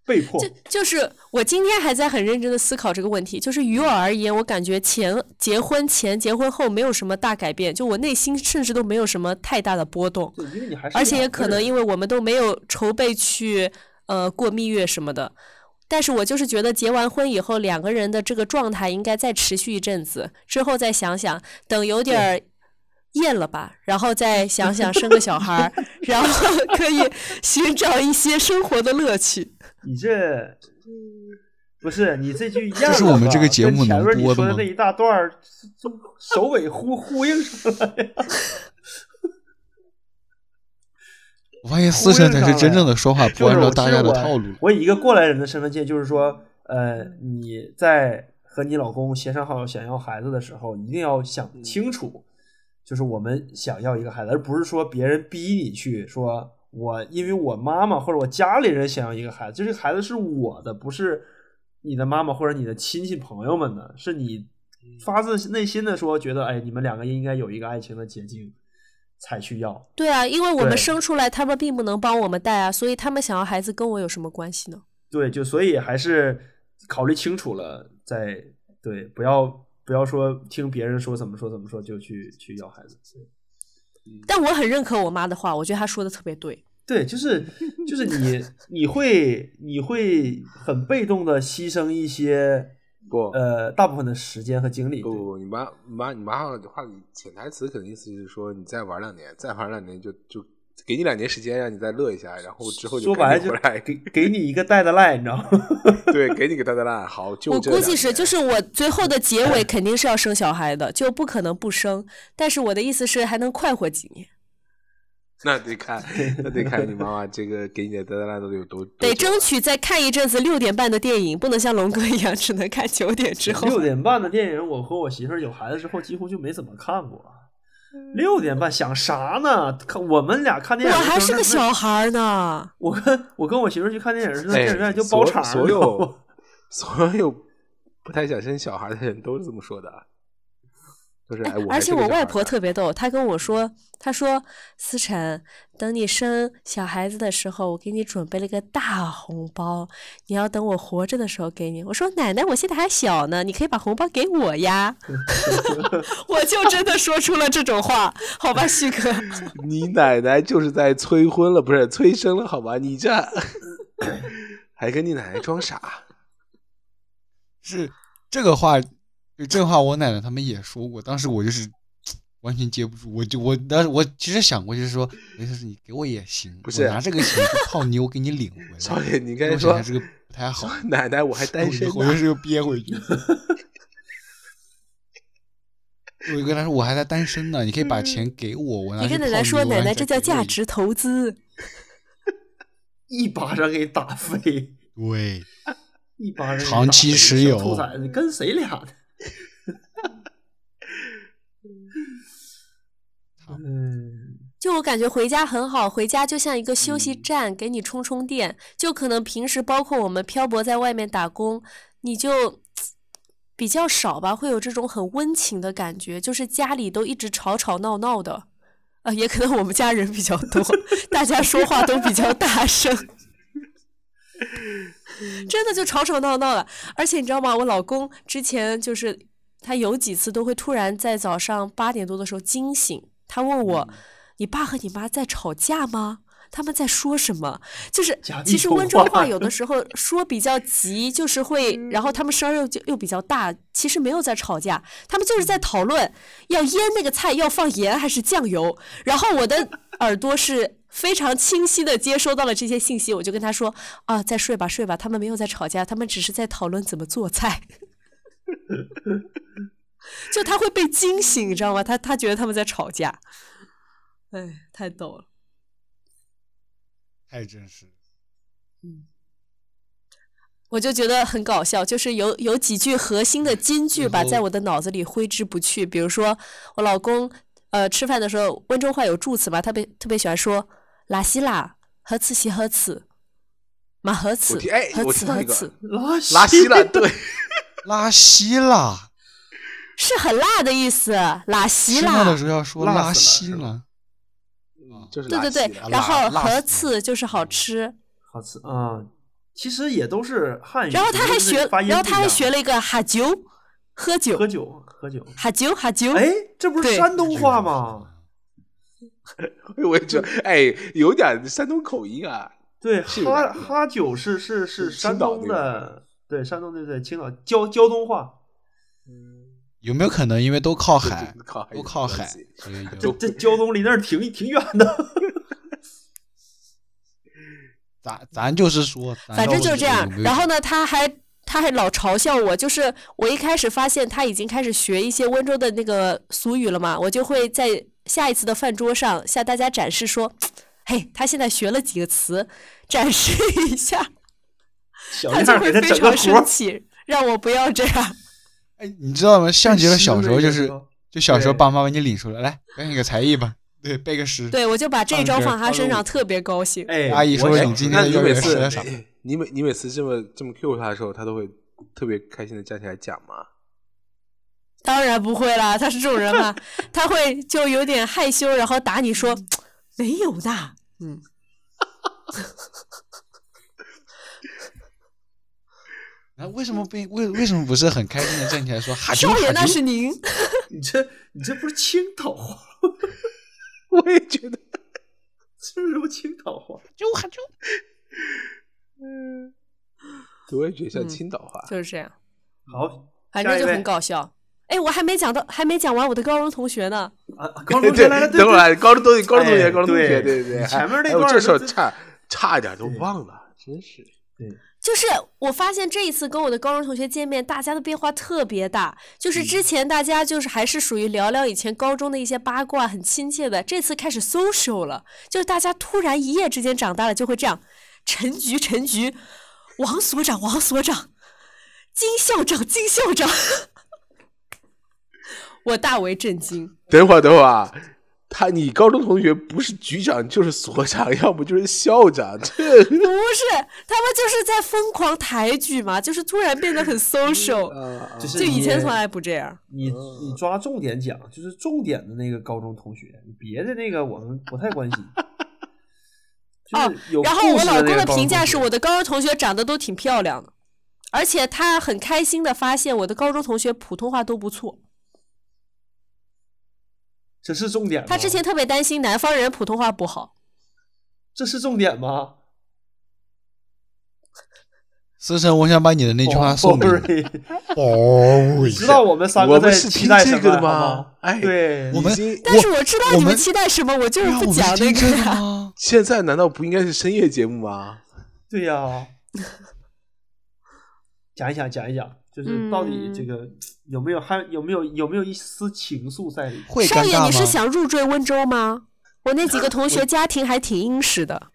S6: 被迫
S2: 就就是我今天还在很认真的思考这个问题，就是于我而言，我感觉前结婚前结婚后没有什么大改变，就我内心甚至都没有什么太大的波动，
S6: 对，因为你还是
S2: 而且也
S6: 两个
S2: 可能
S6: 人
S2: 因为我们都没有筹备去呃过蜜月什么的。但是我就是觉得结完婚以后，两个人的这个状态应该再持续一阵子，之后再想想，等有点儿厌了吧，然后再想想生个小 孩儿，然后可以寻找一些生活的乐趣。
S6: 你这不是你这句这
S3: 是我们这个节目能
S6: 前面你
S3: 播的
S6: 说的
S3: 吗
S6: 那一大段儿，就就首尾呼呼应上了呀。
S3: 我发现思辰才是真正的说话
S6: 就是
S3: 不按照
S6: 我
S3: 大
S6: 其
S3: 家
S6: 实
S3: 的
S6: 我
S3: 套路。
S6: 我以一个过来人的身份见，就是说，呃，你在和你老公协商好想要孩子的时候，一定要想清楚，就是我们想要一个孩子，而不是说别人逼你去说。我因为我妈妈或者我家里人想要一个孩子，就这个孩子是我的，不是你的妈妈或者你的亲戚朋友们的，是你发自内心的说觉得，哎，你们两个应该有一个爱情的结晶才去要。
S2: 对啊，因为我
S6: 对
S2: 们生出来，他们并不能帮我们带啊，所以他们想要孩子跟我有什么关系呢？
S6: 对，就所以还是考虑清楚了再对，不要不要说听别人说怎么说怎么说就去去要孩子。
S2: 但我很认可我妈的话，我觉得她说的特别对。
S6: 对，就是就 是你你会你会很被动的牺牲一些
S1: 不
S6: 呃大部分的时间和精力。
S1: 不不不，你妈妈你妈的话里潜台词可能意思就是说，你再玩两年，再玩两年就就给你两年时间让你再乐一下，然后之后就
S6: 说白了
S1: 赶紧
S6: 就
S1: 回 来，
S6: 给给你一个带的赖，你知道吗？
S1: 对，给你个大大烂，好就
S2: 我
S1: 这
S2: 估
S1: 两
S2: 计是，
S1: 年
S2: 就是我最后的结尾肯定是要生小孩的，就不可能不生。但是我的意思是还能快活几年，
S1: 那得看，那得看你妈妈这个给你的大大烂到底有多
S2: 得
S1: 多久
S2: 争取再看一阵子六点半的电影，不能像龙哥一样只能看九点之后。
S6: 六点半的电影，我和我媳妇儿有孩子之后几乎就没怎么看过。啊六点半想啥呢？看我们俩看电
S2: 嗯我
S6: 影的时候，
S2: 还是
S6: 那
S2: 个小孩儿呢，
S6: 我跟我跟我媳妇儿去看电影是在
S1: 哎
S6: 电影院就
S1: 所
S6: 包场，
S1: 所
S6: 你知道吗
S1: 有 所有不太想生小孩的人都是这么说的啊，就是哎，我还
S2: 而
S1: 是
S2: 且
S1: 个
S2: 我
S1: 小孩
S2: 外
S1: 儿
S2: 婆
S1: 呢
S2: 特别逗，她跟我说，她说思辰，等你生小孩子的时候，我给你准备了个大红包，你要等我活着的时候给你。我说奶奶，我现在还小呢，你可以把红包给我呀。我就真的说出了这种话，好吧，旭哥，
S1: 你奶奶就是在催婚了，不是催生了，好吧？你 这还跟你奶奶装傻，
S3: 是这个话，对这个话，我奶奶他们也说过，当时我就是完全接不住，我就我当时我其实想过，就是说没事，你给我也行，
S1: 不是
S3: 我拿这个钱去泡妞给你领回 来。
S1: 少爷，你应
S3: 但
S1: 该
S3: 我想
S1: 说
S3: 想这个不太好，
S1: 奶奶，我还单身
S3: 我就
S1: 呢。
S3: 是又憋回去。我就跟他说我还在单身呢，你可以把
S1: 嗯
S3: 钱给我，我拿
S2: 你
S3: 去
S2: 跟奶
S3: 泡
S2: 奶说，
S3: 妞啊
S2: 奶奶这叫。
S3: 然
S2: 价
S3: 后再给
S2: 值投资。
S6: 一巴掌给打飞，
S3: 我一对，
S6: 一巴掌给打飞
S3: 长期持有
S6: 小兔崽子，你跟谁俩呢？嗯，
S2: 就我感觉回家很好，回家就像一个休息站，给你充充电。就可能平时包括我们漂泊在外面打工，你就比较少吧，会有这种很温情的感觉。就是家里都一直吵吵闹闹的，啊、也可能我们家人比较多，大家说话都比较大声， 真的就吵吵闹闹的。而且你知道吗？我老公之前就是他有几次都会突然在早上八点多的时候惊醒，他问我：“你爸和你妈在吵架吗？”他们在说什么？就是
S6: 假地
S2: 其实
S6: 说
S2: 温州
S6: 话
S2: 话有的时候说比较急，就是会，然后他们声儿又就又比较大，其实没有在吵架，他们就是在讨论要腌那个菜要放盐还是酱油。然后我的耳朵是非常清晰的接收到了这些信息，我就跟他说：“啊，再睡吧，睡吧，他们没有在吵架，他们只是在讨论怎么做菜。” 就他会被惊醒，你知道吗？他他觉得他们在吵架，哎，太逗了。
S3: 太真实了。
S2: 我就觉得很搞笑，就是有有几句核心的金句吧，
S3: 然后
S2: 在我的脑子里挥之不去。比如说，我老公呃吃饭的时候，温州话有助词嘛，他别特别喜欢说“拉稀啦”和“刺西和刺”，马和刺
S1: 我听哎，
S2: 和
S1: 我听
S2: 刺
S1: 到
S2: 和
S1: 一个
S2: 刺，
S6: 拉稀
S1: 拉稀了，对，
S3: 拉稀啦，
S2: 是很辣的意思，拉稀
S3: 吃饭
S2: 啦
S3: 的。时候要说
S6: 辣
S3: 拉
S6: 死
S3: 稀
S6: 了
S3: 了，嗯
S1: 就是
S2: 对
S1: 拉
S2: 对
S1: 稀
S2: 对
S1: 了，
S2: 然后
S3: 辣死
S2: 和
S3: 了
S2: 刺就是好吃，
S6: 好吃啊！其实也都是汉语，
S2: 然后他还
S6: 只
S2: 学
S6: 是发，音
S2: 然后
S6: 不
S2: 他
S6: 一
S2: 还
S6: 样
S2: 学了一个哈酒，喝酒
S6: 喝，酒，喝酒。
S2: 哈酒哈酒，
S6: 哎，这不是
S2: 对
S6: 山东话吗？？
S1: 我也觉得哎，有点山东口音啊。
S6: 对，
S1: 是有点
S6: 哈哈酒是是
S1: 是
S6: 是山
S1: 青岛
S6: 东
S1: 那边
S6: 的，对，山东对对，青岛胶胶东话。
S3: 有没有可能因为都靠
S1: 对
S3: 海
S1: 对，靠海
S3: 都
S1: 有
S3: 靠
S1: 关
S3: 海
S1: 系，
S3: 所 以
S6: 这
S3: 就
S6: 这胶东离那儿挺挺远的。
S3: 咱咱就是说，咱
S2: 反正就是是这
S3: 说
S2: 样
S3: 有没。有
S2: 然后呢，他还他还老嘲笑我，就是我一开始发现他已经开始学一些温州的那个俗语了嘛，我就会在下一次的饭桌上向大家展示说，嘿，他现在学了几个词，展示一下，
S6: 小
S2: 他
S6: 样
S2: 就
S6: 儿
S2: 会
S6: 给他
S2: 非
S6: 整个
S2: 常
S6: 活
S2: 生
S6: 儿，
S2: 气，让我不要这样。
S3: 哎，你知道吗？像极了小时候，就
S6: 这
S3: 是
S6: 个吗
S3: 就小时候
S6: 对
S3: 爸妈把你领出来，来表演个才艺吧，对，背个诗。
S2: 对，我就把这一招放他身
S3: 上
S2: 上，特别高兴。
S6: 哎，
S3: 阿姨
S6: 我
S3: 说
S6: 小
S3: 你
S6: 时
S3: 今
S6: 候
S1: 那
S3: 天的
S1: 你
S3: 幼儿
S1: 每
S3: 园是
S1: 次
S3: 在啥？
S1: 你每你每次这么这么 Q 他的时候，他都会特别开心的站起来讲吗？
S2: 当然不会啦，他是这种人嘛，他会就有点害羞，然后打你说
S6: 嗯
S2: 没有的，嗯。
S3: 然后为什么不为为什么不是很开心的站起来说哈啾
S2: 少爷，
S3: 哈
S2: 那是
S3: 啾？
S2: 您。
S6: 你这你这不是青岛话？
S1: 我也觉得，
S6: 这是不青岛话？
S3: 就喊就
S1: 我也觉得
S2: 嗯
S1: 像青岛话。
S2: 就是这样，
S6: 好，
S2: 反正
S6: 下一
S2: 就
S6: 位
S2: 很搞笑。哎，我还没讲到，还没讲完我的高中同学呢。
S6: 啊，啊高中同 学来了，对
S1: 等会儿高中同学，高中同学，
S6: 哎
S1: 高中同学，
S6: 对
S1: 对对。
S6: 前面那
S1: 哎我
S6: 段
S1: 这事儿
S6: 都
S1: 差差点都忘了，真是。
S2: 就是我发现这一次跟我的高中同学见面，大家的变化特别大。就是
S6: 嗯
S2: 之前大家就是还是属于聊聊以前高中的一些八卦，很亲切的，这次开始 social 了，就是大家突然一夜之间长大了，就会这样：陈局，陈局，王所长，王所长，金校长，金校长。 我大为震惊，
S1: 等会儿，等会儿啊，他你高中同学不是局长就是所长，要不就是校长， 这
S2: 不是他们就是在疯狂抬举嘛，就是突然变得很 social，
S1: 啊
S6: 就是
S2: 就以前
S6: 你
S2: 从来不这样。
S6: 你你抓重点讲，就是重点的那个高中同学，别的那个我们不太 关心。就是有
S2: 然后
S6: 故
S2: 我
S6: 事
S2: 老公
S6: 那个
S2: 的
S6: 高中
S2: 评价
S6: 同
S2: 是，
S6: 学
S2: 我的高中同学长得都挺漂亮的，而且他很开心的发现我的高中同学普通话都不错。
S6: 这是重点吗？
S2: 他之前特别担心南方人普通话不好，
S6: 这是重点吗？
S3: 思辰，我想把你的那句话送给你。
S6: 你。
S3: 哦，
S6: 知道我们三
S1: 我
S6: 个
S1: 们
S6: 在
S1: 是
S6: 期待
S1: 听
S6: 什
S1: 这个
S6: 么
S1: 的吗
S6: 好
S1: 哎
S6: 对，
S3: 我们
S1: 已经
S2: 但是我知道
S3: 我
S2: 你
S3: 们
S2: 们期待什么，我就是
S3: 让
S2: 不
S3: 我们
S2: 讲那
S3: 听这
S2: 个
S3: 个
S2: 呀。
S3: 吗？
S1: 现在难道不应该是深夜节目吗？
S6: 对呀、讲一讲，讲一讲，就是到底这个有没有还有没有有没有一丝情愫在里？
S3: 会
S2: 少
S3: 尴
S2: 爷，
S3: 尬
S2: 你是
S3: 吗？
S2: 想入赘温州吗？我那几个同学家庭还挺殷实的，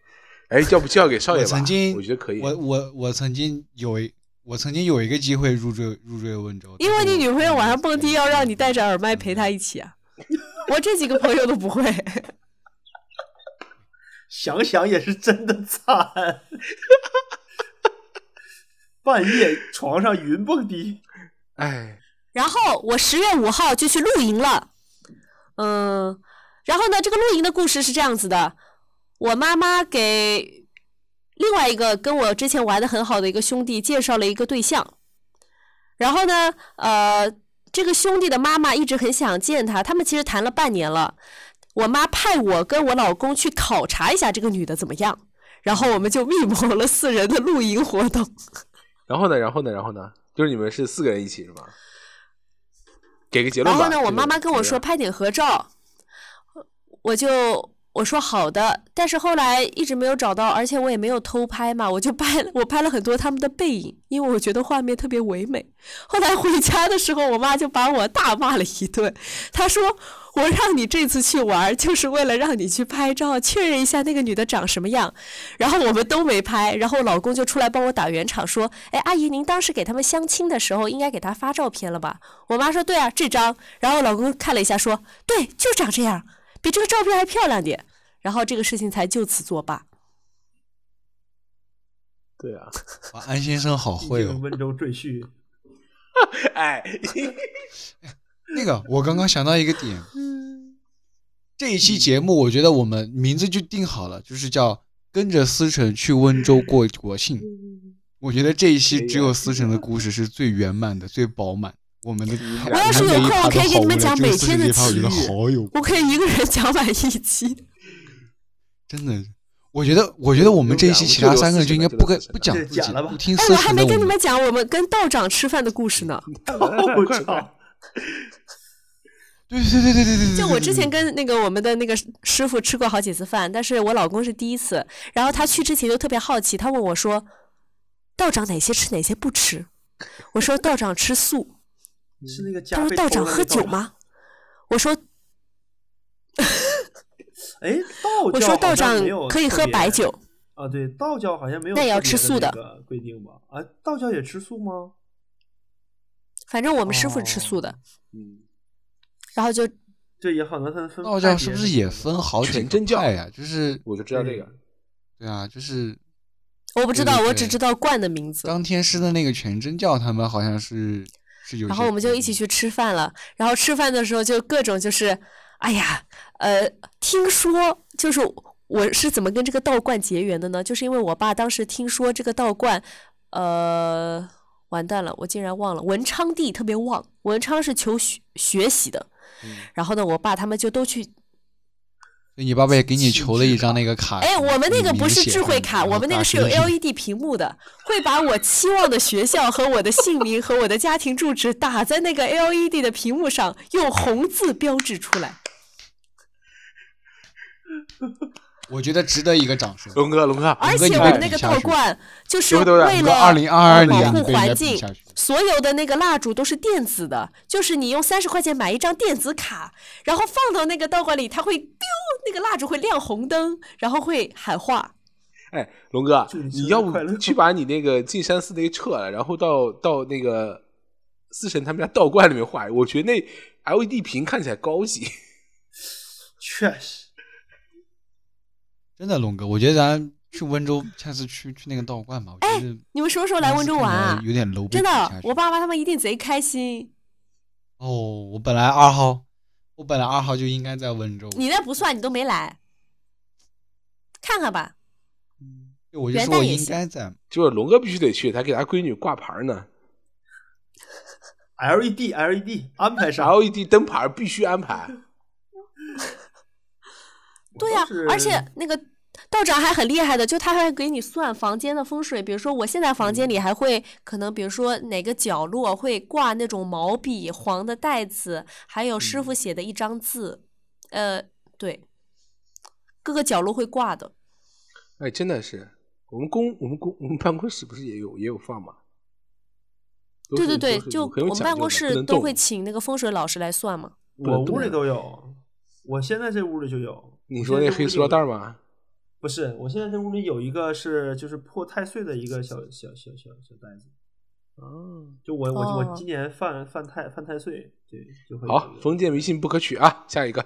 S1: 哎，要不交给少爷
S3: 我
S1: 吧？
S3: 曾经，
S1: 我觉得可以。
S3: 我我我曾经有一，我曾经有一个机会入赘入赘温州，
S2: 因为
S3: 但是
S2: 你
S3: 我
S2: 女朋友晚上蹦迪要让你戴着耳麦陪她
S3: 嗯
S2: 一起 啊。我这几个朋友都不会，
S6: 想想也是真的 惨。半夜床上云蹦迪，
S1: 哎，
S2: 然后我十月五号就去露营了，嗯，然后呢，这个露营的故事是这样子的，我妈妈给另外一个跟我之前玩的很好的一个兄弟介绍了一个对象，然后呢，呃，这个兄弟的妈妈一直很想见他，他们其实谈了半年了，我妈派我跟我老公去考察一下这个女的怎么样，然后我们就密谋了四人的露营活动。
S1: 然后呢？然后呢？然后呢？就是你们是四个人一起是吗？给个结论
S2: 然
S1: 吧。啊
S2: 后呢，
S1: 这
S2: 我
S1: 个
S2: 妈妈跟我说
S1: 怎么
S2: 拍点合照，我就我说好的，但是后来一直没有找到，而且我也没有偷拍嘛，我就拍了我拍了很多他们的背影，因为我觉得画面特别唯美。后来回家的时候，我妈就把我大骂了一顿，她说我让你这次去玩儿就是为了让你去拍照，确认一下那个女的长什么样。然后我们都没拍，然后我老公就出来帮我打圆场，说：“哎，阿姨，您当时给他们相亲的时候，应该给他发照片了吧？”我妈说：“对啊，这张。”然后我老公看了一下，说：“对，就长这样，比这个照片还漂亮点。”然后这个事情才就此作罢。
S1: 对啊，
S3: 哇安先生好会
S6: 这个
S3: 哦。
S6: 温州赘婿，
S1: 哎，
S3: 那个，我刚刚想到一个点，
S2: 嗯，
S3: 这一期节目我觉得我们名字就定好了，就是叫跟着思辰去温州过国庆。我觉得这一期只有思辰的故事是最圆满的、最饱满。我们的
S1: 嗯
S2: 我要是有空我可以给你们讲每天的
S3: 这一趴我觉得
S2: 奇遇
S3: 好有
S2: 我可以一个人讲满一期。
S3: 真的，我觉得，我觉得我们这一期其他三个人就应该不跟不讲
S6: 对
S3: 自己
S6: 讲了吧
S3: 不听
S2: 哎，
S3: 思
S2: 我还
S3: 辰
S2: 没
S3: 的。
S2: 跟你
S3: 我
S2: 们讲我们跟道长吃饭的故事呢。
S6: 我
S1: 快快
S6: 操！
S3: 对对对对对对对，
S2: 就我之前
S3: 对
S2: 跟那个我们的那个师傅吃过好几次饭，但是我老公是第一次。然后他去之前就特别好奇，他问我说：“道长哪些吃，哪些不吃？”我说：“道长吃素。”
S6: 是那个
S2: 他
S6: 加
S2: 说
S6: 菲
S2: 道
S6: 偷
S2: 长
S6: 的那
S2: 喝
S6: 道
S2: 酒
S6: 长？
S2: 吗？我说
S6: 哎，道
S2: 我
S6: 教
S2: 说
S6: 好
S2: 道
S6: 像
S2: 长
S6: 没有
S2: 可以
S6: 特
S2: 喝
S6: 别
S2: 白酒，
S6: 啊，对，道教好像没有
S2: 那也要
S6: 特别
S2: 吃素的
S6: 的那个规定吧？啊，道教也吃素吗？
S2: 反正我们师傅是
S3: 哦
S2: 吃素的。
S1: 嗯，
S2: 然后就
S6: 对，也可能分哎分
S3: 道教是不是也分好几
S1: 全真教
S3: 个派呀？就是
S1: 我就知道这个。
S3: 对啊，就是
S2: 我不知道，
S3: 对对
S2: 我只
S3: 对
S2: 知道冠的名字。
S3: 当天师的那个全真教，他们好像是是有些规定。嗯
S2: 然后我们就一起去吃饭了。然后吃饭的时候就各种就是，哎呀，呃，听说就是我是怎么跟这个道观结缘的呢？就是因为我爸当时听说这个道观，呃，完蛋了，我竟然忘了文昌帝特别旺，
S3: 嗯
S2: 文昌是求学学习的。然后呢，我爸他们就都去
S3: 所以你爸爸也给你求了一张那个卡。
S2: 哎，我们那个
S3: 你
S2: 不是
S3: 啊明显
S2: 智慧
S3: 的
S2: 卡，
S3: 然后
S2: 我们那
S3: 打
S2: 个是有
S3: 进去
S2: LED 屏幕的，会把我期望的学校和我的姓名和我的家庭住址打在那个 LED 的屏幕上，用红字标志出来。
S3: 我觉得值得一个掌声。
S1: 龙哥，龙哥，
S2: 而
S3: 哥你
S2: 且
S3: 再
S2: 我们
S3: 比
S2: 那个
S3: 下
S2: 道
S3: 去
S2: 观就是
S1: 等会儿等会儿
S2: 为
S3: 龙哥
S2: 了
S3: 2022
S2: 保
S3: 年
S2: 护
S3: 你被人
S2: 环
S3: 家比
S2: 境
S3: 下去，
S2: 所有的那个蜡烛都是电子的，就是你用三十块钱买一张电子卡，然后放到那个道观里，它会 biu，那个蜡烛会亮红灯，然后会喊话。
S1: 哎，龙哥
S6: 祝你，生
S1: 你
S6: 日
S1: 要不
S6: 快乐
S1: 去把你那个进山寺那个撤了，然后到到那个四神他们家道观里面画，我觉得那 LED 屏看起来高级。
S6: 确实，
S3: 真的，龙哥，我觉得咱去温州，下次去去那个道观吧。我觉得
S2: 你们什么时候来温州玩啊
S3: 可能？有点 low，被
S2: 真
S3: 比下
S2: 的，
S3: 去
S2: 我爸妈他们一定贼开心。
S3: 哦，我本来二号，我本来二号就应该在温州。
S2: 你那不算，你都没来，看看吧。
S3: 对我就
S2: 元
S3: 说我
S2: 旦也
S3: 应
S2: 行
S3: 该在。
S1: 就是龙哥必须得去，他给他闺女挂牌呢
S6: LED LED E 安排上，
S1: ，LED E 灯牌必须安排。
S2: 对呀、
S6: 我倒是
S2: 而且那个道长还很厉害的，就他还给你算房间的风水，比如说我现在房间里
S1: 嗯
S2: 还会可能，比如说哪个角落会挂那种毛笔、黄的袋子，还有师傅写的一张字，呃，对，各个角落会挂的。
S1: 哎，真的是，我们公我们公我们办公室不是也有也有放吗？都
S2: 对
S1: 是
S2: 对对，
S1: 都是
S2: 就
S1: 有很有
S2: 我们
S1: 讲
S2: 办
S1: 究
S2: 公
S1: 的不
S2: 室
S1: 能
S2: 都
S1: 动
S2: 会请那个风水老师来算嘛。
S1: 不
S6: 我
S1: 能动
S6: 屋里
S1: 的
S6: 都有，我现在这屋里就有。
S1: 你
S6: 我
S1: 说
S6: 现
S1: 那
S6: 在这
S1: 黑
S6: 屋里
S1: 塑料袋
S6: 有
S1: 儿吗？
S6: 不是，我现在这屋里有一个是就是破太岁的一个小小小小小袋子。哦，就我我
S2: 哦
S6: 我今年犯犯太犯太岁，对，就
S3: 嗯
S6: 会
S1: 好
S6: 有，一个
S1: 封建迷信不可取啊！下一个，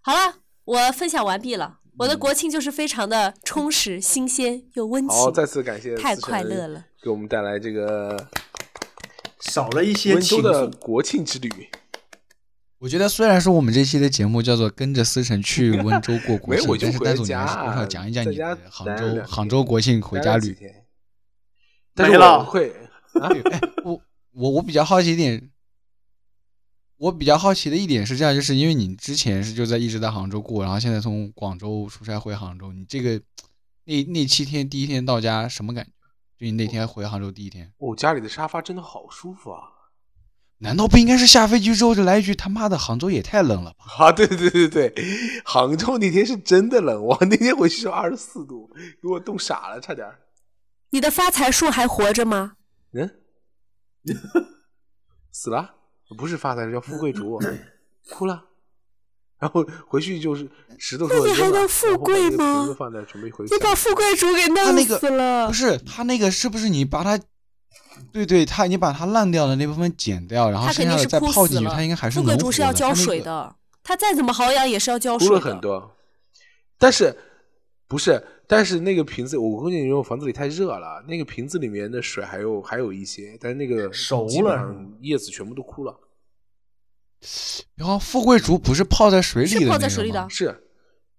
S2: 好了，我分享完毕了。我的国庆就是非常的充实、 新鲜又
S3: 嗯
S2: 温情。
S1: 好，再次感谢
S2: 太
S1: 思
S2: 快
S1: 辰
S2: 乐了，
S1: 给我们带来这个
S6: 少了一些
S1: 温州
S6: 情
S1: 的
S6: 愫。
S1: 国庆之旅。
S3: 我觉得虽然说我们这期的节目叫做“跟着思辰去温州 过国
S1: 没有
S3: 庆
S1: 我”，就
S3: 但是
S1: 回
S3: 戴总你
S1: 家
S3: 还是多少讲一讲
S1: 在
S3: 你
S1: 家
S3: 的
S1: 待
S3: 杭
S1: 了
S3: 州
S1: 两
S3: 杭
S1: 天
S3: 州国庆回
S1: 待
S3: 家
S1: 了几
S3: 旅。
S1: 天，但是
S6: 没
S1: 我
S6: 了
S1: 会啊，
S3: 对哎，我我我比较好奇一点，我比较好奇的一点是这样，就是因为你之前是就在一直在杭州过，然后现在从广州出差回杭州，你这个那那七天第一天到家什么感觉？就你那天回杭州第一天，
S1: 我哦家里的沙发真的好舒服啊！
S3: 难道不应该是下飞机之后就来一句他妈的杭州也太冷了吧？
S1: 啊，对对对对对，杭州那天是真的冷，我那天回去是二十四度，给我冻傻了，差点儿。
S2: 你的发财树还活着吗？
S1: 嗯，死了，不是发财，叫富贵竹，
S3: 嗯
S1: 哭了。然后回去就是石头
S2: 那
S1: 说
S2: 你还
S1: 扔了
S2: 能富
S1: 然后把
S2: 贵
S1: 那个瓶
S2: 吗
S1: 子放在准备回去
S2: 你把富贵竹给
S3: 他
S2: 弄
S3: 那个
S2: 死了。
S3: 不是他那个是不是你把它，对对，它你把它烂掉的那部分剪掉，然后
S2: 它
S3: 剩
S2: 肯定
S3: 下的
S2: 是
S3: 再
S2: 枯
S3: 泡
S2: 死
S3: 进去，
S2: 了。
S3: 它应该还是
S2: 富贵
S3: 能
S2: 竹
S3: 活
S2: 是要
S3: 的
S2: 浇
S3: 它那
S2: 水
S3: 个
S2: 的，它再怎么好养也是要浇水
S1: 哭
S2: 的。
S1: 了很多。但是不是？但是那个瓶子，我估计因为我房子里太热了，那个瓶子里面的水还有还有一些，但是那个
S6: 熟
S1: 基本
S6: 了是吗
S1: 上叶子全部都枯了。
S3: 然后富贵竹不是泡在水
S2: 是
S3: 里的那个
S2: 泡在水里
S3: 吗
S2: 的
S1: 是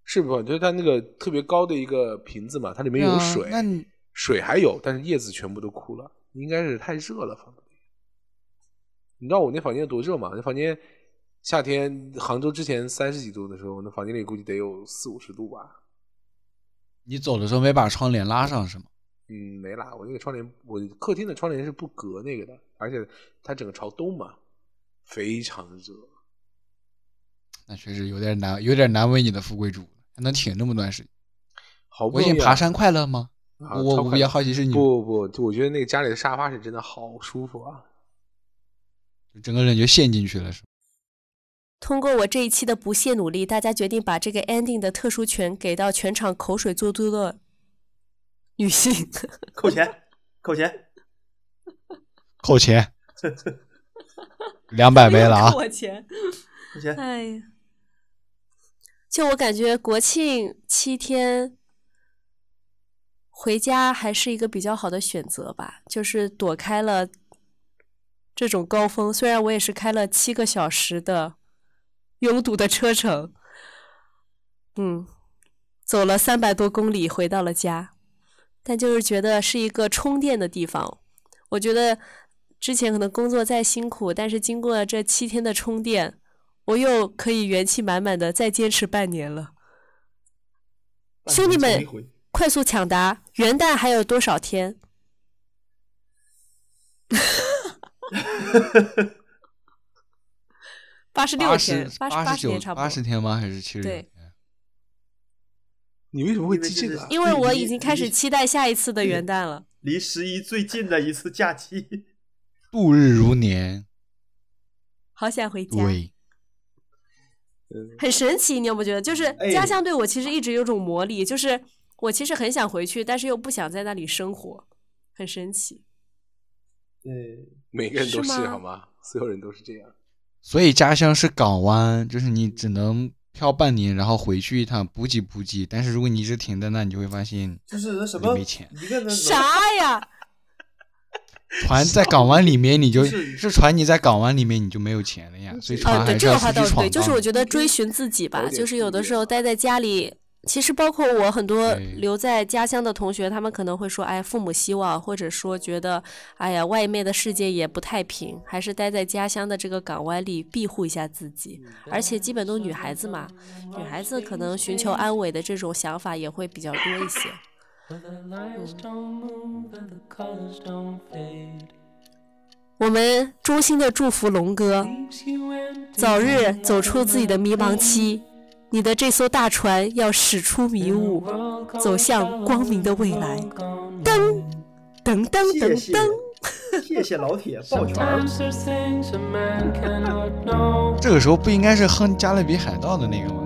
S1: 是不？就是它那个特别高的一个瓶子嘛，它里面
S3: 对
S1: 有
S3: 啊
S1: 水，
S3: 那你
S1: 水还有，但是叶子全部都枯了，应该是太热了房子里。你知道我那房间有多热吗？那房间夏天杭州之前三十几度的时候，那房间里估计得有四五十度吧。
S3: 你走的时候没把窗帘拉上是吗？
S1: 嗯，没啦，我那个窗帘，我客厅的窗帘是不隔那个的，而且它整个朝东嘛，非常热。
S3: 那确实有点难，有点难为你的富贵竹，还能挺这么段时间。
S1: 好不
S3: 我
S1: 容易、
S3: 也
S1: 啊、
S3: 爬山快乐吗？
S1: 啊，
S3: 我
S1: 超
S3: 我
S1: 快
S3: 比
S1: 乐
S3: 较好奇是你，
S1: 不不不，我觉得那个家里的沙发是真的好舒服啊。
S3: 整个人就陷进去了是吗？
S2: 通过我这一期的不懈努力，大家决定把这个 ending 的特殊权给到全场口水最多的女性。
S6: 扣钱，扣钱，
S3: 扣钱，两百没了啊！
S2: 我钱，
S6: 扣钱。
S2: 哎呀，就我感觉国庆七天回家还是一个比较好的选择吧，就是躲开了这种高峰。虽然我也是开了七个小时的拥堵的车程，嗯，走了三百多公里回到了家，但就是觉得是一个充电的地方。我觉得之前可能工作再辛苦，但是经过了这七天的充电，我又可以元气满满的再坚持半年了。兄弟们，快速抢答，元旦还有多少天？八十六
S3: 八
S2: 天
S3: 十，
S2: 八十
S3: 八
S2: 十天差不多。
S3: 八十天吗？还是七十
S2: 对
S3: 天？
S1: 你为什么会记这个啊？
S2: 因为我已经开始期待下一次的元旦了。
S6: 离十一最近的一次假期。
S3: 度日如年。
S2: 好想回家，
S3: 对，
S2: 很神奇，你有没有觉得？就是
S6: 哎
S2: 家乡对我其实一直有种魔力，就是我其实很想回去，但是又不想在那里生活，很神奇。
S6: 对，
S1: 每个人都是
S2: 是吗
S1: 好吗？所有人都是这样。
S3: 所以家乡是港湾，就是你只能漂半年，然后回去一趟补给补给。但是如果你一直停在那，你就会发现
S6: 就是那什
S3: 就
S6: 么，
S3: 没钱
S6: 一个人能
S2: 啥呀？
S3: 船在港湾里面，你就
S6: 就是
S3: 是船你在港湾里面你就没有钱了呀。所以船
S2: 啊，
S3: 还
S2: 对，
S3: 是
S2: 这
S3: 要
S2: 个
S3: 出
S2: 话倒
S3: 去
S2: 是
S3: 闯
S2: 对，
S3: 荡。
S2: 就是我觉得追寻嗯自己吧
S1: 有，点
S2: 就是有的
S1: 区别
S2: 时候待在家里，其实包括我很多
S3: 对
S2: 留在家乡的同学，他们可能会说，哎，父母希望，或者说觉得，哎呀，外面的世界也不太平，还是待在家乡的这个港湾里庇护一下自己。而且基本都女孩子嘛，女孩子可能寻求安慰的这种想法也会比较多一些。
S7: But the lights don't move and the colors don't fade.
S2: 我们衷心的祝福龙哥
S7: Leaves you empty
S2: 早日走出自己的迷茫期，你的这艘大船要驶出迷
S7: in a
S2: 雾。
S7: world called
S2: 走向光明的未来
S7: color gone
S2: 噔噔
S7: wrong.
S2: 噔
S6: 谢
S2: 噔
S6: 谢
S2: 噔。
S6: 谢谢老铁抱 拳儿。
S7: Sometimes there's things a man cannot know.
S3: 这个时候不应该是哼《加勒比海盗》的那个吗？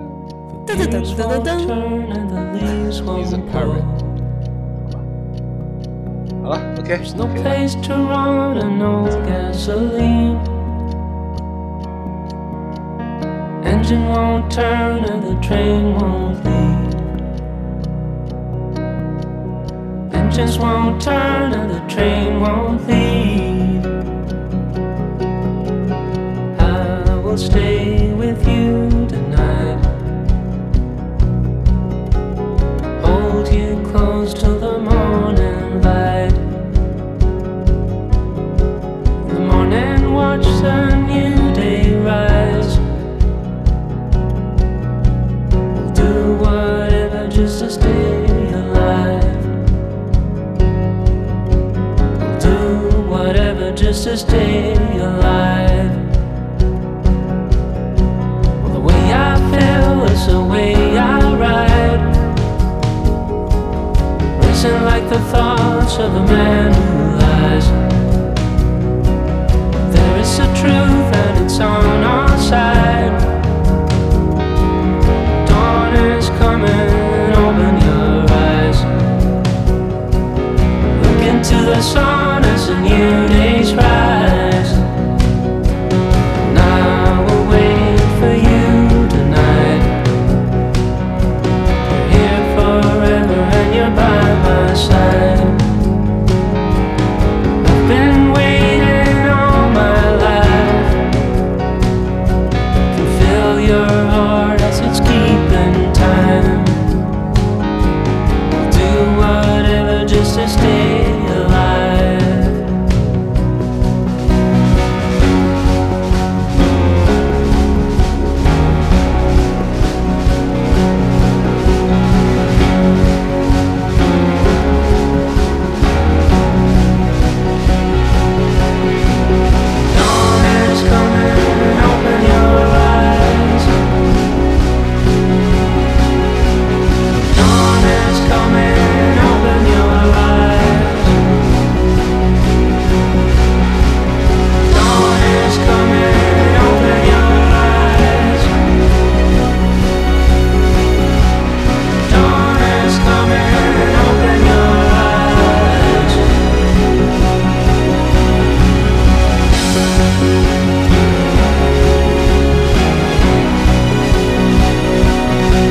S2: 噔噔噔
S7: Gears
S2: 噔噔
S7: won't
S2: 噔。
S7: turn and the leaves
S3: He's a
S7: won't
S3: parrot.
S7: blow.
S1: 好了，OK，
S7: There's no place to run and no gasoline. Engine won't turn and the train won't leave. Engines won't turn and the train won't leave. I will stay with you tonight. Hold you close till the morning light. The morning watch the new day rise. We'll do whatever just to stay alive. We'll do whatever just to stay alive. Well, the way I feel is the way I ride. Racing like the thoughts of a man who lies. There is the truth and it's on our side. Dawn is coming, open your eyes. Look into the sun as the new day's rise. And I will wait for you tonight. You're here forever and you're by my side. I've been waiting all my life. Can feel your heart as it's keeping time. I'll do whatever just to stay alive. Dawn is coming, open your eyes. Dawn is coming, open your eyes. Dawn is coming, open your eyes. Dawn is coming, open your eyes.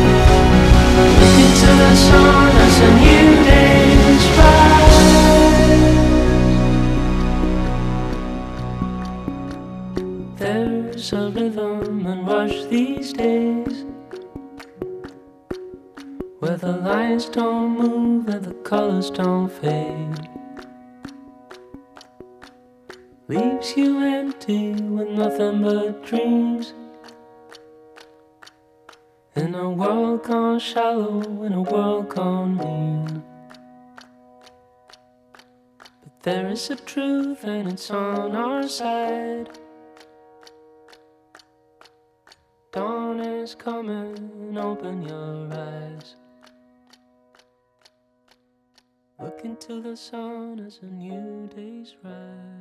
S7: Look into the sun as a new day's rise. There's a rhythm and rush these days where the lines don't move and the colors don't fade. Leaves you empty with nothing but dreams. In a world gone shallow, in a world gone mean. But there is a truth and it's on our side. Dawn is coming, open your eyes. Look into the sun as a new day's rise.